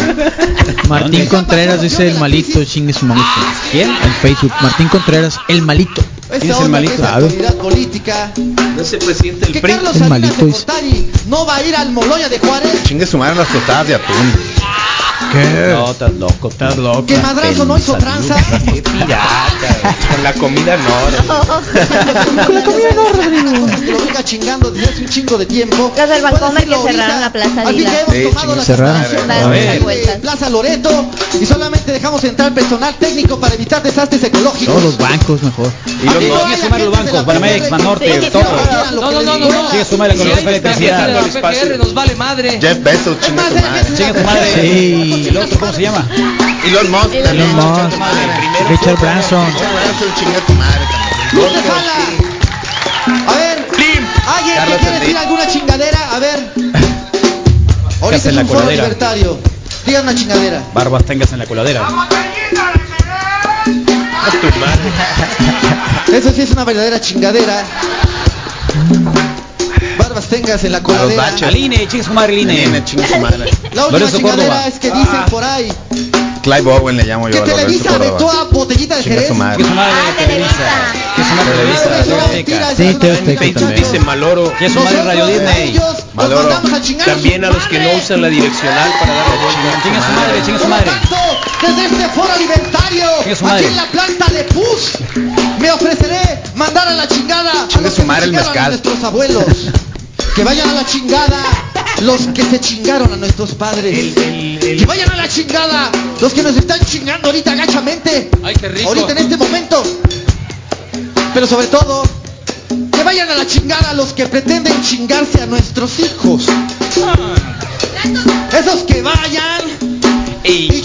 S7: Martín Contreras dice el malito, chingue su malito. ¿Quién? En Facebook. Martín Contreras, el malito.
S5: Esa onda que es actualidad política.
S4: No se presidente
S5: Que
S4: el PRI.
S5: Carlos
S7: El
S5: Salinas
S7: malito
S5: de
S7: es-
S5: Gortari no va a ir al Moloya de Juárez.
S6: Chingue su madre las tostadas de atún.
S7: ¿Qué?
S3: No, estás loco. Estás loco.
S5: Que Madrazo no hizo tranza.
S4: Qué pirata. Con la comida no.
S5: Que lo venga chingando desde hace un chingo de tiempo.
S12: Los del
S5: Puede
S12: Bancomer que
S5: decirlo
S12: cerraron
S5: ahorita.
S12: la plaza
S5: Así
S12: Dila.
S5: que hemos tomado
S7: Sí,
S3: eh,
S7: chingue,
S5: la
S7: cerraron.
S5: decisión
S12: A ver.
S5: de Plaza Loreto y solamente dejamos entrar personal técnico para evitar desastres ecológicos.
S7: Todos los bancos mejor.
S3: Y los dos que sumar los bancos, Banamex, Banorte, todo.
S5: No, no, no, no.
S3: Sigue su madre con los jefes de electricidad.
S21: nos vale madre.
S6: Jeff Bezos, chingue su madre.
S3: Chinga su madre.
S7: Sí.
S3: El otro, ¿cómo se llama?
S6: Elon Musk también.
S7: Elon Musk, Richard Branson.
S6: Elon Musk, chingue su madre también.
S5: Luz de Jala. A ver, ¿alguien
S6: Carlos
S5: que quiere
S6: Enrique.
S5: decir alguna chingadera? A ver.
S3: Estás
S5: Ahorita
S3: en
S5: es
S3: la
S5: un foro
S3: coladera.
S5: libertario. Diga una chingadera.
S3: Barbas tengas en la coladera.
S5: Eso sí es una verdadera chingadera. Barbas tengas en la
S6: A los
S5: coladera.
S6: baches.
S3: Aline, chinga su madre, Aline.
S6: Nene, chingue su madre.
S5: La última
S3: Lorenzo
S5: chingadera
S3: Córdoba.
S5: es que dicen por ahí
S6: Clive Owen le llamo yo
S5: que
S6: a Lorenzo
S5: Televisa vetó
S6: Córdoba.
S5: a Botellita de
S6: Chingue
S5: Jerez.
S6: su madre.
S3: Chinga su madre,
S12: Ah, Televisa.
S3: Que es una
S5: Eso
S3: televisa,
S5: es una
S3: Azteca.
S5: mentira, eso
S7: Sí,
S5: es una
S7: Teo
S5: mentira.
S7: Azteca también.
S4: Dice Maloro.
S3: Que es su madre
S5: Nosotros
S3: Radio
S5: a
S3: Disney.
S5: ellos los
S6: Maloro.
S5: mandamos a chingar
S4: También a
S5: sus
S4: los que no
S5: madres.
S4: usan la direccional para dar la vuelta.
S3: Chinga su madre, chinga su
S5: Por lo
S3: madre.
S5: tanto, desde este foro libertario,
S3: Chingue su
S5: aquí
S3: madre.
S5: en la planta de PUS, me ofreceré mandar a la chingada a
S6: Chingue
S5: los
S6: su
S5: que
S6: madre el
S5: chingaron a
S6: mezcal.
S5: nuestros abuelos. Que vayan a la chingada los que se chingaron a nuestros padres. Que vayan a la chingada los que nos están chingando ahorita gachamente.
S21: Ay, qué rico.
S5: Ahorita en este momento. Pero sobre todo, que vayan a la chingada los que pretenden chingarse a nuestros hijos. Esos que vayan y